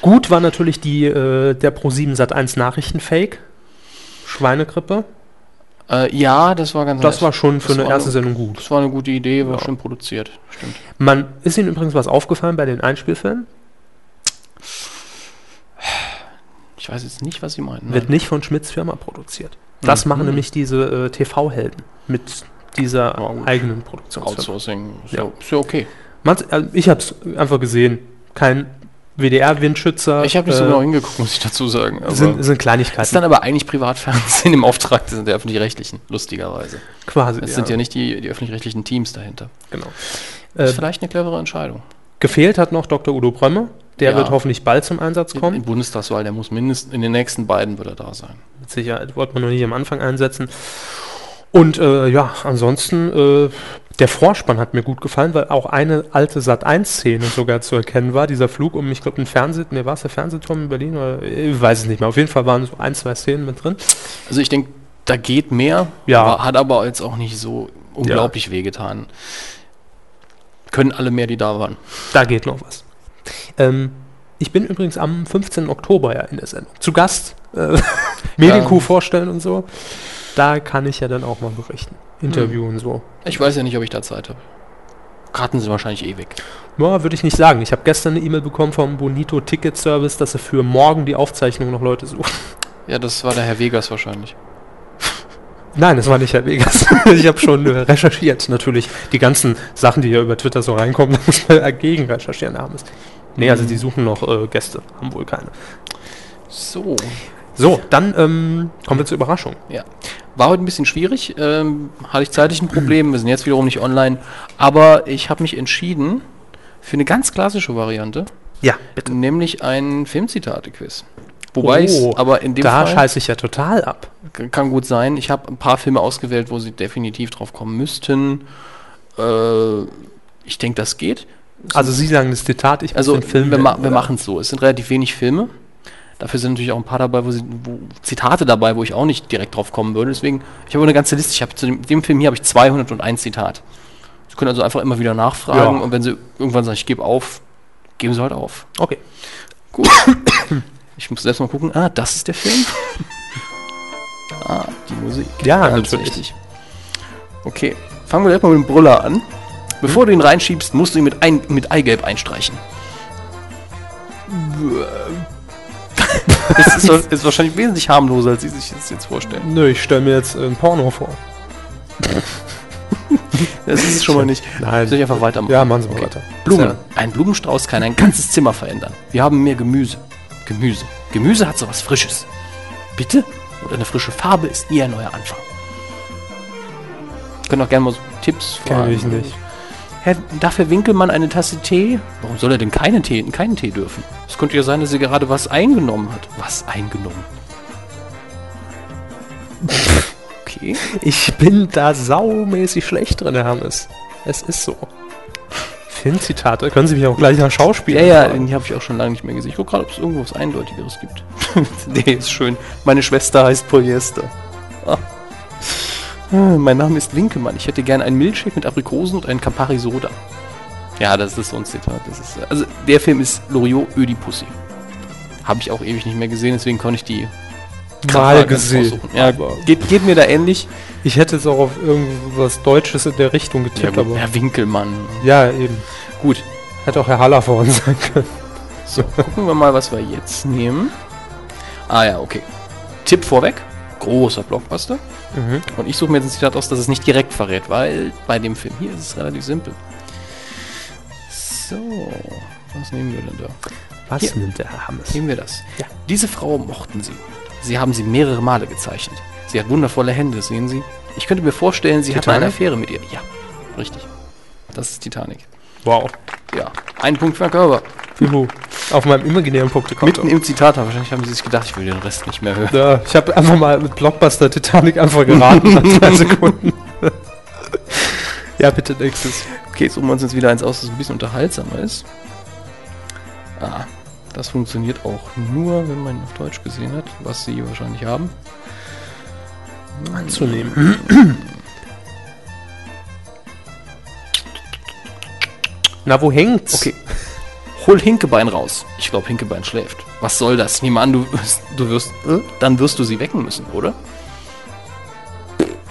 B: Gut war natürlich die, äh, der Pro7 Sat 1 Nachrichtenfake. Schweinegrippe.
D: äh, ja, das war ganz
B: Das
D: nett.
B: war schon für
D: Das
B: eine
D: war
B: erste
D: eine-
B: Sendung gut.
D: das war eine gute Idee, war
B: Ja.
D: schön produziert. Stimmt.
B: Man ist Ihnen übrigens was aufgefallen bei den Einspielfilmen?
D: Ich weiß jetzt nicht, was sie meinten.
B: wird nicht von Schmidts Firma produziert.
D: Mhm.
B: Das machen nämlich diese äh, TV-Helden mit dieser
D: Ja, gut. Also.
B: eigenen Produktionsfirma.
D: Outsourcing. Ist
B: Ja.
D: ja, ist ja okay.
B: Man's- also ich habe es einfach gesehen. Kein WDR-Windschützer.
D: Ich habe nicht so genau hingeguckt, muss ich dazu sagen. aber-
B: äh, sind, sind
D: Das
B: Kleinigkeiten
D: ist dann aber eigentlich Privatfernsehen im Auftrag des- der öffentlich-rechtlichen, lustigerweise.
B: quasi.
D: Es sind ja nicht die, die öffentlich-rechtlichen Teams dahinter.
B: genau.
D: Das
B: Äh,
D: ist vielleicht eine clevere Entscheidung.
B: gefehlt hat noch Dr. Udo Brömme. Der
D: Ja.
B: wird hoffentlich bald zum Einsatz
D: In, in
B: kommen.
D: Bundestagswahl, der muss mindestens in den nächsten beiden wird er da sein.
B: Mit Sicherheit wollte man noch nicht am Anfang einsetzen. Und äh, ja, ansonsten, äh, der Vorspann hat mir gut gefallen, weil auch eine alte Sat-1-Szene sogar zu erkennen war. Dieser Flug um, ich glaube, den Fernseh, nee, war es der Fernsehturm in Berlin oder ich weiß es nicht mehr. Auf jeden Fall waren so ein, zwei Szenen mit drin.
D: Also ich denke, da geht mehr,
B: Ja.
D: aber hat aber jetzt auch nicht so unglaublich wehgetan. Können alle mehr, die da waren.
B: Da geht noch was. Ähm, ich bin übrigens am 15. Oktober ja in der Sendung. Zu Gast. Äh, Medienkuh
D: Ja.
B: vorstellen und so. Da kann ich ja dann auch mal berichten. Interviewen so.
D: Ich weiß ja nicht, ob ich da Zeit habe. Karten sind wahrscheinlich eh ewig.
B: Ja, würde ich nicht sagen. Ich habe gestern eine E-Mail bekommen vom Bonito Ticket Service, dass sie für morgen die Aufzeichnung noch Leute suchen.
D: Ja, das war der Herr Vegas wahrscheinlich.
B: Nein, das war nicht Herr Vegas. ich habe schon äh, recherchiert, natürlich. Die ganzen Sachen, die hier über Twitter so reinkommen, da muss man dagegen recherchieren abends. Nee, also die suchen noch äh, Gäste, haben wohl keine.
D: So.
B: So, dann ähm, kommen wir zur Überraschung.
D: Ja. War heute ein bisschen schwierig, ähm, hatte ich zeitlich ein Problem, wir sind jetzt wiederum nicht online, aber ich habe mich entschieden für eine ganz klassische Variante,
B: Ja,
D: nämlich ein Filmzitate-Quiz. Wobei ich's
B: Oh,
D: aber in dem
B: da
D: Fall
B: scheiße ich ja total ab.
D: k- kann gut sein, ich habe ein paar Filme ausgewählt, wo sie definitiv drauf kommen müssten. Äh, ich denke, das geht.
B: Also Sie sagen das Zitat, ich muss
D: Also
B: den Film
D: wir, ma
B: nennen,
D: wir
B: oder?
D: machen es so. Es sind relativ wenig Filme. Dafür sind natürlich auch ein paar dabei, wo, sie, wo Zitate dabei, wo ich auch nicht direkt drauf kommen würde. Deswegen, ich habe eine ganze Liste. Ich habe zu dem, dem Film hier habe ich 201 Zitat. Sie können also einfach immer wieder nachfragen
B: Ja.
D: und wenn sie irgendwann sagen, ich gebe auf, geben sie halt auf.
B: Okay.
D: Gut. ich muss selbst mal gucken. Ah, das ist der Film. ah, die Musik.
B: Ja,
D: das ist
B: natürlich.
D: richtig. Okay, fangen wir direkt mal mit dem Brüller an. Bevor du ihn reinschiebst, musst du ihn mit, ein, mit Eigelb einstreichen. Es ist, wa- ist wahrscheinlich wesentlich harmloser, als Sie sich das jetzt vorstellen.
B: Nö, ich stelle mir jetzt äh, ein Porno vor.
D: Das ist es schon mal nicht.
B: Nein.
D: Soll ich einfach weitermachen?
B: Ja, machen Sie mal
D: Okay.
B: weiter.
D: Blumen. Ein Blumenstrauß kann ein ganzes Zimmer verändern. Wir haben mehr Gemüse. Gemüse. Gemüse hat sowas Frisches. Bitte? Und eine frische Farbe ist nie ein neuer Anfang. Können auch gerne mal so Tipps
B: Kenn ich nicht.
D: Herr, darf Herr Winkelmann eine Tasse Tee? Warum soll er denn keinen Tee, keinen Tee dürfen? Es könnte ja sein, dass sie gerade was eingenommen hat. Was eingenommen? okay.
B: Ich bin da saumäßig schlecht drin, Herr Hammes. Es ist so. Filmzitate, können Sie mich auch gleich nach Schauspiel
D: Ja, ja, den habe ich auch schon lange nicht mehr gesehen. Ich gucke gerade, ob es irgendwo was Eindeutigeres gibt. nee, ist schön. Meine Schwester heißt Polyester. Ah. Ah, Mein Name ist Winkelmann. Ich hätte gern einen Milchshake mit Aprikosen und einen Campari Soda. Ja, das ist so ein Zitat. Das ist, also, der Film ist Loriot Ödipussy. Habe ich auch ewig nicht mehr gesehen, deswegen konnte ich die
B: mal
D: ganz
B: gesehen.
D: raussuchen. Ja,
B: Aber-
D: geht, geht mir da ähnlich.
B: Ich hätte es auch auf irgendwas Deutsches in der Richtung getippt,
D: gut,
B: aber.
D: Herr Winkelmann.
B: Ja, eben.
D: Gut,
B: Hätte auch Herr Haller vorhin sein können.
D: So, gucken wir mal, was wir jetzt nehmen. Ah ja, okay. Tipp vorweg. Großer Blockbuster. Und ich suche mir jetzt ein Zitat aus, dass es nicht direkt verrät, weil bei dem Film hier ist es relativ simpel. So, was nehmen wir denn da?
B: Was
D: Hier.
B: nimmt der Herr Hammes?
D: Nehmen wir das.
B: Ja.
D: Diese Frau mochten Sie. Sie haben sie mehrere Male gezeichnet. Sie hat wundervolle Hände, sehen Sie. Ich könnte mir vorstellen, sie hat eine
B: Titanic?
D: Affäre mit ihr. Ja, richtig. Das ist Titanic.
B: Wow.
D: Ja, ein Punkt für den Körper.
B: Juhu. Auf meinem imaginären Punktekonto.
D: Mitten im Zitat, wahrscheinlich haben sie sich gedacht, ich will den Rest nicht mehr hören.
B: Ja, ich habe einfach mal mit Blockbuster Titanic einfach geraten nach zwei Sekunden. ja, bitte nächstes.
D: Okay, jetzt suchen wir uns jetzt wieder eins aus, das ein bisschen unterhaltsamer ist. Ah, das funktioniert auch nur, wenn man ihn auf Deutsch gesehen hat, was sie wahrscheinlich haben.
B: Anzunehmen. Na, wo hängt's?
D: Okay. Hol Hinkebein raus. Ich glaube, Hinkebein schläft. Was soll das? Ich nehme an, du wirst, du wirst äh, dann wirst du sie wecken müssen, oder?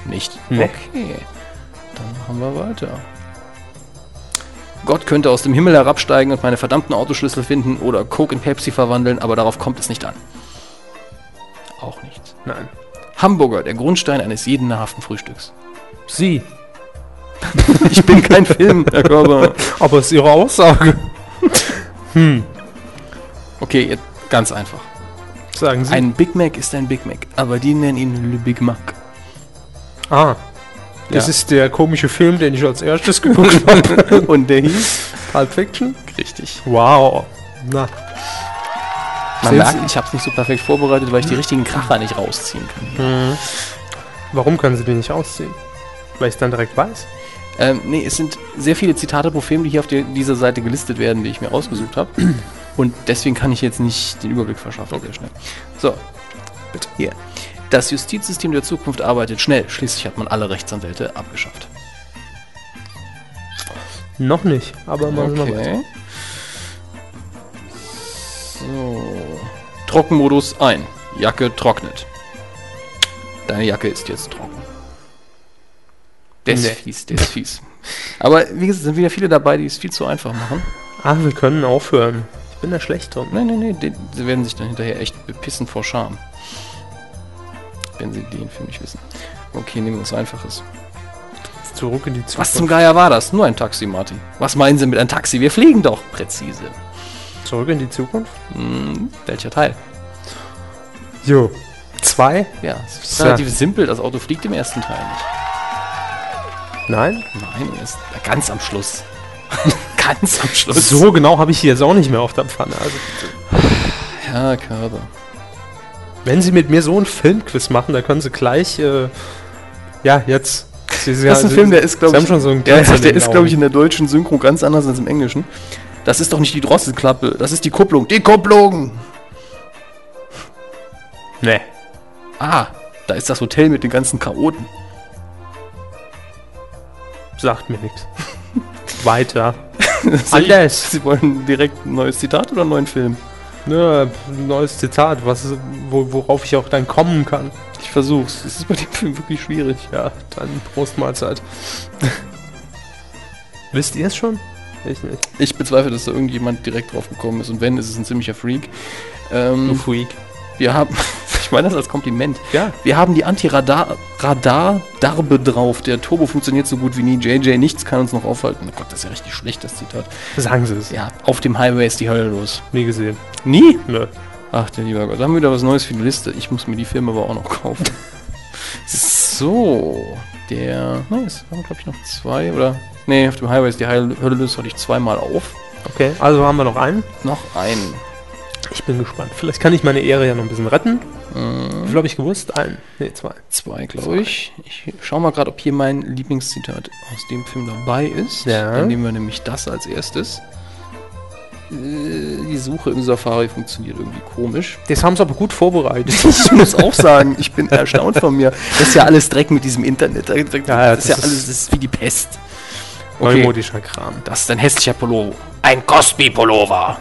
D: Nicht.
B: Nee.
D: Okay. Dann machen wir weiter. Gott könnte aus dem Himmel herabsteigen und meine verdammten Autoschlüssel finden oder Coke in Pepsi verwandeln, aber darauf kommt es nicht an. Auch nichts.
B: Nein.
D: Hamburger, der Grundstein eines jeden nahrhaften Frühstücks.
B: Sie.
D: Ich bin kein Film, Herr Körber.
B: Aber es ist Ihre Aussage.
D: Okay, jetzt ganz einfach.
B: Sagen Sie.
D: Ein Big Mac ist ein Big Mac, aber die nennen ihn Le Big Mac.
B: ah. Das
D: Ja.
B: ist der komische Film, den ich als erstes geguckt habe.
D: Und der hieß?
B: Pulp Fiction?
D: Richtig.
B: Wow. Na,
D: Man
B: Sehen
D: merkt,
B: Sie?
D: ich habe es nicht so perfekt vorbereitet, weil ich die richtigen Kracher nicht rausziehen kann.
B: warum können Sie den nicht ausziehen? Weil ich es dann direkt weiß?
D: Ähm, nee, es sind sehr viele Zitate pro Film, die hier auf der, dieser Seite gelistet werden, die ich mir rausgesucht habe. Und deswegen kann ich jetzt nicht den Überblick verschaffen. Sehr schnell. So, bitte. Hier. Das Justizsystem der Zukunft arbeitet schnell. Schließlich hat man alle Rechtsanwälte abgeschafft.
B: Noch nicht, aber machen wir weiter.
D: So. Trockenmodus ein. Jacke trocknet. Deine Jacke ist jetzt trocken. Der ist
B: Nee.
D: fies, der ist fies. Aber wie gesagt, sind wieder viele dabei, die es viel zu einfach machen.
B: Ah, wir können aufhören. Ich bin da schlecht drin.
D: Nein, nein, nein, die, sie werden sich dann hinterher echt bepissen vor Scham. Wenn sie den Film nicht wissen. Okay, nehmen wir was Einfaches.
B: Jetzt zurück in die Zukunft.
D: Was zum Geier war das? Nur ein Taxi, Martin. Was meinen Sie mit einem Taxi? Wir fliegen doch. Präzise.
B: zurück in die Zukunft?
D: Hm, welcher Teil?
B: Jo. Zwei?
D: Ja, es ist
B: So.
D: relativ simpel. Das Auto fliegt im ersten Teil nicht.
B: Nein?
D: Nein, es ganz am Schluss. ganz am Schluss.
B: So genau habe ich die jetzt auch nicht mehr auf der Pfanne. Also,
D: Ja, Körper.
B: wenn Sie mit mir so ein Filmquiz machen, da können Sie gleich, äh, ja, jetzt. Sie, Sie, Sie-
D: glaub
B: Sie haben schon so einen
D: Ja,
B: Glitzer in
D: der
B: den
D: ist, glaube
B: Augen.
D: ich, in der deutschen Synchro ganz anders als im Englischen. Das ist doch nicht die Drosselklappe, das ist die Kupplung. Die Kupplung!
B: Nee.
D: Ah, da ist das Hotel mit den ganzen Chaoten.
B: Sagt mir nichts. Weiter.
D: Soll ich-
B: Anders.
D: Sie wollen direkt ein neues Zitat oder einen neuen Film?
B: Nö, Ne, neues Zitat, was, wo, worauf ich auch dann kommen kann.
D: Ich versuch's. Es ist bei dem Film wirklich schwierig.
B: Ja, dann Prostmahlzeit. Wisst ihr es schon? Ich nicht.
D: Ich bezweifle, dass da irgendjemand direkt drauf gekommen ist. Und wenn, ist es ein ziemlicher Freak. Ähm,
B: Freak.
D: Wir haben, ich meine das als Kompliment.
B: Ja.
D: Wir haben die Anti-Radar-Darbe drauf. Der Turbo funktioniert so gut wie nie. JJ, nichts kann uns noch aufhalten. Oh Gott, das ist ja richtig schlecht, das Zitat.
B: Sagen Sie es.
D: Ja, auf dem Highway ist die Hölle los.
B: Nie gesehen. Ne.
D: Nie?
B: Nö.
D: Ach, der lieber Gott. Da haben wir wieder was Neues für die Liste. Ich muss mir die Filme aber auch noch kaufen. das ist So, der. Ne, es haben, glaube ich, noch zwei oder. Ne, auf dem Highway ist die Heil- Hölle löst hatte ich zweimal auf.
B: Okay, also haben wir noch einen.
D: Noch einen.
B: Ich bin gespannt. Vielleicht kann ich meine Ehre ja noch ein bisschen retten. Wie viel habe ich gewusst? Einen. Nee, zwei.
D: Zwei, glaube ich. Ich schau mal gerade, ob hier mein Lieblingszitat aus dem Film dabei ist.
B: Ja.
D: Dann nehmen wir nämlich das als erstes. Äh, Die Suche im Safari funktioniert irgendwie komisch.
B: Das haben sie aber gut vorbereitet.
D: Ich muss auch sagen, ich bin erstaunt von mir. Das ist ja alles Dreck mit diesem Internet. Das ist
B: Ja,
D: ja,
B: das ist-
D: alles das ist wie die Pest.
B: Neumodischer Kram.
D: Das ist ein hässlicher Pullover. Ein Cosby-Pullover.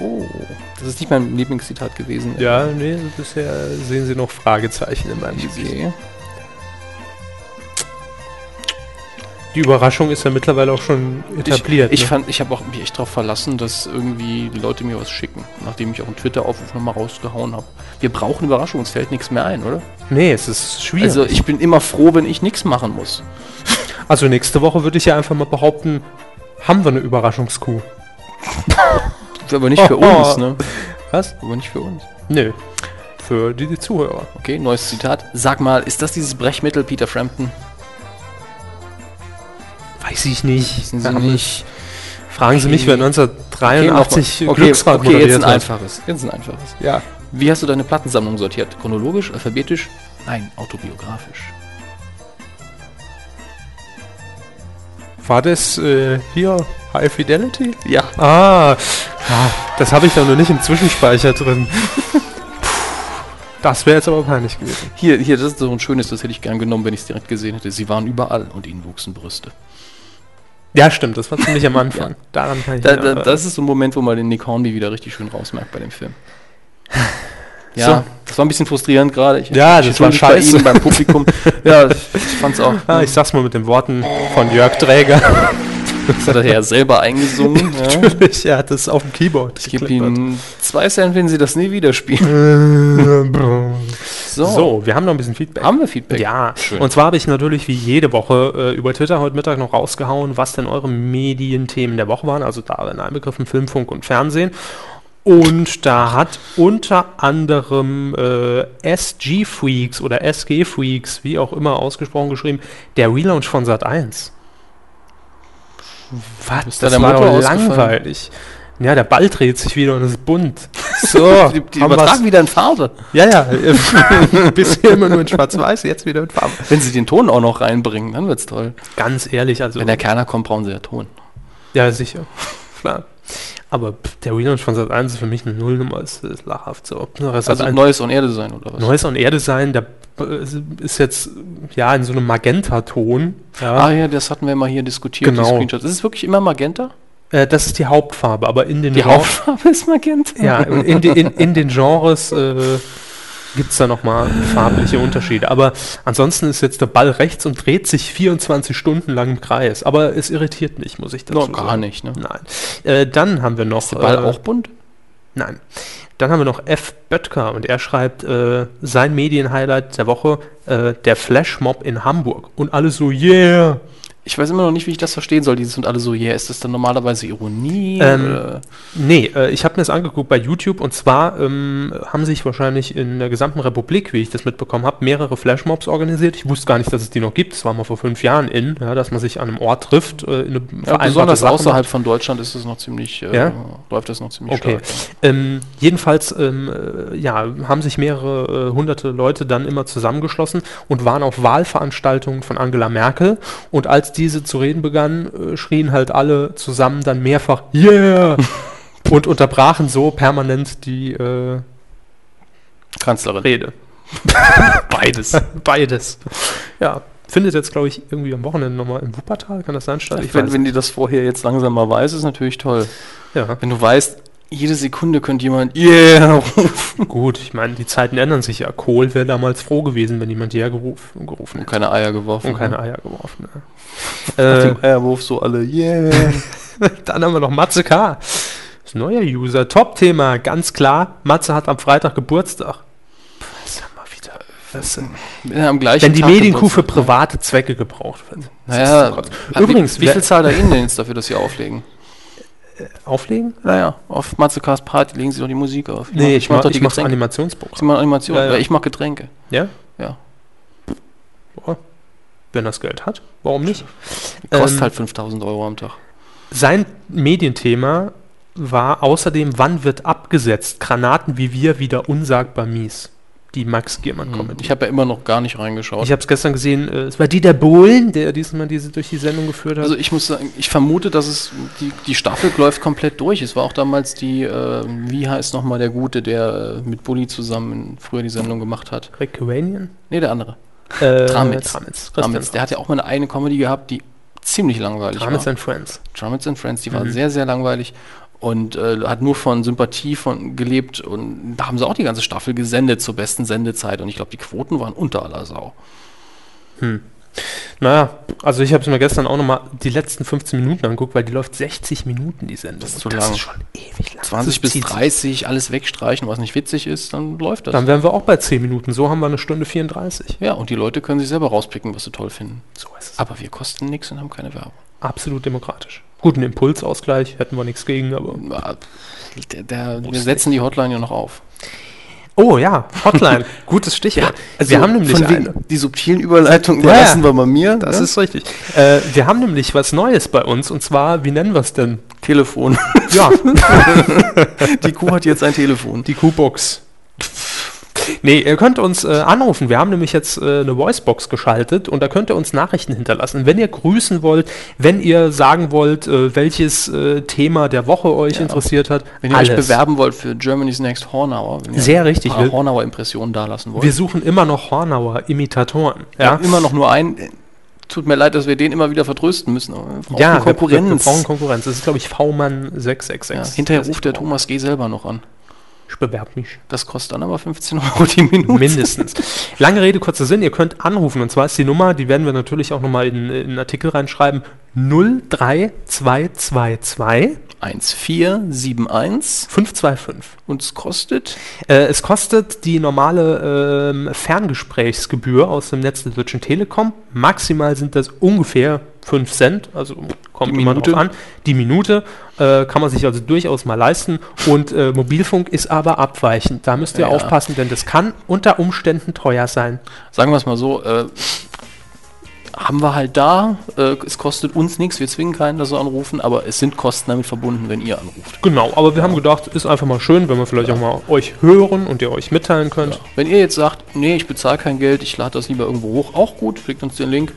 D: Oh, das ist nicht mein Lieblingszitat gewesen.
B: Ja, nee, bisher sehen sie noch Fragezeichen in meinem Gesicht.
D: Okay.
B: Die Überraschung ist ja mittlerweile auch schon etabliert.
D: Ich, ich
B: ne?
D: fand, ich habe auch mich echt darauf verlassen, dass irgendwie die Leute mir was schicken, nachdem ich auch einen Twitter-Aufruf nochmal rausgehauen habe. Wir brauchen Überraschungen, uns fällt nichts mehr ein, oder?
B: nee, es ist schwierig.
D: Also ich bin immer froh, wenn ich nichts machen muss.
B: Also nächste Woche würde ich ja einfach mal behaupten, haben wir eine Überraschungskuh.
D: Aber nicht für
B: Oh.
D: uns, ne?
B: Was?
D: Aber nicht für uns.
B: Nö. Für die, die Zuhörer.
D: Okay, neues Zitat. Sag mal, ist das dieses Brechmittel Peter Frampton?
B: Weiß ich nicht.
D: Wissen Sie nicht.
B: Fragen Sie mich, wer 1983
D: okay,
B: Glücksrad
D: okay, jetzt
B: moderiert
D: ein
B: hat.
D: einfaches. Jetzt ein einfaches.
B: Ja.
D: Wie hast du deine Plattensammlung sortiert? Chronologisch, alphabetisch? Nein, autobiografisch.
B: War das äh, hier High Fidelity?
D: Ja.
B: Ah, ah, das habe ich da noch nicht im Zwischenspeicher drin. Das wäre jetzt aber peinlich gewesen.
D: Hier, hier, das ist so ein schönes, das hätte ich gern genommen, wenn ich es direkt gesehen hätte. Sie waren überall und ihnen wuchsen Brüste.
B: Ja, stimmt, das war ziemlich am Anfang.
D: Ja.
B: Daran kann ich
D: Da,
B: mich
D: da,
B: erinnern.
D: das ist so ein Moment, wo man den Nick Hornby wieder richtig schön rausmerkt bei dem Film. Ja,
B: So.
D: das war ein bisschen frustrierend gerade. Ich-
B: Ja,
D: ich
B: das war
D: entschuldige mich
B: scheiße.
D: Bei Ihnen, beim Publikum. ja, ich fand's auch.
B: ah, ich sag's mal mit den Worten von Jörg Träger.
D: Das hat er ja selber eingesungen. Ja.
B: Natürlich, er hat das auf dem Keyboard
D: Ich gebe Ihnen zwei Cent, wenn Sie das nie wieder spielen. So,
B: So, wir haben noch ein bisschen Feedback.
D: haben wir Feedback.
B: Ja,
D: Schön.
B: und zwar habe ich natürlich wie jede Woche äh, über Twitter heute Mittag noch rausgehauen, was denn eure Medienthemen der Woche waren, also da in Einbegriffen Film, Funk und Fernsehen. Und da hat unter anderem äh, SG Freaks oder SG Freaks, wie auch immer ausgesprochen geschrieben, der Relaunch von Sat 1. Was?
D: Ist da
B: Das
D: der
B: war
D: Motor
B: doch
D: ausgefallen?
B: langweilig. Ja, der Ball dreht sich wieder und ist bunt. So,
D: Die, die
B: Oh, haben wir's.
D: übertragen wieder in Farbe.
B: Ja, ja. Bisher immer nur in Schwarz-Weiß, jetzt wieder in Farbe.
D: Wenn Sie den Ton auch noch reinbringen, dann wird's toll.
B: Ganz ehrlich, also.
D: Wenn der Kerner kommt, brauchen Sie ja Ton.
B: ja, sicher. Klar. Aber pff, der Relaunch von Sat 1 ist für mich eine Nullnummer, ist, ist lachhaft so.
D: Also
B: Sat.1
D: neues on Erde sein oder was?
B: Neues on Erde sein, der äh, ist jetzt ja in so einem Magenta-Ton. Ja.
D: Ah ja, das hatten wir mal hier diskutiert,
B: Genau.
D: die Screenshots. Ist es wirklich immer Magenta?
B: Äh, das ist die Hauptfarbe, aber in den
D: Die
B: Gen-
D: Hauptfarbe ist Magenta.
B: ja, in, de, in, in den Genres äh, gibt es da nochmal farbliche Unterschiede. Aber ansonsten ist jetzt der Ball rechts und dreht sich 24 Stunden lang im Kreis. Aber es irritiert mich, muss ich dazu
D: No,
B: sagen.
D: gar nicht, ne?
B: Nein. Äh, dann haben wir noch.
D: Ist der Ball
B: äh,
D: auch bunt?
B: Nein. Dann haben wir noch F. Böttger und er schreibt äh, sein Medienhighlight der Woche, äh, der Flashmob in Hamburg. Und alle so, yeah!
D: Ich weiß immer noch nicht, wie ich das verstehen soll. Die sind alle so, yeah, ist das dann normalerweise Ironie? äh,
B: Ähm,
D: oder?
B: Nee, äh, ich habe mir das angeguckt bei YouTube und zwar ähm, haben sich wahrscheinlich in der gesamten Republik, wie ich das mitbekommen habe, mehrere Flashmobs organisiert. Ich wusste gar nicht, dass es die noch gibt. Das war mal vor fünf Jahren in, ja, dass man sich an einem Ort trifft, äh, in eine
D: Ja,
B: vereinbarte
D: besonders
B: Sache
D: außerhalb von Deutschland ist es noch ziemlich, äh,
B: Ja?
D: läuft das noch ziemlich
B: Okay.
D: stark.
B: Ähm, jedenfalls ähm, äh, ja, haben sich mehrere äh, hunderte Leute dann immer zusammengeschlossen und waren auf Wahlveranstaltungen von Angela Merkel. Und als diese zu reden begann, äh, schrien halt alle zusammen dann mehrfach Yeah! und unterbrachen so permanent die äh,
D: Kanzlerin.
B: Rede.
D: Beides.
B: Beides. Ja. Findet jetzt, glaube ich, irgendwie am Wochenende nochmal im Wuppertal, kann das sein, statt? Ich
D: wenn,
B: weiß
D: wenn die das vorher jetzt langsam mal weiß, ist natürlich toll.
B: nicht. ja.
D: Wenn du weißt, jede Sekunde könnte jemand Yeah rufen.
B: Gut, ich meine, die Zeiten ändern sich ja. Kohl wäre damals froh gewesen, wenn jemand hier gerufen, gerufen
D: Und keine Eier geworfen.
B: Und keine Äh. Eier geworfen. ne?
D: Nach
B: Ja.
D: dem Eierwurf so alle Yeah.
B: Äh, dann haben wir noch Matze K. Das neue User. Top-Thema, ganz klar. Matze hat am Freitag Geburtstag. Was haben wir wieder? Was, denn?
D: Wenn er am gleichen
B: wenn die
D: Tag
B: Medienkuh für
D: Geburtstag-
B: private Zwecke gebraucht wird. Das ist
D: Naja,
B: zum Kotzen.
D: Übrigens,
B: Übrigens,
D: wie, wie
B: wer-
D: viel zahlt er Ihnen denn jetzt dafür, dass Sie auflegen?
B: auflegen?
D: Naja, auf Matzekas Party legen sie doch die Musik auf.
B: Nee, ich, mach,
D: doch
B: ich
D: die
B: mache
D: Getränke. Sie
B: Animationsprogramm.
D: machen Animationen.
B: Ja, ja.
D: Ja, Ich mache Getränke.
B: Ja?
D: Ja.
B: Boah. Wenn das Geld hat, warum nicht?
D: Kostet
B: Ähm,
D: halt 5000 Euro am Tag.
B: Sein Medienthema war außerdem, wann wird abgesetzt? Granaten wie wir wieder unsagbar mies. Die Max Giermann
D: Hm.
B: Comedy.
D: Ich habe ja immer noch gar nicht reingeschaut.
B: Mhm. Ich habe es gestern gesehen, äh, es war Dieter Bohlen, der diesmal diese durch die Sendung geführt hat.
D: Also ich muss sagen, ich vermute, dass es die, die Staffel läuft komplett durch. Es war auch damals die, äh, wie heißt nochmal der Gute, der äh, mit Bully zusammen früher die Sendung gemacht hat.
B: Rick Iranian?
D: Nee, der andere.
B: Äh, Tramitz.
D: Tramitz. Tramitz. Der
B: Christian
D: hat ja auch mal eine eigene Comedy gehabt, die ziemlich langweilig
B: Tramitz
D: war.
B: and Friends.
D: Tramitz and Friends, die war
B: Mhm.
D: sehr, sehr langweilig und äh, hat nur von Sympathie von gelebt und da haben sie auch die ganze Staffel gesendet zur besten Sendezeit und ich glaube, die Quoten waren unter aller Sau.
B: Naja, also ich habe es mir gestern auch nochmal die letzten 15 Minuten angeguckt, weil die läuft 60 Minuten, die Sendung. Das
D: ist zu lang.
B: schon ewig lang.
D: 20 bis
B: zieht sich.
D: 30, alles wegstreichen, was nicht witzig ist, dann läuft das.
B: Dann wären wir auch bei 10 Minuten. So haben wir eine Stunde 34.
D: Ja, und die Leute können sich selber rauspicken, was sie toll finden.
B: So ist es.
D: Aber wir kosten nichts und haben keine Werbung.
B: Absolut demokratisch. Guten Impulsausgleich, hätten wir nichts gegen, aber.
D: Ah, Der, der, wir setzen die Hotline ja noch auf.
B: Oh ja, Hotline. Gutes Stichwort. Also wir haben nämlich
D: also von wegen,
B: eine.
D: die subtilen Überleitungen
B: Ja, ja.
D: überlassen wir mal mir.
B: Das
D: ne?
B: ist richtig. Äh, wir haben nämlich was Neues bei uns und zwar, wie nennen wir es denn?
D: Telefon.
B: Ja,
D: Die Kuh hat jetzt ein Telefon.
B: die Q-Box. Nee, ihr könnt uns äh, anrufen. Wir haben nämlich jetzt äh, eine Voicebox geschaltet und da könnt ihr uns Nachrichten hinterlassen. Wenn ihr grüßen wollt, wenn ihr sagen wollt, äh, welches äh, Thema der Woche euch interessiert hat,
D: Wenn ihr euch bewerben wollt für Germany's Next Hornauer, wenn ihr
B: Sehr richtig,
D: ein paar
B: wir-
D: Hornauer-Impressionen dalassen wollt.
B: Wir suchen immer noch Hornauer-Imitatoren.
D: Wir haben immer noch nur einen. Tut mir leid, dass wir den immer wieder vertrösten müssen. aber wir brauchen
B: Ja, wir-
D: eine
B: Wir, wir
D: Konkurrenz.
B: brauchen Konkurrenz. Das ist, glaube ich, V-Mann
D: ja,
B: 666.
D: hinterher ruft der Thomas G. selber noch an.
B: Ich bewerbe mich.
D: Das kostet dann aber 15 Euro die Minute.
B: Mindestens. Lange Rede, kurzer Sinn. Ihr könnt anrufen. Und zwar ist die Nummer, die werden wir natürlich auch nochmal in, in einen Artikel reinschreiben, 03222
D: 1471.
B: 525.
D: Und es kostet
B: Äh, es kostet die normale ähm, Ferngesprächsgebühr aus dem Netz der Deutschen Telekom. Maximal sind das ungefähr 5 Cent, also kommt
D: Die
B: immer drauf
D: Minute.
B: an. Die Minute äh, kann man sich also durchaus mal leisten. Und äh, Mobilfunk ist aber abweichend. Da müsst ihr
D: Ja.
B: aufpassen, denn das kann unter Umständen teuer sein.
D: sagen wir es mal so, äh, haben wir halt da. Äh, es kostet uns nichts, wir zwingen keinen, dass wir anrufen, aber es sind Kosten damit verbunden, wenn ihr anruft.
B: Genau, aber wir haben gedacht, ist einfach mal schön, wenn wir vielleicht auch mal euch hören und ihr euch mitteilen könnt.
D: Wenn ihr jetzt sagt, nee, ich bezahle kein Geld, ich lade das lieber irgendwo hoch, auch gut, schickt uns den Link.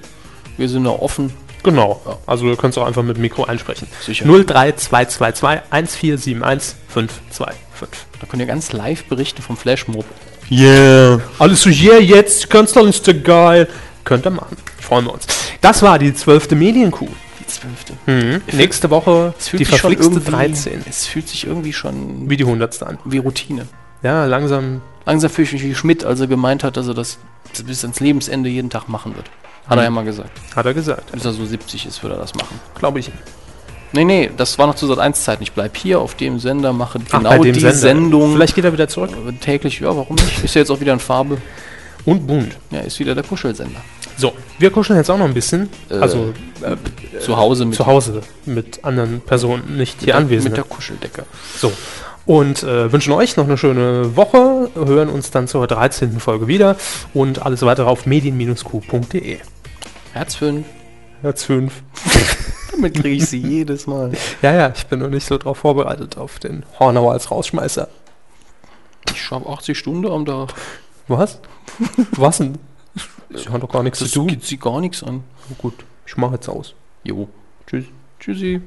D: Wir sind da offen.
B: Genau, also ihr könnt es auch einfach mit dem Mikro einsprechen.
D: Sicher.
B: 03222 1471 525.
D: Da könnt ihr ganz live berichten vom Flashmob.
B: Yeah. Alles so, yeah, jetzt, Kanzler ist der geil. Könnt ihr machen. Freuen wir uns. Das war die zwölfte Medienkuh. Hm?
D: Die zwölfte.
B: Nächste Woche die verflixte 13.
D: Es fühlt sich irgendwie schon
B: Wie die hundertste an.
D: wie Routine.
B: Ja, langsam.
D: Langsam fühle ich mich wie Schmidt, als er gemeint hat, dass er das bis ans Lebensende jeden Tag machen wird. Hat
B: Hm.
D: er ja mal gesagt.
B: Hat er gesagt.
D: Bis er so 70 ist, wird er das machen.
B: Glaube ich.
D: Nee, nee, das war noch zu Sat1-Zeiten. Ich bleib hier auf dem Sender, mache genau
B: bei dem
D: die
B: Sender.
D: Sendung.
B: Vielleicht geht er wieder zurück.
D: äh, täglich, ja, warum nicht? Ist ja jetzt auch wieder in Farbe.
B: Und bunt.
D: Ja, ist wieder der Kuschelsender.
B: So, wir kuscheln jetzt auch noch ein bisschen.
D: Äh.
B: also
D: zu Hause mit,
B: zu Hause mit anderen Personen, nicht hier
D: der,
B: anwesend.
D: mit der Kuscheldecke.
B: So. Und äh, wünschen euch noch eine schöne Woche, hören uns dann zur 13. Folge wieder und alles weitere auf medien-q.de.
D: Herz für ihn.
B: Herz 5.
D: Damit kriege ich sie jedes Mal.
B: Ja, ja, ich bin noch nicht so drauf vorbereitet auf den Hornauer als Rausschmeißer.
D: Ich schaffe 80 Stunden am Tag.
B: Was? Was denn? Sie haben doch gar nichts
D: Das
B: zu tun.
D: geht sie gar nichts an.
B: Gut, ich mache jetzt aus.
D: Jo. Tschüss. Tschüssi.